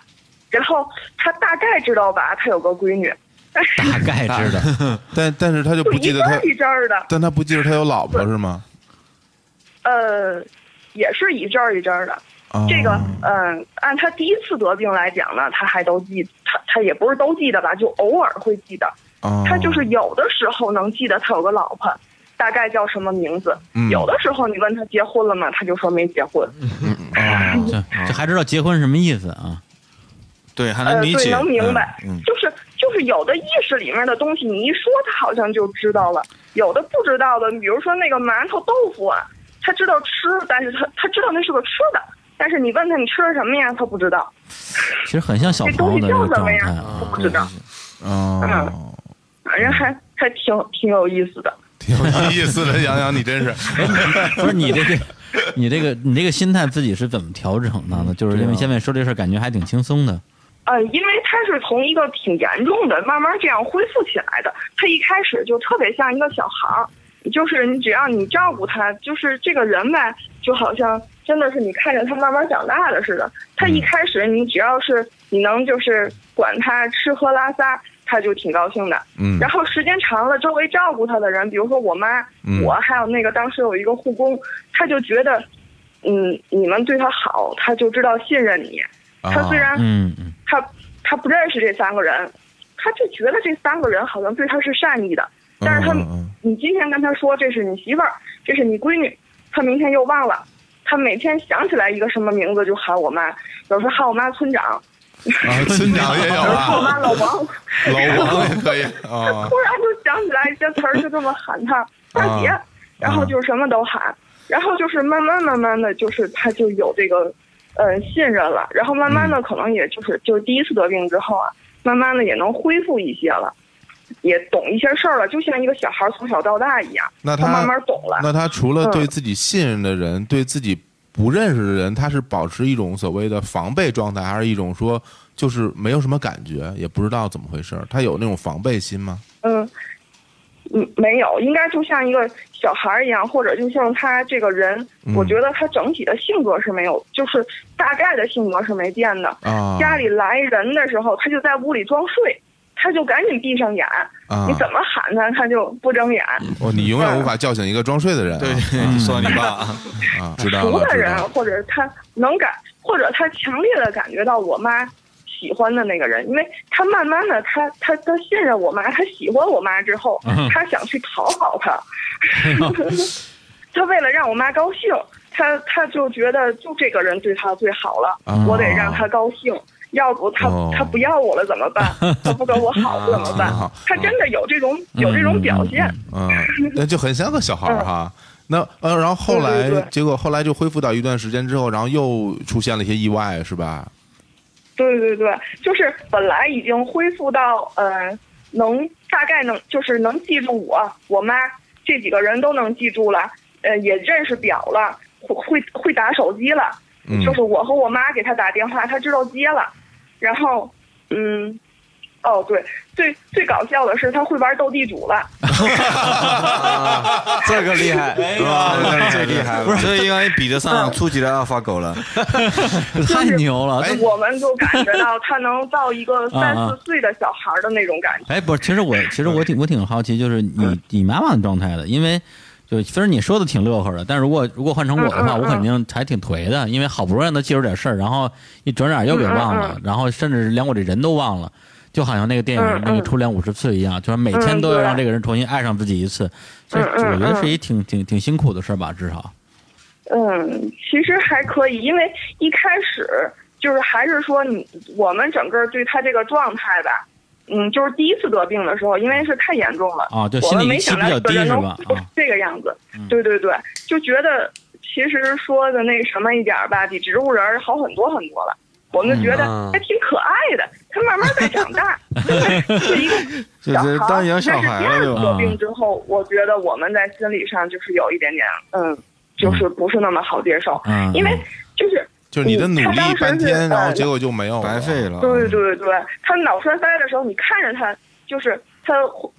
[SPEAKER 10] 然后他大概知道吧，他有个闺女， <laughs> 但是
[SPEAKER 1] 大概知
[SPEAKER 2] <laughs>
[SPEAKER 1] 道。
[SPEAKER 2] 但但是他就
[SPEAKER 10] 就
[SPEAKER 2] 不
[SPEAKER 10] 一
[SPEAKER 2] 记得
[SPEAKER 10] 阵
[SPEAKER 2] 他
[SPEAKER 10] 儿，一阵儿的，
[SPEAKER 2] 但他不记得他有老婆是吗？
[SPEAKER 10] 呃，也是一阵儿一阵儿的。
[SPEAKER 2] 哦
[SPEAKER 10] 这个，嗯、按他第一次得病来讲呢，他还都记，他他也不是都记得吧，就偶尔会记得。
[SPEAKER 2] 哦
[SPEAKER 10] 他就是有的时候能记得他有个老婆，大概叫什么名字。
[SPEAKER 2] 嗯
[SPEAKER 10] 有的时候你问他结婚了吗，他就说没结婚。
[SPEAKER 1] 哦，这这还知道结婚什么意思啊？
[SPEAKER 3] 对，还
[SPEAKER 10] 呃，对，能明白，
[SPEAKER 3] 嗯
[SPEAKER 10] 就是就是有的意识里面的东西，你一说他好像就知道了；有的不知道的，比如说那个馒头豆腐啊，他知道吃，但是他他知道那是个吃的，但是你问他你吃了什么呀，他不知道，
[SPEAKER 1] 其实很像小朋友的这个状态
[SPEAKER 10] 他
[SPEAKER 1] 啊。
[SPEAKER 10] 不知道，
[SPEAKER 2] 哦，
[SPEAKER 10] 嗯，反正还还挺挺有意思的。
[SPEAKER 2] 挺有意思的，杨洋你真是，
[SPEAKER 1] <laughs> 不是你这个你这个你这个心态自己是怎么调整的呢？就是因为现在说这事儿感觉还挺轻松的，
[SPEAKER 10] 呃，因为他是从一个挺严重的慢慢这样恢复起来的。他一开始就特别像一个小孩儿，就是你只要你照顾他，就是这个人呗，就好像真的是你看着他慢慢长大的似的。他一开始你只要是你能就是管他吃喝拉撒，他就挺高兴的。
[SPEAKER 2] 嗯
[SPEAKER 10] 然后时间长了，周围照顾他的人，比如说我妈，
[SPEAKER 2] 嗯
[SPEAKER 10] 我还有那个当时有一个护工，他就觉得，嗯，你们对他好，他就知道信任你。他虽然、
[SPEAKER 1] 嗯嗯
[SPEAKER 10] 他他不认识这三个人，他就觉得这三个人好像对他是善意的，但是他，你今天跟他说这是你媳妇儿，这是你闺女，他明天又忘了，他每天想起来一个什么名字就喊我妈，有时候喊我妈村长，
[SPEAKER 2] 啊，村长也有啊，
[SPEAKER 10] 老王，
[SPEAKER 2] 老王也可
[SPEAKER 10] <laughs>
[SPEAKER 2] 以啊
[SPEAKER 10] 突，然就想起来一些词儿，就这么喊他大
[SPEAKER 2] <laughs>
[SPEAKER 10] 姐
[SPEAKER 2] 啊，
[SPEAKER 10] 然后就什么都喊，然后就是慢慢慢慢的就是他就有这个呃信任了，然后慢慢的可能也就是就是第一次得病之后啊，慢慢的也能恢复一些了，也懂一些事儿了，就像一个小孩从小到大一样，
[SPEAKER 2] 那
[SPEAKER 10] 他
[SPEAKER 2] 他
[SPEAKER 10] 慢慢懂了。
[SPEAKER 2] 那他除了对
[SPEAKER 10] 嗯
[SPEAKER 2] 自己信任的人，对自己不认识的人，他是保持一种所谓的防备状态，还是一种说就是没有什么感觉，也不知道怎么回事儿？他有那种防备心吗？
[SPEAKER 10] 嗯，嗯，没有，应该就像一个小孩儿一样，或者就像他这个人，
[SPEAKER 2] 嗯
[SPEAKER 10] 我觉得他整体的性格是没有，就是大概的性格是没变的。
[SPEAKER 2] 啊
[SPEAKER 10] 家里来人的时候，他就在屋里装睡，他就赶紧闭上眼，
[SPEAKER 2] 啊
[SPEAKER 10] 你怎么喊他，他就不睁眼。
[SPEAKER 2] 哦，你永
[SPEAKER 10] 啊
[SPEAKER 2] 远无法叫醒一个装睡的人、啊。对，
[SPEAKER 3] 嗯说你爸 <laughs>
[SPEAKER 2] 啊，知道
[SPEAKER 10] 熟
[SPEAKER 2] 了，
[SPEAKER 10] 的
[SPEAKER 2] 知
[SPEAKER 10] 人
[SPEAKER 2] 道了。，
[SPEAKER 10] 或者他能感，或者他强烈的感觉到我妈喜欢的那个人，因为他慢慢的，他他他信任我妈，他喜欢我妈之后
[SPEAKER 20] 嗯，
[SPEAKER 10] 他想去讨好她，
[SPEAKER 2] 嗯
[SPEAKER 10] <laughs> 他为了让我妈高兴，他他就觉得就这个人对他最好了，
[SPEAKER 2] 啊
[SPEAKER 20] 哦
[SPEAKER 10] 我得让他高兴。要不他、
[SPEAKER 20] 哦
[SPEAKER 10] 他不要我了怎么办？他不跟我好了怎么办？
[SPEAKER 2] 啊
[SPEAKER 10] 他真的有这种有这种表现，
[SPEAKER 2] 嗯，那就很像个小孩儿哈。那呃，然后后来
[SPEAKER 10] 嗯对对对
[SPEAKER 2] 结果后来就恢复到一段时间之后，然后又出现了一些意外，是吧？
[SPEAKER 10] 对对对，就是本来已经恢复到呃，能大概能就是能记住我、我妈这几个人都能记住了，呃，也认识表了，会会会打手机了，
[SPEAKER 20] 嗯
[SPEAKER 10] 就是我和我妈给他打电话，他知道接了，然后嗯，哦对，最最搞笑的是他会玩斗地主了，
[SPEAKER 5] 啊这个厉害，
[SPEAKER 3] 是吧？
[SPEAKER 5] 这个厉害了
[SPEAKER 3] 不
[SPEAKER 2] <laughs>
[SPEAKER 3] 是，这应该比得上初级的阿尔法狗了，太
[SPEAKER 1] 牛了
[SPEAKER 10] 我们就感觉到他能到一个三
[SPEAKER 1] 哎啊
[SPEAKER 10] 四岁的小孩儿的那种感觉。
[SPEAKER 1] 哎，不是，其实我其实我挺我挺好奇，就是
[SPEAKER 10] 嗯
[SPEAKER 1] 你你妈妈的状态的，因为就虽然你说的挺乐呵的，但如果如果换成我的话，
[SPEAKER 10] 嗯嗯嗯
[SPEAKER 1] 我肯定还挺颓的，因为好不容易能记住点事儿，然后一转眼又给忘
[SPEAKER 10] 嗯
[SPEAKER 1] 了，
[SPEAKER 10] 嗯嗯
[SPEAKER 1] 然后甚至连我这人都忘了，就好像那个电影、
[SPEAKER 10] 嗯嗯
[SPEAKER 1] 那个《初恋五十次》一样，就是每天都要让这个人重新爱上自己一次，所以
[SPEAKER 10] 嗯嗯
[SPEAKER 1] 我觉得
[SPEAKER 10] 嗯
[SPEAKER 1] 是一挺挺挺辛苦的事儿吧，至少。
[SPEAKER 10] 嗯，其实还可以，因为一开始就是还是说你我们整个对他这个状态吧，嗯，就是第一次得病的时候，因为是太严重了
[SPEAKER 1] 啊就
[SPEAKER 10] 我
[SPEAKER 1] 心理
[SPEAKER 10] 们没
[SPEAKER 1] 预期
[SPEAKER 10] 想到
[SPEAKER 1] 比较
[SPEAKER 10] 有个
[SPEAKER 1] 低
[SPEAKER 10] 人
[SPEAKER 1] 是
[SPEAKER 10] 能
[SPEAKER 1] 吧啊
[SPEAKER 10] 这个样子，对对对，就觉得其实说的那什么一点儿吧，比植物人儿好很多很多了。我们就觉得
[SPEAKER 3] 嗯啊
[SPEAKER 10] 还挺可爱的，他慢慢在长
[SPEAKER 1] <laughs>
[SPEAKER 10] 大，是一个
[SPEAKER 3] 这
[SPEAKER 10] 小孩
[SPEAKER 3] 这
[SPEAKER 10] 儿。
[SPEAKER 3] 当养小
[SPEAKER 10] 但是
[SPEAKER 3] 孩
[SPEAKER 10] 第
[SPEAKER 3] 了
[SPEAKER 10] 二
[SPEAKER 3] 就
[SPEAKER 10] 次得病之后，我觉得我们在心理上就是有一点点，嗯，就是不是那么好接受，
[SPEAKER 2] 嗯
[SPEAKER 10] 因为就是
[SPEAKER 2] 就是你的努
[SPEAKER 10] 他
[SPEAKER 2] 力
[SPEAKER 10] 当时
[SPEAKER 2] 半
[SPEAKER 10] 是
[SPEAKER 2] 天，然后
[SPEAKER 10] 呃
[SPEAKER 2] 结果就没有，白费了
[SPEAKER 10] 对对对对，他脑栓塞的时候，你看着他，就是他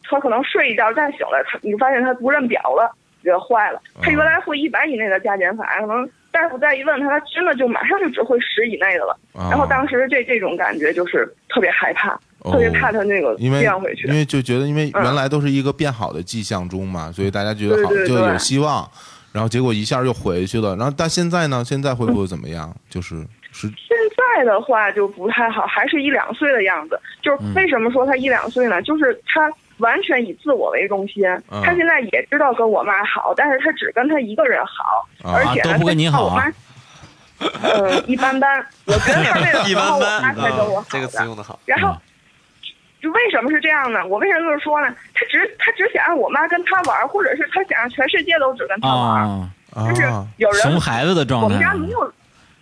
[SPEAKER 10] 他可能睡一觉，但醒了，他你发现他不认表了，觉得坏了。他原来会一百以内的加减法，可能大夫再一问他，他真的就马上就只会十以内的了。
[SPEAKER 2] 啊
[SPEAKER 10] 然后当时这这种感觉就是特别害怕，特别怕他那个
[SPEAKER 2] 因为
[SPEAKER 10] 变回去
[SPEAKER 2] 因。为就觉得，因为
[SPEAKER 10] 嗯
[SPEAKER 2] 原来都是一个变好的迹象中嘛，所以大家觉得好
[SPEAKER 10] 对对
[SPEAKER 2] 就
[SPEAKER 10] 对
[SPEAKER 2] 有希望，然后结果一下又回去了，然后但现在呢？现在恢复得怎么样？就是是
[SPEAKER 10] 现在的话就不太好，还是一两岁的样子。就是
[SPEAKER 2] 嗯
[SPEAKER 10] 为什么说他一两岁呢？就是他完全以自我为中心。
[SPEAKER 1] 嗯
[SPEAKER 10] 他现在也知道跟我妈好，但是他只跟他一个人好，
[SPEAKER 1] 啊
[SPEAKER 10] 而且呢
[SPEAKER 1] 都不跟你好啊。
[SPEAKER 10] 他靠我妈呃，一般般。我觉得他为
[SPEAKER 1] <laughs>
[SPEAKER 10] 了
[SPEAKER 5] 一
[SPEAKER 10] 讨好
[SPEAKER 5] 般
[SPEAKER 10] 我
[SPEAKER 5] 般
[SPEAKER 10] 妈才跟我好
[SPEAKER 5] 啊，这个词用的好。
[SPEAKER 10] 然后，
[SPEAKER 1] 嗯
[SPEAKER 10] 就为什么是这样呢？我为什么就是说呢？他只他只想让我妈跟他玩，或者是他想让全世界都只跟他玩。
[SPEAKER 1] 啊，
[SPEAKER 10] 就是有人
[SPEAKER 1] 熊孩子
[SPEAKER 2] 啊
[SPEAKER 1] 的状态，啊
[SPEAKER 10] 我们家没有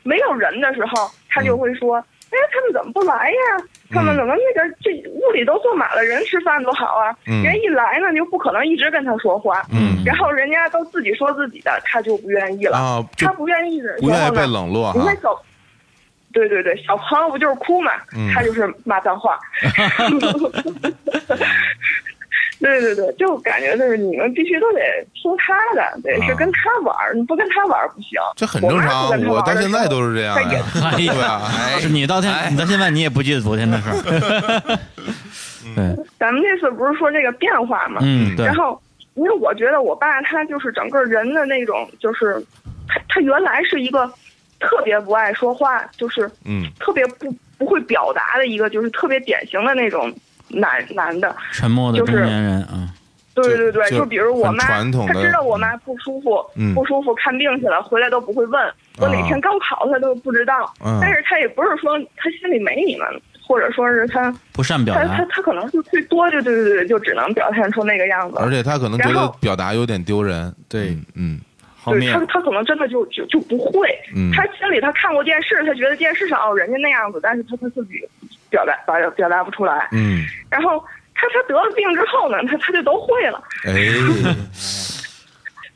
[SPEAKER 10] 没有人的时候，他就会说：“哎，他们怎么不来呀？
[SPEAKER 2] 嗯
[SPEAKER 10] 他们怎么那个这屋里都坐满了人吃饭多好啊？
[SPEAKER 21] 嗯
[SPEAKER 10] 人一来呢，你就不可能一直跟他说话。
[SPEAKER 2] 嗯
[SPEAKER 10] 然后人家都自己说自己的，他就不愿意了。
[SPEAKER 2] 啊就
[SPEAKER 10] 他不愿意的，
[SPEAKER 2] 不愿意
[SPEAKER 10] 然后呢
[SPEAKER 2] 被冷落
[SPEAKER 10] 你
[SPEAKER 2] 哈
[SPEAKER 10] 看小，对对对，小朋友不就是哭嘛？
[SPEAKER 2] 嗯
[SPEAKER 10] 他就是骂
[SPEAKER 2] <laughs>
[SPEAKER 10] 脏话。对对对，就感觉就是你们必须都得听他的，得是跟他玩儿，你不跟他玩儿不行。
[SPEAKER 2] 啊这很正常
[SPEAKER 10] 我妈不跟他
[SPEAKER 2] 我
[SPEAKER 10] 玩儿
[SPEAKER 2] 到
[SPEAKER 10] 的
[SPEAKER 2] 现
[SPEAKER 10] 时
[SPEAKER 2] 在
[SPEAKER 10] 候
[SPEAKER 2] 都是这样
[SPEAKER 10] 她也
[SPEAKER 2] 呀对吧哎
[SPEAKER 1] 是你到现你到现在你也不记得昨天的事
[SPEAKER 2] <laughs>
[SPEAKER 1] 儿，
[SPEAKER 2] 嗯
[SPEAKER 1] 对，
[SPEAKER 10] 咱们这次不是说这个变化嘛，
[SPEAKER 1] 嗯对
[SPEAKER 10] 然后因为我觉得我爸他就是整个人的那种，就是他他原来是一个特别不爱说话，就是
[SPEAKER 2] 嗯
[SPEAKER 10] 特别不不会表达的一个，就是特别典型的那种男男的，
[SPEAKER 1] 沉默的
[SPEAKER 10] 就
[SPEAKER 1] 中
[SPEAKER 10] 是
[SPEAKER 1] 年人啊，
[SPEAKER 10] 对对对，
[SPEAKER 1] 就
[SPEAKER 10] 就比如我
[SPEAKER 1] 很
[SPEAKER 10] 妈，
[SPEAKER 1] 传统
[SPEAKER 10] 她
[SPEAKER 1] 的
[SPEAKER 10] 知道我妈不舒服，
[SPEAKER 1] 嗯啊
[SPEAKER 10] 不舒服看病去了，回来都不会问我哪天高考，她都不知道。
[SPEAKER 1] 嗯
[SPEAKER 10] 但是她也不是说她心里没你们，或者说是她
[SPEAKER 1] 不善表
[SPEAKER 10] 她她
[SPEAKER 1] 达，
[SPEAKER 10] 她可能是最多就对对对，就只能表现出那个样子。
[SPEAKER 2] 而且他可能觉
[SPEAKER 10] 然
[SPEAKER 2] 得
[SPEAKER 10] 后
[SPEAKER 2] 表达有点丢人，对，嗯，
[SPEAKER 10] 对她她可能真的就就就不会，
[SPEAKER 2] 嗯
[SPEAKER 10] 她心里她看过电视，她觉得电视上哦人家那样子，但是她她自己表达表表达不出来。
[SPEAKER 2] 嗯，
[SPEAKER 10] 然后她她得了病之后呢，她她就都会了。
[SPEAKER 2] 哎，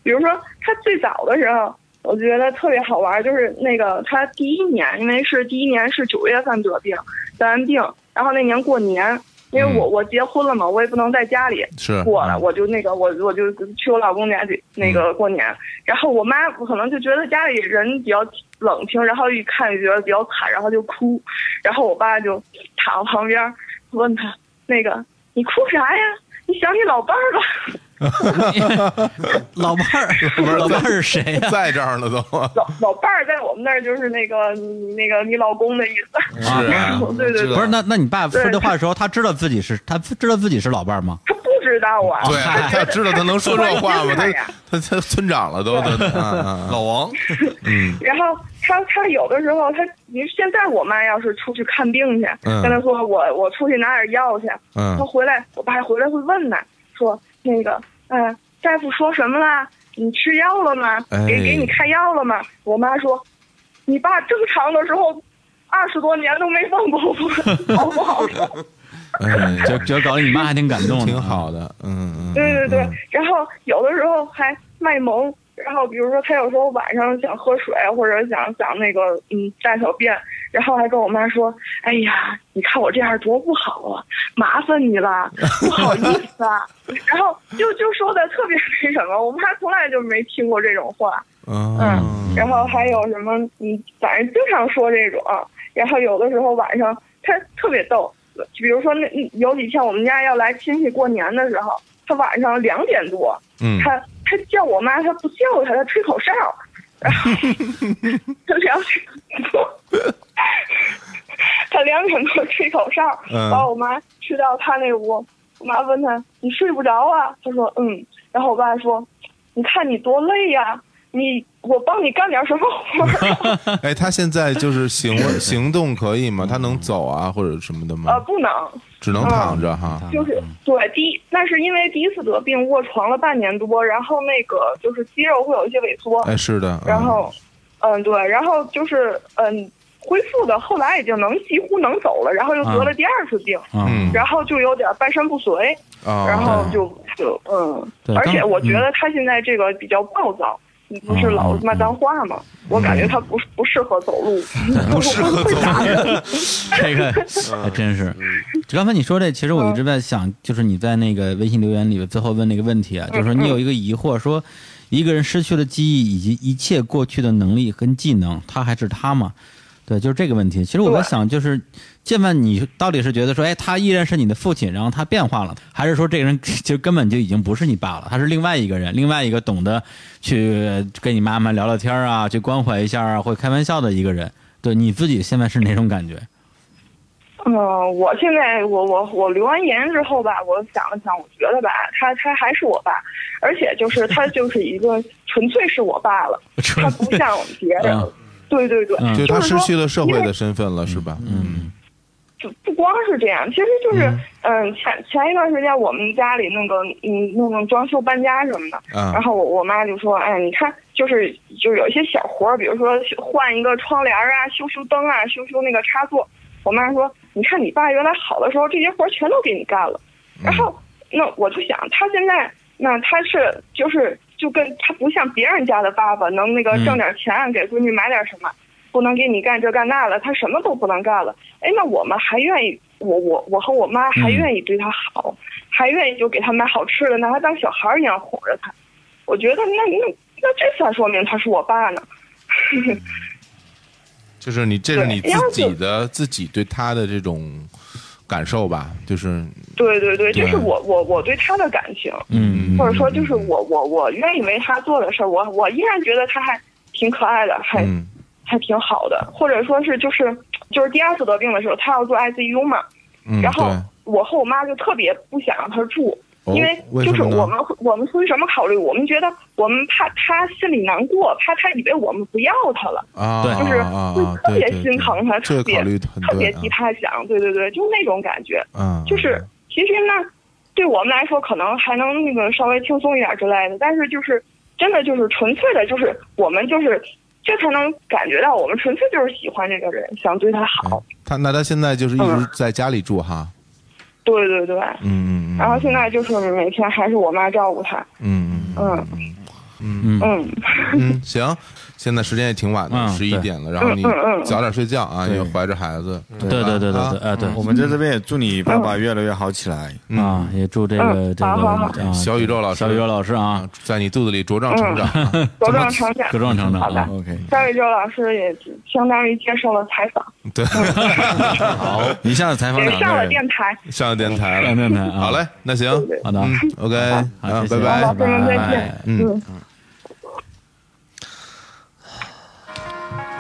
[SPEAKER 10] 比如说他最早的时候，我觉得特别好玩，就是那个他第一年，因为是第一年是九月份得病，得完病，然后那年过年。因为我我结婚了嘛，我也不能在家里
[SPEAKER 2] 是
[SPEAKER 10] 过了，
[SPEAKER 2] 嗯
[SPEAKER 10] <laughs> 我就那个我我就去我老公家去那个过年，然后我妈可能就觉得家里人比较冷清，然后一看就觉得比较惨，然后就哭，然后我爸就躺旁边儿问他那个你哭啥呀？你想你老伴儿吧。 <laughs>
[SPEAKER 1] <laughs> 老伴儿，老伴儿是谁啊
[SPEAKER 10] <laughs>
[SPEAKER 1] 呀？
[SPEAKER 2] 在这儿呢都，
[SPEAKER 10] 老老伴儿在我们那儿就是那个你那个你老公的意思，
[SPEAKER 2] 嗯
[SPEAKER 10] 对对对，
[SPEAKER 1] 啊不是那那你爸说
[SPEAKER 10] 对
[SPEAKER 1] 这话的时候，他知道自己是他知道自己是老伴儿吗？
[SPEAKER 10] 他不知道啊，
[SPEAKER 2] 对，他要知道他能说这话吗？
[SPEAKER 10] 他
[SPEAKER 2] 他
[SPEAKER 10] 呀
[SPEAKER 2] 他他村长了都，老王，嗯
[SPEAKER 10] 然后他他有的时候他，你现在我妈要是出去看病去，
[SPEAKER 2] 嗯
[SPEAKER 10] 跟他说我我出去拿点药去，
[SPEAKER 2] 嗯
[SPEAKER 10] 他回来我爸回来会问呢，说那个嗯、呃大夫说什么啦？你吃药了吗？
[SPEAKER 2] 哎
[SPEAKER 10] 给给你开药了吗？我妈说，你爸正常的时候二十多年都没问过我，好不好？ <laughs>
[SPEAKER 2] 哎，
[SPEAKER 1] 就就搞得你妈还挺感动，
[SPEAKER 2] 挺好的，嗯嗯，
[SPEAKER 10] 对对对，然后有的时候还卖萌，然后比如说他有时候晚上想喝水或者想想那个嗯大小便，然后还跟我妈说：“哎呀，你看我这样多不好啊，麻烦你
[SPEAKER 2] <laughs>
[SPEAKER 10] 了，不好意思啊。”然后就就说的特别那什么，我妈从来就没听过这种话。
[SPEAKER 2] 嗯，
[SPEAKER 10] 然后还有什么，嗯，反正经常说这种，然后有的时候晚上他特别逗，比如说那有几天我们家要来亲戚过年的时候，他晚上两点多，
[SPEAKER 2] 嗯
[SPEAKER 10] 他他叫我妈，他不叫他，他吹口哨，然后他两点多，他两点多吹口哨，
[SPEAKER 21] 嗯
[SPEAKER 10] 把我妈去到他那屋，我妈问他你睡不着啊？他说嗯，然后我爸说你看你多累呀、你我帮你干点什么活儿？ <laughs>
[SPEAKER 2] 哎，他现在就是行为行动可以吗？他能走啊或者什么的吗
[SPEAKER 10] 呃，？不能，
[SPEAKER 2] 只能躺着哈，
[SPEAKER 1] 嗯
[SPEAKER 10] 就是对第一，那是因为第一次得病卧床了半年多，然后那个就是肌肉会有一些萎缩，
[SPEAKER 2] 哎，是的，
[SPEAKER 10] 呃然后，嗯，对，然后就是嗯，恢复的，后来已经能几乎能走了，然后又得了第二次病，
[SPEAKER 2] 嗯
[SPEAKER 10] 然后就有点半身不遂，
[SPEAKER 2] 哦
[SPEAKER 10] 然后就就
[SPEAKER 2] 对
[SPEAKER 10] 嗯，哦嗯而且
[SPEAKER 2] 刚
[SPEAKER 10] 我觉得他现在这个比较暴躁。你不是老骂脏话吗？我感觉他不不适合走路，嗯 <laughs> 不适合走路。
[SPEAKER 1] <laughs> 这个还真是。刚才你说这，其实我一直在想，就是你在那个微信留言里最后问那个问题啊，就是说你有一个疑惑，说一个人失去了记忆以及一切过去的能力跟技能，他还是他吗？对，就是这个问题。其实我在想，就是建万，你到底是觉得说，哎，他依然是你的父亲，然后他变化了，还是说这个人 <laughs> 就根本就已经不是你爸了，他是另外一个人，另外一个懂得去跟你妈妈聊聊天啊，去关怀一下啊，会开玩笑的一个人？对你自己现在是哪种感觉？
[SPEAKER 10] 嗯、我现在我我我留完言之后吧，我想了想，我觉得吧，他他还是我爸，而且就是他就是一个 <laughs> 纯粹是我爸了，他不像别人。
[SPEAKER 1] 啊
[SPEAKER 2] 嗯
[SPEAKER 10] 对对对，
[SPEAKER 2] 就是他
[SPEAKER 10] 是
[SPEAKER 2] 失
[SPEAKER 10] 说
[SPEAKER 2] 去了社
[SPEAKER 10] 因
[SPEAKER 2] 会
[SPEAKER 10] 为
[SPEAKER 2] 的身份了，是吧？嗯，
[SPEAKER 10] 就不光是这样，其实就是，嗯，前前一段时间我们家里那个，嗯，那种装修搬家什么的，
[SPEAKER 2] 嗯
[SPEAKER 10] 然后我我妈就说，哎，你看，就是就是有一些小活儿，比如说换一个窗帘儿啊，修修灯啊，修修那个插座。我妈说，你看你爸原来好的时候，这些活儿全都给你干了。然后，那我就想，他现在那他是就是就跟他不像别人家的爸爸能那个
[SPEAKER 22] 嗯
[SPEAKER 10] 挣点钱给闺女买点什么，不能给你干这干那了，他什么都不能干了。哎，那我们还愿意，我我我和我妈还愿意对他好，还愿意就给他买好吃的，拿他当小孩儿一样哄着他。我觉得那那那这才说明他是我爸呢。
[SPEAKER 2] 就是你，这是你
[SPEAKER 10] 对然后
[SPEAKER 2] 自
[SPEAKER 10] 就
[SPEAKER 2] 己的自己对他的这种感受吧，就是
[SPEAKER 10] 对对对，这
[SPEAKER 2] 对
[SPEAKER 10] 是我我我对他的感情，
[SPEAKER 2] 嗯
[SPEAKER 10] 或者说就是我我我愿意为他做的事儿，我我依然觉得他还挺可爱的，还、
[SPEAKER 2] 嗯
[SPEAKER 10] 还挺好的，或者说是就是就是第二次得病的时候，他要做 ICU 嘛，
[SPEAKER 2] 嗯
[SPEAKER 10] 然后
[SPEAKER 2] 对
[SPEAKER 10] 我和我妈就特别不想让他住。
[SPEAKER 2] 哦
[SPEAKER 10] 因
[SPEAKER 2] 为
[SPEAKER 10] 就是
[SPEAKER 2] 什么呢
[SPEAKER 10] 我们会我们出于什么考虑？我们觉得我们怕他心里难过，怕他以为我们不要他了。
[SPEAKER 2] 啊，
[SPEAKER 10] 就
[SPEAKER 2] 啊
[SPEAKER 10] 是
[SPEAKER 2] 啊
[SPEAKER 10] 会
[SPEAKER 2] 啊
[SPEAKER 10] 特
[SPEAKER 2] 对
[SPEAKER 10] 别
[SPEAKER 2] 对
[SPEAKER 10] 心
[SPEAKER 2] 对
[SPEAKER 10] 疼他，
[SPEAKER 2] 这
[SPEAKER 10] 特
[SPEAKER 2] 个
[SPEAKER 10] 别
[SPEAKER 2] 考虑很
[SPEAKER 10] 特别
[SPEAKER 2] 对
[SPEAKER 10] 替
[SPEAKER 2] 啊
[SPEAKER 10] 他想，对对对，就是那种感觉。
[SPEAKER 2] 嗯
[SPEAKER 10] 就是其实呢，对我们来说可能还能那个稍微轻松一点之类的，但是就是真的就是纯粹的，就是我们就是这才能感觉到我们纯粹就是喜欢这个人，想对他好。
[SPEAKER 2] 他那他现在就是一
[SPEAKER 10] 嗯
[SPEAKER 2] 直在家里住哈，
[SPEAKER 10] 对对对，
[SPEAKER 2] 嗯嗯
[SPEAKER 10] 然后现在就是每天还是我妈照顾他。
[SPEAKER 2] 嗯
[SPEAKER 10] 嗯
[SPEAKER 2] 嗯嗯
[SPEAKER 10] 嗯，
[SPEAKER 2] 嗯，行，现在时间也挺晚的，
[SPEAKER 3] 嗯
[SPEAKER 2] 十一
[SPEAKER 3] 对
[SPEAKER 2] 点了，然后你
[SPEAKER 10] 嗯嗯嗯
[SPEAKER 2] 早点睡觉啊，因
[SPEAKER 3] 对
[SPEAKER 2] 为怀着孩子，啊
[SPEAKER 1] 对对对对对哎对
[SPEAKER 3] 我们在这边也祝你爸
[SPEAKER 10] 嗯
[SPEAKER 3] 爸越来越好起来
[SPEAKER 1] 啊，也祝这个这个啊
[SPEAKER 2] 小宇宙老师，
[SPEAKER 1] 小宇宙老师啊，
[SPEAKER 2] 嗯在你肚子里茁壮成长，
[SPEAKER 10] 茁壮成长，
[SPEAKER 1] 茁壮成长
[SPEAKER 10] 好的
[SPEAKER 1] 啊
[SPEAKER 3] ，OK，
[SPEAKER 10] 夏宇宙老师也相当于接受了采访，
[SPEAKER 2] <laughs> 对，
[SPEAKER 10] 嗯
[SPEAKER 2] 好，
[SPEAKER 3] 一下子采
[SPEAKER 10] 也上了电台。
[SPEAKER 2] 上电台了，
[SPEAKER 1] 上电台啊
[SPEAKER 2] 好嘞，那行，
[SPEAKER 1] 好的
[SPEAKER 2] 嗯，OK，啊，
[SPEAKER 1] 谢
[SPEAKER 2] 拜
[SPEAKER 1] 谢
[SPEAKER 2] 拜，
[SPEAKER 1] 好的朋友再见
[SPEAKER 2] 嗯。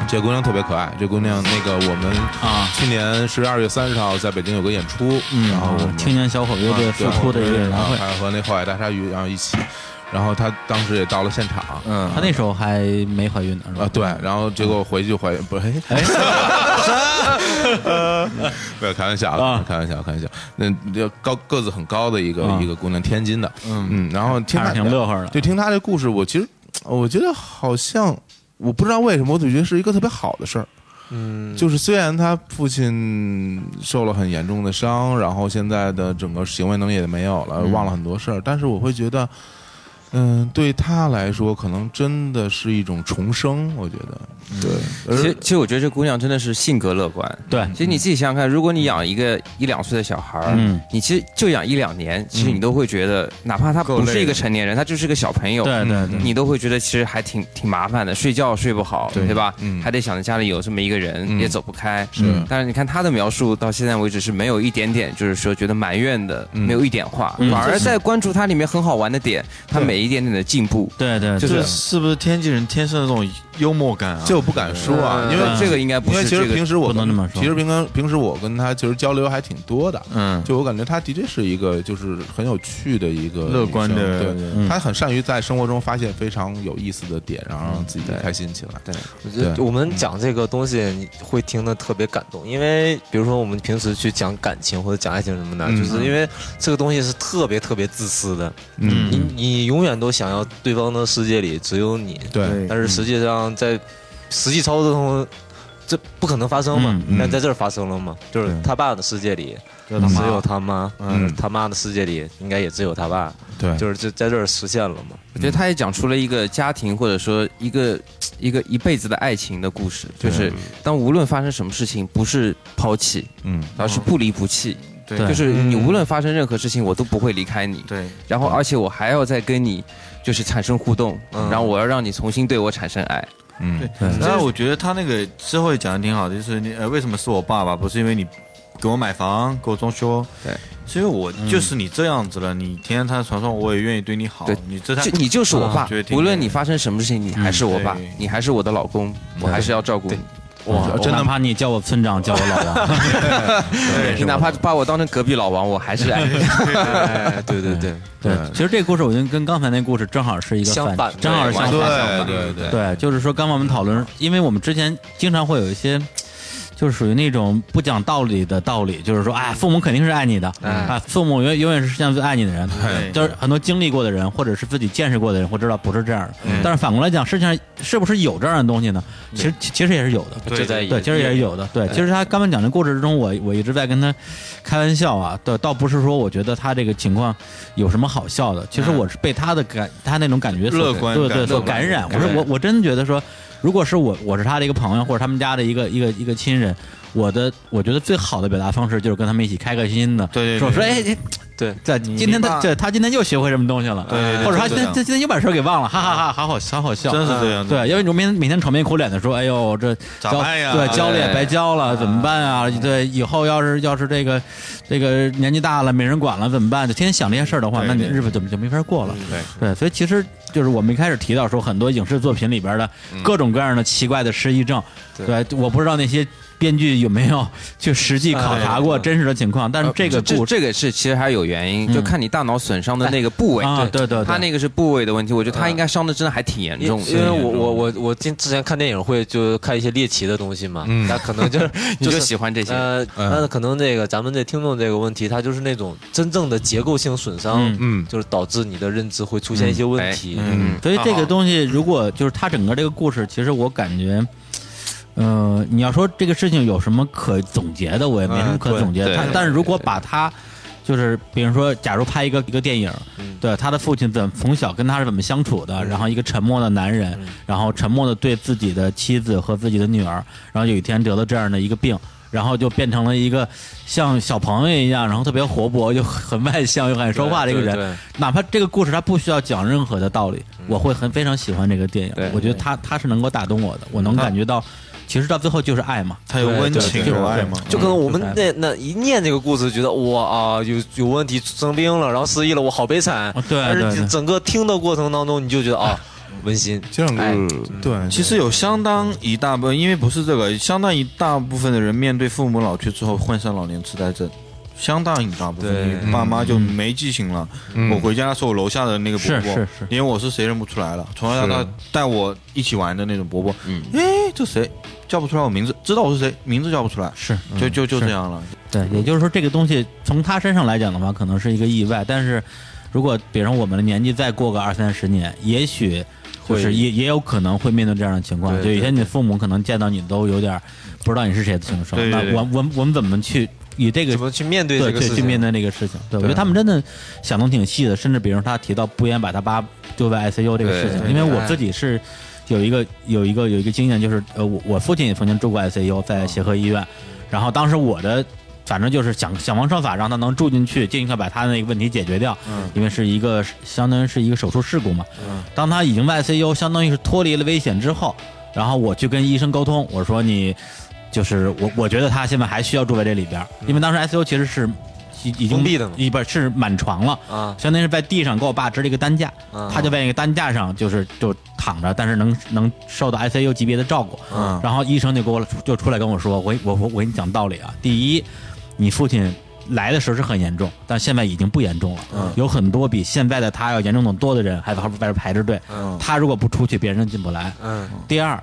[SPEAKER 2] 这姑娘特别可爱，这姑娘那个我们啊，去年十二月三十号在北京有个演出，
[SPEAKER 1] 嗯
[SPEAKER 2] 然后我
[SPEAKER 1] 啊
[SPEAKER 2] 们
[SPEAKER 1] 青年小伙乐队
[SPEAKER 2] 啊对
[SPEAKER 1] 复出的一个演唱会
[SPEAKER 2] 还和那后海大鲨鱼然后一起，然后她当时也到了现场，嗯
[SPEAKER 1] 她那时候还没怀孕呢，是吧？
[SPEAKER 2] 啊对，然后结果回去就怀孕，不是，
[SPEAKER 1] <laughs>
[SPEAKER 2] 哎，没有开玩笑啊，开玩笑，开玩笑。那就高个子很高的一个、
[SPEAKER 1] 啊
[SPEAKER 2] 一个姑娘，天津的，嗯然后听她
[SPEAKER 1] 看着挺乐呵的
[SPEAKER 2] 就听她这故事，我其实我觉得好像我不知道为什么，我总觉得是一个特别好的事儿。
[SPEAKER 5] 嗯
[SPEAKER 2] 就是虽然他父亲受了很严重的伤，然后现在的整个行为能力也没有了，忘了很多事儿，但是我会觉得，嗯，对他来说，可能真的是一种重生。我觉得，对，
[SPEAKER 4] <laughs> 其实，其实我觉得这姑娘真的是性格乐观。
[SPEAKER 1] 对，
[SPEAKER 4] 其实你自己想想看，如果你养一个一两岁的小孩儿，
[SPEAKER 1] 嗯
[SPEAKER 4] 你其实就养一两年，其实你都会觉得，哪怕他
[SPEAKER 1] 够
[SPEAKER 4] 不
[SPEAKER 1] 累
[SPEAKER 4] 是一个
[SPEAKER 1] 了
[SPEAKER 4] 成年人，他就是个小朋友，
[SPEAKER 1] 对对对
[SPEAKER 4] 你都会觉得其实还挺挺麻烦的，睡觉睡不好，对吧？还得想着家里有这么一个人，也走不开。
[SPEAKER 2] 嗯是
[SPEAKER 4] 但是你看他的描述到现在为止是没有一点点，就是说觉得埋怨的，没有一点话，
[SPEAKER 3] 嗯
[SPEAKER 4] 反而在关注他里面很好玩的点，他每一点点的进步。
[SPEAKER 1] 对对
[SPEAKER 4] 就
[SPEAKER 3] 就是
[SPEAKER 4] 是
[SPEAKER 3] 是不是天津人天生的那种幽默感啊？
[SPEAKER 2] 这我不敢说啊，因为
[SPEAKER 4] 嗯
[SPEAKER 2] 因为其实平时我跟其实平常平时我跟他其实交流还挺多的，
[SPEAKER 3] 嗯，
[SPEAKER 2] 就我感觉他的确是一个就是很有趣的一个
[SPEAKER 3] 乐观的
[SPEAKER 2] 女生对
[SPEAKER 3] 对，嗯
[SPEAKER 2] 他很善于在生活中发现非常有意思的点，然后让自己开心起来。对，
[SPEAKER 5] 我觉得我们讲这个东西，你会听得特别感动，因为比如说我们平时去讲感情或者讲爱情什么的，
[SPEAKER 2] 嗯
[SPEAKER 5] 就是因为这个东西是特别特别自私的，
[SPEAKER 2] 嗯
[SPEAKER 5] 你你永远都想要对方的世界里只有你，
[SPEAKER 2] 对
[SPEAKER 5] 但是实际上在实际操作中。这不可能发生嘛？
[SPEAKER 1] 嗯嗯
[SPEAKER 5] 但在这儿发生了嘛？就是他爸的世界里，
[SPEAKER 1] 只有他妈
[SPEAKER 5] 只有他妈，
[SPEAKER 1] 嗯
[SPEAKER 5] 嗯，他妈的世界里应该也只有他爸，
[SPEAKER 2] 对
[SPEAKER 5] 就是这在这儿实现了嘛。
[SPEAKER 4] 我觉得他也讲出了一个家庭或者说一个一个一辈子的爱情的故事，就是当无论发生什么事情，不是抛弃，
[SPEAKER 2] 嗯，
[SPEAKER 4] 而是不离不弃。
[SPEAKER 3] 对
[SPEAKER 4] 就是你无论发生任何事情，我都不会离开你。
[SPEAKER 3] 对，
[SPEAKER 4] 然后而且我还要再跟你就是产生互动，然后我要让你重新对我产生爱。
[SPEAKER 2] 嗯
[SPEAKER 3] 对，然后我觉得他那个之后也讲的挺好的，就是你呃，为什么是我爸爸？不是因为你给我买房，给我装修，
[SPEAKER 4] 对，
[SPEAKER 3] 是因为我就是你这样子了，你天天躺在床上，我也愿意对你好
[SPEAKER 4] 对，，
[SPEAKER 3] 你这才
[SPEAKER 4] 就你就是我爸
[SPEAKER 3] 觉得，挺
[SPEAKER 4] 无论你发生什么事情，你还是我爸
[SPEAKER 3] 对，
[SPEAKER 4] 你还是我的老公，我还是要照顾你。
[SPEAKER 2] 嗯
[SPEAKER 1] 我真的怕你叫我村长，叫我老
[SPEAKER 2] <laughs>
[SPEAKER 1] 王。
[SPEAKER 4] 你哪怕把我当成隔壁老王，我还是爱你。
[SPEAKER 5] <laughs> 对对对
[SPEAKER 1] 对，
[SPEAKER 2] 嗯
[SPEAKER 1] 其实这故事我觉得跟刚才那故事正好是一个
[SPEAKER 5] 相反
[SPEAKER 1] 正好是相反
[SPEAKER 2] 对
[SPEAKER 1] 相反
[SPEAKER 2] 对对
[SPEAKER 1] 对，就是说刚刚我们讨论，因为我们之前经常会有一些。就是属于那种不讲道理的道理，就是说，哎，父母肯定是爱你的，
[SPEAKER 4] 哎
[SPEAKER 1] 啊，父母永永远是世界上最爱你的人
[SPEAKER 4] 对，
[SPEAKER 1] 就是很多经历过的人，或者是自己见识过的人，会知道不是这样的
[SPEAKER 4] 嗯。
[SPEAKER 1] 但是反过来讲，世界上是不是有这样的东西呢？其实其其实也是有的，
[SPEAKER 5] 对这在
[SPEAKER 1] 对，其实也是有的，哎对。
[SPEAKER 5] 对
[SPEAKER 1] 其实他刚刚讲的故事之中，我我一直在跟他开玩笑啊，倒倒不是说我觉得他这个情况有什么好笑的，其实我是被他的感，他那种感觉所
[SPEAKER 3] 乐观
[SPEAKER 1] 对
[SPEAKER 3] 感
[SPEAKER 1] 对所
[SPEAKER 3] 乐观
[SPEAKER 1] 感染，我是
[SPEAKER 3] 感
[SPEAKER 1] 我
[SPEAKER 3] 染
[SPEAKER 1] 我真觉得说，如果是我我是他的一个朋友或者他们家的一个一个一个亲人，我的我觉得最好的表达方式就是跟他们一起开开心心的，对
[SPEAKER 4] 对
[SPEAKER 1] 说说哎哎。
[SPEAKER 5] 对，
[SPEAKER 1] 这今天他
[SPEAKER 4] 爸
[SPEAKER 1] 这他今天又学会什么东西了，
[SPEAKER 4] 对对对
[SPEAKER 1] 或者他
[SPEAKER 4] 就
[SPEAKER 1] 今
[SPEAKER 4] 这
[SPEAKER 1] 天
[SPEAKER 4] 样
[SPEAKER 1] 他今天又把事儿给忘了，哈哈哈，好好好好笑，嗯
[SPEAKER 3] 真是这样
[SPEAKER 1] 对，因为你每天每天愁眉苦脸的说，哎呦这
[SPEAKER 3] 咋
[SPEAKER 1] 交
[SPEAKER 3] 办呀哎嗯
[SPEAKER 1] 对，交了也
[SPEAKER 3] 对
[SPEAKER 1] 白交了，怎么办啊？对，以后要是要是这个这个年纪大了没人管了怎么办？就天天想这些事儿的话，
[SPEAKER 3] 对
[SPEAKER 1] 那你
[SPEAKER 3] 对嗯
[SPEAKER 1] 日子怎么就没法过了？
[SPEAKER 3] 对
[SPEAKER 1] 对，所以其实就是我们一开始提到说，很多影视作品里边的
[SPEAKER 3] 嗯
[SPEAKER 1] 各种各样的奇怪的失忆症，对，我不知道那些编剧有没有去实际
[SPEAKER 3] 哎
[SPEAKER 1] 考察过真实的情况，但
[SPEAKER 3] 呃
[SPEAKER 1] 是这个
[SPEAKER 4] 这
[SPEAKER 1] 故事，
[SPEAKER 4] 这个是其实还有原因，
[SPEAKER 1] 嗯
[SPEAKER 4] 就看你大脑损伤的那个部位。
[SPEAKER 1] 啊对对对
[SPEAKER 4] 他那个是部位的问题，我觉得他应该伤的真的还挺严
[SPEAKER 5] 因
[SPEAKER 4] 重的。
[SPEAKER 5] 因为我我我我今之前看电影会就看一些猎奇的东西嘛，那可能就是
[SPEAKER 4] 你就是喜欢这些
[SPEAKER 5] 呃，那可能这个咱们这听众这个问题，它就是那种真正的结构性损伤
[SPEAKER 1] 嗯，
[SPEAKER 5] 嗯，就是导致你的认知会出现一些问题，
[SPEAKER 1] 嗯，所以这个东西如果就是它整个这个故事，其实我感觉。呃，你要说这个事情有什么可总结的，我也没什么可总结的。
[SPEAKER 4] 嗯对
[SPEAKER 1] 但
[SPEAKER 4] 对
[SPEAKER 1] 但是如果把它，就是比如说，假如拍一个一个电影，对他的父亲怎从小跟他是怎么相处的，然后一个沉默的男人，然后沉默的对自己的妻子和自己的女儿，然后有一天得了这样的一个病。然后就变成了一个像小朋友一样，然后特别活泼，又很外向，又很说话的一个
[SPEAKER 5] 对对
[SPEAKER 1] 人。哪怕这个故事他不需要讲任何的道理，
[SPEAKER 5] 嗯
[SPEAKER 1] 我会很非常喜欢这个电影。我觉得他他是能够打动我的，我能感觉到，其实到最后就是爱嘛。
[SPEAKER 3] 他有温情
[SPEAKER 1] 就是
[SPEAKER 3] 有爱嘛
[SPEAKER 5] 就可能我们
[SPEAKER 1] 嗯
[SPEAKER 5] 那那一念这个故事，觉得哇啊有有问题生病了，然后失忆了，我好悲惨。
[SPEAKER 4] 哦
[SPEAKER 1] 对
[SPEAKER 5] 但
[SPEAKER 1] 对
[SPEAKER 5] 是
[SPEAKER 1] 对
[SPEAKER 5] 你整个听的过程当中，你就觉得
[SPEAKER 4] <laughs>
[SPEAKER 5] 啊温馨。
[SPEAKER 2] 这样
[SPEAKER 5] 哎，
[SPEAKER 2] 对，
[SPEAKER 3] 其实有相当一大部分，因为不是这个，相当一大部分的人面对父母老去之后患上老年痴呆症，相当一大部
[SPEAKER 5] 对
[SPEAKER 3] 分，你爸妈就没记性了。
[SPEAKER 2] 嗯
[SPEAKER 3] 我回家的时候，楼下的那个伯伯，
[SPEAKER 1] 是是是
[SPEAKER 3] 连我是谁认不出来了，从小到
[SPEAKER 2] 是
[SPEAKER 3] 大带我一起玩的那种伯伯，
[SPEAKER 4] 嗯，
[SPEAKER 3] 哎，这谁叫不出来我名字，知道我是谁，名字叫不出来，
[SPEAKER 1] 嗯是
[SPEAKER 3] 就就就是这样了。
[SPEAKER 1] 对，
[SPEAKER 5] 嗯
[SPEAKER 1] 也就是说，这个东西从他身上来讲的话，可能是一个意外。但是，如果比如我们的年纪再过个二三十年，也许就是
[SPEAKER 5] 会
[SPEAKER 1] 也也有可能会面对这样的情况。
[SPEAKER 5] 对
[SPEAKER 1] 就有
[SPEAKER 5] 对
[SPEAKER 1] 些你父母可能见到你都有点儿不知道你是谁的情
[SPEAKER 3] 对
[SPEAKER 1] 况。
[SPEAKER 3] 对
[SPEAKER 1] 那
[SPEAKER 3] 对
[SPEAKER 1] 我我们我们怎么去以这个
[SPEAKER 5] 怎么去面对这个
[SPEAKER 1] 对
[SPEAKER 5] 事情？
[SPEAKER 1] 去面对这个事情？对我觉得他们真的想的挺细的，甚至比如他提到不严把他爸丢在 ICU 这个事情，
[SPEAKER 4] 对
[SPEAKER 1] 因为我
[SPEAKER 5] 哎
[SPEAKER 1] 自己是。有一个有一个有一个经验，就是呃，我我父亲也曾经住过 ICU，在协和医院，然后当时我的反正就是想想方设法让他能住进去，尽快把他那个问题解决掉，
[SPEAKER 5] 嗯
[SPEAKER 1] 因为是一个相当于是一个手术事故嘛。当他已经在 ICU，相当于是脱离了危险之后，然后我去跟医生沟通，我说你就是我，我觉得他现在还需要住在这里边儿，因为当时 ICU 其实是。已已经
[SPEAKER 5] 嗯封闭的嘛
[SPEAKER 1] 一不是满床了，
[SPEAKER 5] 啊
[SPEAKER 1] 相当于是在地上给我爸支了一个担架，
[SPEAKER 5] 啊
[SPEAKER 1] 他就在那个担架上就是就躺着，但是能能受到 ICU 级别的照顾。
[SPEAKER 5] 嗯
[SPEAKER 1] 然后医生就给我就出来跟我说，我我我我跟你讲道理啊，第一，你父亲。来的时候是很严重，但现在已经不严重了。
[SPEAKER 5] 嗯
[SPEAKER 1] 有很多比现在的他要严重的多的人还在外边排着队。
[SPEAKER 5] 嗯
[SPEAKER 1] 他如果不出去，别人进不来。
[SPEAKER 5] 嗯
[SPEAKER 1] 第二，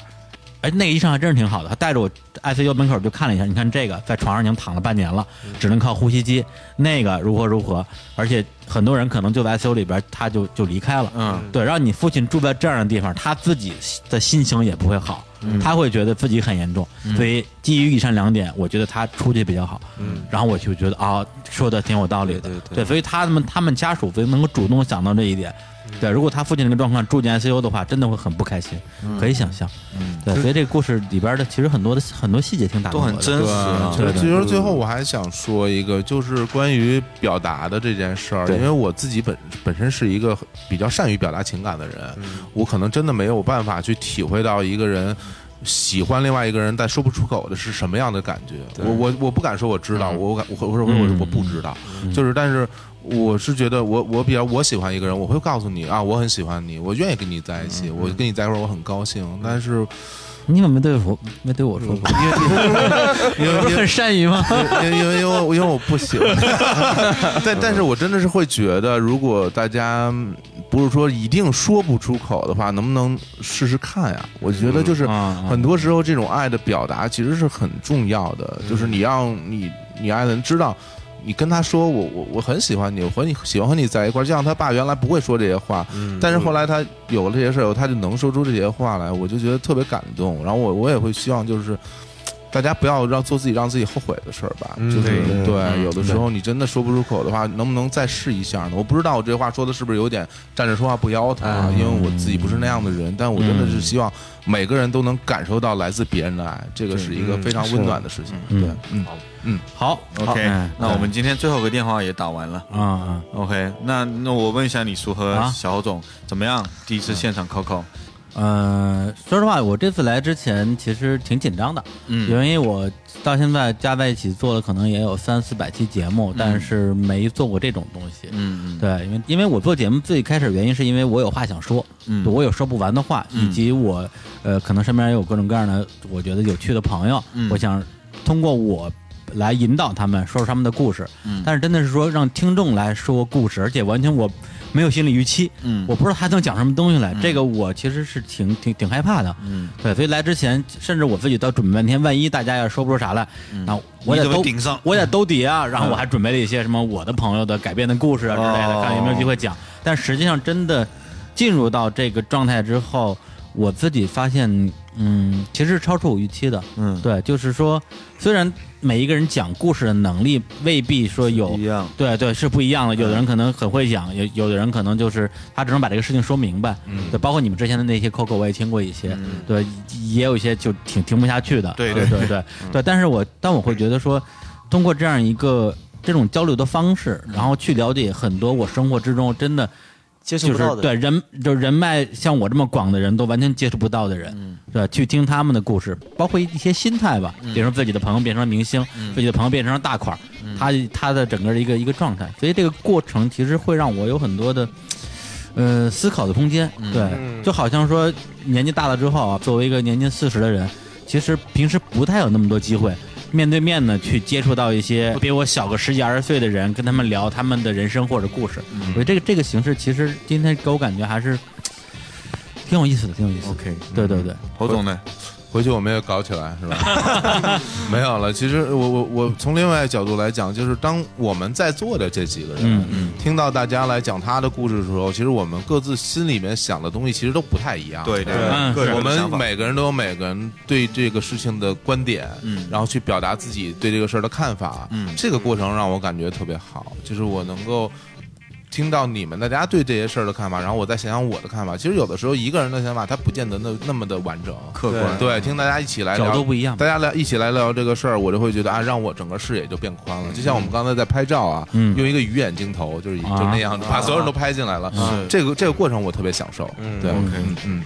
[SPEAKER 1] 哎，那个医生还真是挺好的，他带着我 ICU 门口就看了一下，你看这个在床上已经躺了半年了，
[SPEAKER 5] 嗯
[SPEAKER 1] 只能靠呼吸机，那个如何如何，而且很多人可能就在 ICU 里边他就就离开了，
[SPEAKER 3] 嗯，
[SPEAKER 1] 对，让你父亲住在这样的地方，他自己的心情也不会好，
[SPEAKER 5] 嗯
[SPEAKER 1] 他会觉得自己很严重，所以基于以上两点，我觉得他出去比较好，
[SPEAKER 5] 嗯，
[SPEAKER 1] 然后我就觉得啊、说的挺有道理的，
[SPEAKER 5] 对对对
[SPEAKER 1] 所以他们他们家属所以能够主动想到这一点。
[SPEAKER 5] 嗯
[SPEAKER 1] 对，如果他父亲这个状况住进 ICU 的话，真的会很不开心，可以想象。
[SPEAKER 3] 嗯，
[SPEAKER 1] 对，所以这个故事里边的其实很多的很多细节挺打动我的
[SPEAKER 3] 都很真实啊
[SPEAKER 1] 对
[SPEAKER 2] 其
[SPEAKER 1] 对
[SPEAKER 2] 实最后我还想说一个，就是关于表达的这件事儿，
[SPEAKER 5] 对
[SPEAKER 2] 因为我自己本本身是一个比较善于表达情感的人，我可能真的没有办法去体会到一个人。喜欢另外一个人，但说不出口的是什么样的感觉？我我我不敢说我知道，我我敢我我我我我不知道，就是但是我是觉得我我比较我喜欢一个人，我会告诉你啊，我很喜欢你，我愿意跟你在一起，我跟你在一块儿我很高兴，但是
[SPEAKER 1] 你怎么没对我没对我说过？你
[SPEAKER 2] 因为
[SPEAKER 1] 不是很善于吗？
[SPEAKER 2] 因为因为因为因为我
[SPEAKER 3] <laughs>
[SPEAKER 2] 不喜欢，但但是我真的是会觉得，如果大家不是说一定说不出口的话，能不能试试看呀？我觉得就是
[SPEAKER 3] 嗯啊啊
[SPEAKER 2] 很多时候这种爱的表达其实是很重要的，
[SPEAKER 3] 嗯
[SPEAKER 2] 就是你让你你爱的人知道。你跟他说我我我很喜欢你，我和你喜欢和你在一块儿，就像他爸原来不会说这些话，
[SPEAKER 3] 嗯
[SPEAKER 2] 但是后来他有了这些事儿以后，他就能说出这些话来，我就觉得特别感动。然后我我也会希望就是大家不要让做自己让自己后悔的事儿吧，
[SPEAKER 3] 嗯
[SPEAKER 2] 就是
[SPEAKER 3] 对嗯
[SPEAKER 2] 对，有的时候
[SPEAKER 3] 对
[SPEAKER 2] 你真的说不出口的话，能不能再试一下呢？我不知道我这话说的是不是有点站着说话不腰疼啊，因为我自己不是那样的人，但我真的是希望每个人都能感受到来自别人的爱，这个是一个
[SPEAKER 3] 嗯
[SPEAKER 2] 非常温暖的事情。
[SPEAKER 1] 嗯
[SPEAKER 2] 对，嗯嗯，
[SPEAKER 1] 好
[SPEAKER 3] ，OK，
[SPEAKER 1] 哎
[SPEAKER 3] 那我们今天最后一个电话也打完了
[SPEAKER 1] <laughs> 啊啊
[SPEAKER 3] ，OK，那那我问一下你叔和
[SPEAKER 1] 啊
[SPEAKER 3] 小侯总怎么样？第一次现场 Coco，
[SPEAKER 1] 嗯，说实话，我这次来之前其实挺紧张的，
[SPEAKER 3] 嗯
[SPEAKER 1] 因为我到现在加在一起做了可能也有三四百期节目，但是没做过这种东西。
[SPEAKER 3] 嗯
[SPEAKER 1] 对，因为因为我做节目最开始原因是因为我有话想说，
[SPEAKER 3] 嗯
[SPEAKER 1] 我有说不完的话，
[SPEAKER 3] 嗯
[SPEAKER 1] 以及我呃可能身边也有各种各样的我觉得有趣的朋友，
[SPEAKER 3] 嗯
[SPEAKER 1] 我想通过我来引导他们说出他们的故事，
[SPEAKER 3] 嗯
[SPEAKER 1] 但是真的是说让听众来说故事，而且完全我没有心理预期，
[SPEAKER 3] 嗯
[SPEAKER 1] 我不知道他能讲什么东西来，这个我其实是挺挺挺害怕的，
[SPEAKER 3] 嗯，
[SPEAKER 1] 对，所以来之前，甚至我自己都准备半天，万一大家要说不出啥来，那我
[SPEAKER 3] 嗯你
[SPEAKER 1] 得
[SPEAKER 3] 怎么
[SPEAKER 1] 兜
[SPEAKER 3] 顶上
[SPEAKER 1] 我得兜底啊。然后我还准备了一些什么我的朋友的改变的故事啊之类的，
[SPEAKER 3] 哦
[SPEAKER 1] 看有没有机会讲。但实际上，真的进入到这个状态之后，我自己发现，嗯，其实是超出我预期的。
[SPEAKER 3] 嗯，
[SPEAKER 1] 对，就是说，虽然每一个人讲故事的能力未必说有
[SPEAKER 3] 一样，
[SPEAKER 1] 对对是不一样的。
[SPEAKER 5] 嗯
[SPEAKER 1] 有的人可能很会讲，有有的人可能就是他只能把这个事情说明白。
[SPEAKER 3] 嗯
[SPEAKER 1] 对，包括你们之前的那些 Coco，我也听过一些，
[SPEAKER 5] 嗯
[SPEAKER 1] 对，也有一些就挺听不下去的。
[SPEAKER 3] 对
[SPEAKER 1] 对
[SPEAKER 3] 对
[SPEAKER 5] 嗯
[SPEAKER 1] 对对对，但是我但我会觉得说，通过这样一个这种交流的方式，然后去了解很多我生活之中真的。
[SPEAKER 5] 接触
[SPEAKER 1] 就
[SPEAKER 5] 不
[SPEAKER 1] 是
[SPEAKER 5] 到的
[SPEAKER 1] 对人，就是人脉像我这么广的人都完全接触不到的人，
[SPEAKER 5] 嗯
[SPEAKER 1] 对，去听他们的故事，包括一些心态吧，比如说自己的朋友变成了明星，
[SPEAKER 3] 嗯
[SPEAKER 1] 自己的朋友变成了大款儿，他他的整个的一个一个状态，所以这个过程其实会让我有很多的。呃，思考的空间，对，
[SPEAKER 3] 嗯
[SPEAKER 1] 就好像说年纪大了之后啊，作为一个年近四十的人，其实平时不太有那么多机会面对面的去接触到一些比我小个十几二十岁的人，跟他们聊他们的人生或者故事。我嗯觉得这个这个形式其实今天给我感觉还是挺有意思的，挺有意思的。
[SPEAKER 3] OK，
[SPEAKER 1] 对对对，
[SPEAKER 3] 侯总呢？
[SPEAKER 2] 回去我们也搞起来，是 <laughs> 吧？没有了。其实我我我从另外一个角度来讲，就是当我们在座的这几个人，
[SPEAKER 1] 嗯嗯
[SPEAKER 2] 听到大家来讲他的故事的时候，其实我们各自心里面想的东西其实都不太一样。
[SPEAKER 3] 对对嗯个人的
[SPEAKER 2] 我
[SPEAKER 3] 想法
[SPEAKER 2] 们每个人都有每个人对这个事情的观点，
[SPEAKER 3] 嗯
[SPEAKER 2] 然后去表达自己对这个事儿的看法。
[SPEAKER 3] 嗯
[SPEAKER 2] 这个过程让我感觉特别好，就是我能够。听到你们大家对这些事儿的看法，然后我再想想我的看法。其实有的时候一个人的想法，他不见得那那么的完整、
[SPEAKER 3] 客观
[SPEAKER 2] 对，听大家一起
[SPEAKER 3] 哎
[SPEAKER 2] 来聊，
[SPEAKER 1] 角度不一样
[SPEAKER 2] 大家来一起来聊这个事儿，我就会觉得啊，让我整个视野就变宽了。就像我们刚才在拍照啊，
[SPEAKER 1] 嗯
[SPEAKER 2] 用一个鱼眼镜头，就是就那样，
[SPEAKER 3] 嗯啊
[SPEAKER 2] 把所有人都拍进来了。
[SPEAKER 3] 是
[SPEAKER 2] 这个这个过程我特别享受。对
[SPEAKER 3] OK
[SPEAKER 2] 嗯嗯，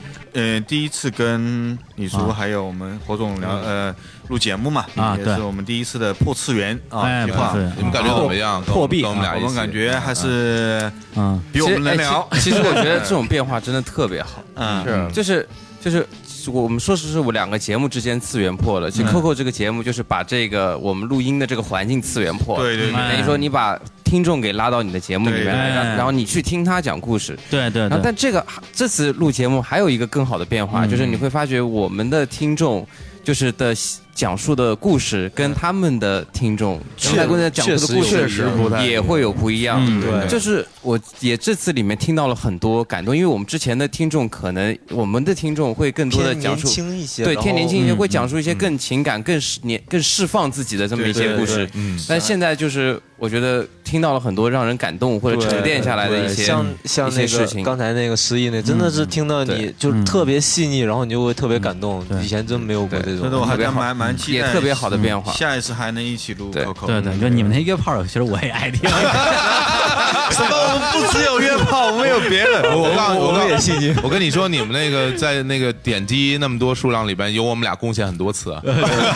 [SPEAKER 3] 呃，第一次跟李叔
[SPEAKER 1] 啊
[SPEAKER 3] 还有我们侯总聊呃录节目嘛，
[SPEAKER 1] 啊
[SPEAKER 3] 也
[SPEAKER 1] 对
[SPEAKER 3] 是我们第一次的破次元啊
[SPEAKER 1] 哎
[SPEAKER 3] 计划
[SPEAKER 1] 破次元，
[SPEAKER 2] 你们感觉怎么样跟我们跟啊我们俩
[SPEAKER 3] 啊我
[SPEAKER 2] 一起
[SPEAKER 3] 们感觉还是
[SPEAKER 1] 嗯
[SPEAKER 3] 比我们能
[SPEAKER 4] 哎
[SPEAKER 3] 聊。
[SPEAKER 4] 其其实我觉得这种变化真的特别好，
[SPEAKER 3] 嗯
[SPEAKER 2] 是
[SPEAKER 4] 就是就是我们说是是我两个节目之间次元破了，就
[SPEAKER 3] 嗯
[SPEAKER 4] Coco 这个节目就是把这个我们录音的这个环境次元破了，
[SPEAKER 3] 对对对
[SPEAKER 4] 等于说你把听众给拉到你的节目里面来，
[SPEAKER 1] 对
[SPEAKER 4] 然后然后你去听他讲故事，
[SPEAKER 1] 对
[SPEAKER 5] 嗯
[SPEAKER 1] 对
[SPEAKER 4] 然后，
[SPEAKER 1] 对
[SPEAKER 4] 但，这个这次录节目还有一个更好的变化，
[SPEAKER 1] 嗯
[SPEAKER 4] 就是你会发觉我们的听众就是的讲述的故事跟他们的听众
[SPEAKER 5] 确
[SPEAKER 4] 在跟他讲述的故
[SPEAKER 5] 确
[SPEAKER 4] 事
[SPEAKER 5] 实不太一样
[SPEAKER 4] 也会有不一样。
[SPEAKER 1] 嗯
[SPEAKER 5] 对
[SPEAKER 4] 就是我也这次里面听到了很多感动，因为我们之前的听众可能我们的听众会更多的
[SPEAKER 5] 偏
[SPEAKER 4] 讲
[SPEAKER 5] 年
[SPEAKER 4] 述
[SPEAKER 5] 轻一些
[SPEAKER 4] 对，
[SPEAKER 5] 然
[SPEAKER 4] 偏年轻一些
[SPEAKER 1] 后
[SPEAKER 5] 嗯
[SPEAKER 4] 会讲述一些更情感、更释年、更释放自己的这么一些
[SPEAKER 5] 对对
[SPEAKER 4] 故事
[SPEAKER 5] 对。
[SPEAKER 2] 嗯
[SPEAKER 4] 但现在就是我觉得听到了很多让人感动或者沉淀下来的一些
[SPEAKER 5] 像像
[SPEAKER 4] 一
[SPEAKER 5] 那
[SPEAKER 4] 些事
[SPEAKER 5] 个
[SPEAKER 4] 情。嗯
[SPEAKER 5] 刚才那个失忆那，真的是听到你
[SPEAKER 4] 对
[SPEAKER 5] 就是特别细腻，然后你就会特别感动。以前真没有过这
[SPEAKER 3] 所以我
[SPEAKER 5] <laughs> 种，
[SPEAKER 3] 还
[SPEAKER 4] 特别
[SPEAKER 3] 蛮
[SPEAKER 4] 好
[SPEAKER 3] 蛮蛮期待嗯
[SPEAKER 4] 也特别好的变化
[SPEAKER 3] 下一次还能一起录
[SPEAKER 4] 对
[SPEAKER 3] Coco。 <laughs>
[SPEAKER 1] 对对，就你们那约炮，其实我也爱听。
[SPEAKER 3] 什么？ <laughs> 我们不只有约炮，我们有别的。
[SPEAKER 2] 我我告诉你，我告诉你
[SPEAKER 3] 也戏
[SPEAKER 4] <laughs>
[SPEAKER 3] 剧。
[SPEAKER 2] 我跟你说，你们那个在那个点击那么多数量里边，有我们俩贡献很多次。啊
[SPEAKER 3] <laughs>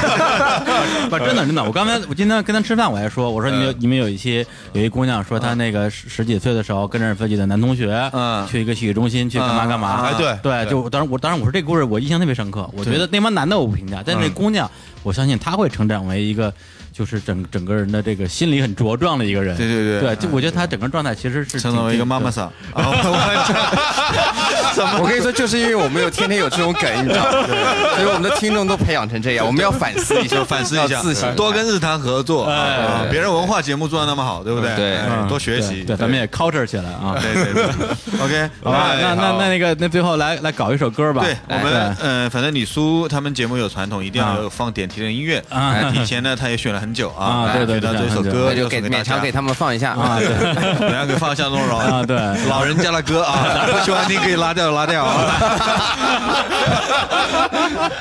[SPEAKER 1] 不，真的真的，我刚才我今天跟他吃饭，我还说，我说你
[SPEAKER 3] 嗯
[SPEAKER 1] 们有你们有一期有一姑娘说她那个十十几岁的时候跟着自己的男同学，嗯，去一个洗浴中心去干
[SPEAKER 3] 嗯
[SPEAKER 1] 嘛干嘛，
[SPEAKER 2] 哎对
[SPEAKER 1] 对，就我当时我当时我说这故事我印象特别深刻，我觉得那帮男的我不评价，但是那
[SPEAKER 3] 嗯
[SPEAKER 1] 姑娘我相信她会成长为一个。就是整整个人的这个心理很茁壮的一个人，
[SPEAKER 3] 对对
[SPEAKER 1] 对，
[SPEAKER 3] 对
[SPEAKER 1] 就我觉得她整个状态其实是
[SPEAKER 3] 成为一个妈妈桑
[SPEAKER 1] 桑。
[SPEAKER 23] <laughs> 我跟你说，就是因为我们有天天有这种梗，你知道吗？
[SPEAKER 3] <laughs>
[SPEAKER 23] 所以我们的听众都培养成这样，我们要反思一下，
[SPEAKER 3] 反思
[SPEAKER 23] 要
[SPEAKER 1] <laughs>
[SPEAKER 3] 一下
[SPEAKER 23] 自省，，
[SPEAKER 3] 多跟日坛合作，
[SPEAKER 23] 哎
[SPEAKER 3] 啊别人文化节目做的那么好，对不对？
[SPEAKER 1] 对嗯
[SPEAKER 3] 哎多学习。
[SPEAKER 1] 对，咱们也 culture 起来啊。
[SPEAKER 3] 对
[SPEAKER 1] <laughs>
[SPEAKER 3] 对对 OK，
[SPEAKER 1] 好吧，那那
[SPEAKER 3] 哎好
[SPEAKER 1] 那那个那最后来来搞一首歌吧。
[SPEAKER 3] 对，我
[SPEAKER 1] 哎
[SPEAKER 3] 们呃，反正李叔他们节目有传统，一定要有放点题的音乐。
[SPEAKER 1] 啊
[SPEAKER 3] 哎提前呢，他也选了很久啊，
[SPEAKER 1] 啊对对
[SPEAKER 3] 选到
[SPEAKER 1] 对
[SPEAKER 3] 这首
[SPEAKER 1] 对
[SPEAKER 3] 歌
[SPEAKER 1] 那就
[SPEAKER 4] 给
[SPEAKER 3] 送大
[SPEAKER 4] 勉强
[SPEAKER 3] 家 <laughs>
[SPEAKER 4] 给他们放一下啊
[SPEAKER 3] 对勉强给放一下弄扰
[SPEAKER 1] 啊对
[SPEAKER 3] 老人家的歌啊，不喜欢听可以拉掉拉掉
[SPEAKER 1] <laughs>
[SPEAKER 3] 啊。
[SPEAKER 1] <laughs>
[SPEAKER 3] <laughs>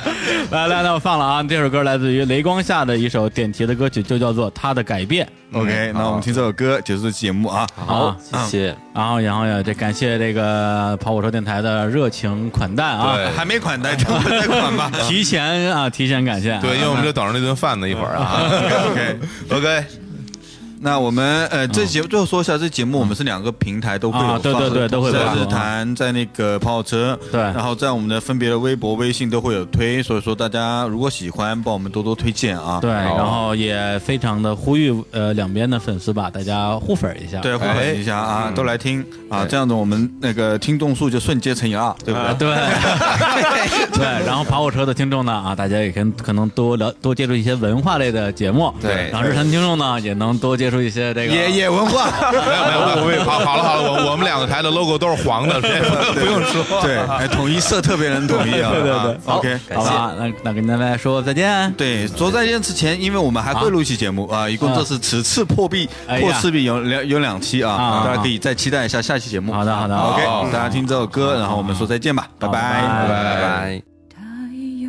[SPEAKER 1] 来来，那我放了啊，这首歌来自于雷光下的一首点题的歌曲，就叫做《他的改变》。
[SPEAKER 3] OK，那我们听这首歌结束这期节目啊。
[SPEAKER 1] 嗯好，
[SPEAKER 4] 嗯
[SPEAKER 5] 谢。
[SPEAKER 1] 然后，然后也这感谢这个跑火车电台的热情款待啊，
[SPEAKER 3] 对，还没款待，等会儿再款
[SPEAKER 1] <laughs>
[SPEAKER 3] 吧。
[SPEAKER 1] 提前啊，提前感谢啊。
[SPEAKER 2] 对，因为我们就等着那顿饭呢，一会儿啊。
[SPEAKER 3] <laughs> OK OK。那我们呃，这节目最后说一下，这节目我们是两个平台都会有
[SPEAKER 1] 啊
[SPEAKER 3] 放
[SPEAKER 1] 对对对都会有
[SPEAKER 3] 在
[SPEAKER 1] 放
[SPEAKER 3] 日坛，在那个跑跑车，
[SPEAKER 1] 对
[SPEAKER 3] 然后在我们的分别的微博、微信都会有推，所以说大家如果喜欢，帮我们多多推荐啊。
[SPEAKER 1] 对，然后也非常的呼吁呃两边的粉丝吧，大家互粉一下，
[SPEAKER 3] 对，互粉一下啊，都来听啊，这样子我们那个听众数就瞬间乘以二，对不
[SPEAKER 1] 啊
[SPEAKER 3] 对？
[SPEAKER 1] 对啊
[SPEAKER 3] <laughs>
[SPEAKER 1] 对，然后跑火车的听众呢啊，大家也可以可能多了多接触一些文化类的节目，
[SPEAKER 2] 对
[SPEAKER 1] 然后日常听众呢也能多接触一些这个
[SPEAKER 3] 野野文 <laughs> 化
[SPEAKER 2] 没有没有没有，好，好了好了，我我们两个台的 logo 都是
[SPEAKER 3] <laughs>
[SPEAKER 2] 黄的，这不不用说。
[SPEAKER 3] 对，哎，统一色特别能统一啊。
[SPEAKER 1] <laughs> 对对对
[SPEAKER 3] 啊，OK，
[SPEAKER 1] 好吧，那那跟大家说再见。
[SPEAKER 3] 对，说再见之前，因为我们还会录一期节目啊，一共这是此次破壁
[SPEAKER 1] 哎呀
[SPEAKER 3] 破次壁有两有两期啊
[SPEAKER 1] 啊，
[SPEAKER 3] 大家可以再期待一下下期节目。好
[SPEAKER 1] 的好的
[SPEAKER 3] ，OK，
[SPEAKER 1] 好
[SPEAKER 3] 大家听这首歌，然后我们说再见吧，拜拜
[SPEAKER 1] 拜拜拜
[SPEAKER 3] 拜。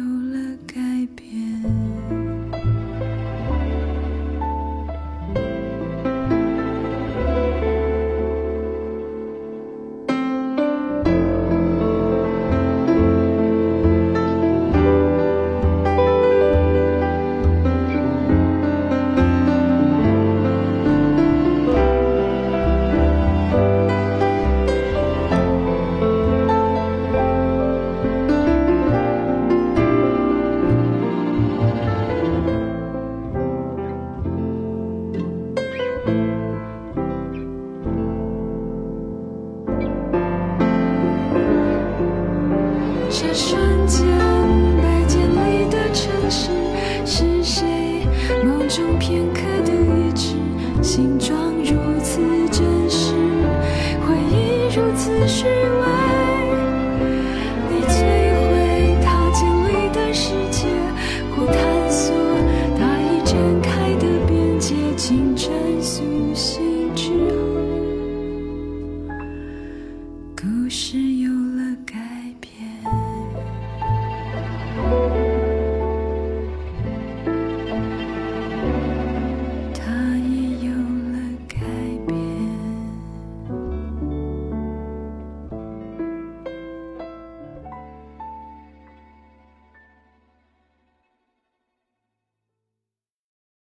[SPEAKER 24] 这瞬间，白天里的城市是谁梦中片刻的一致？形状如此真实，回忆如此虚伪。你摧毁它建立的世界，或探索它已展开的边界。清晨苏醒之后，故事又。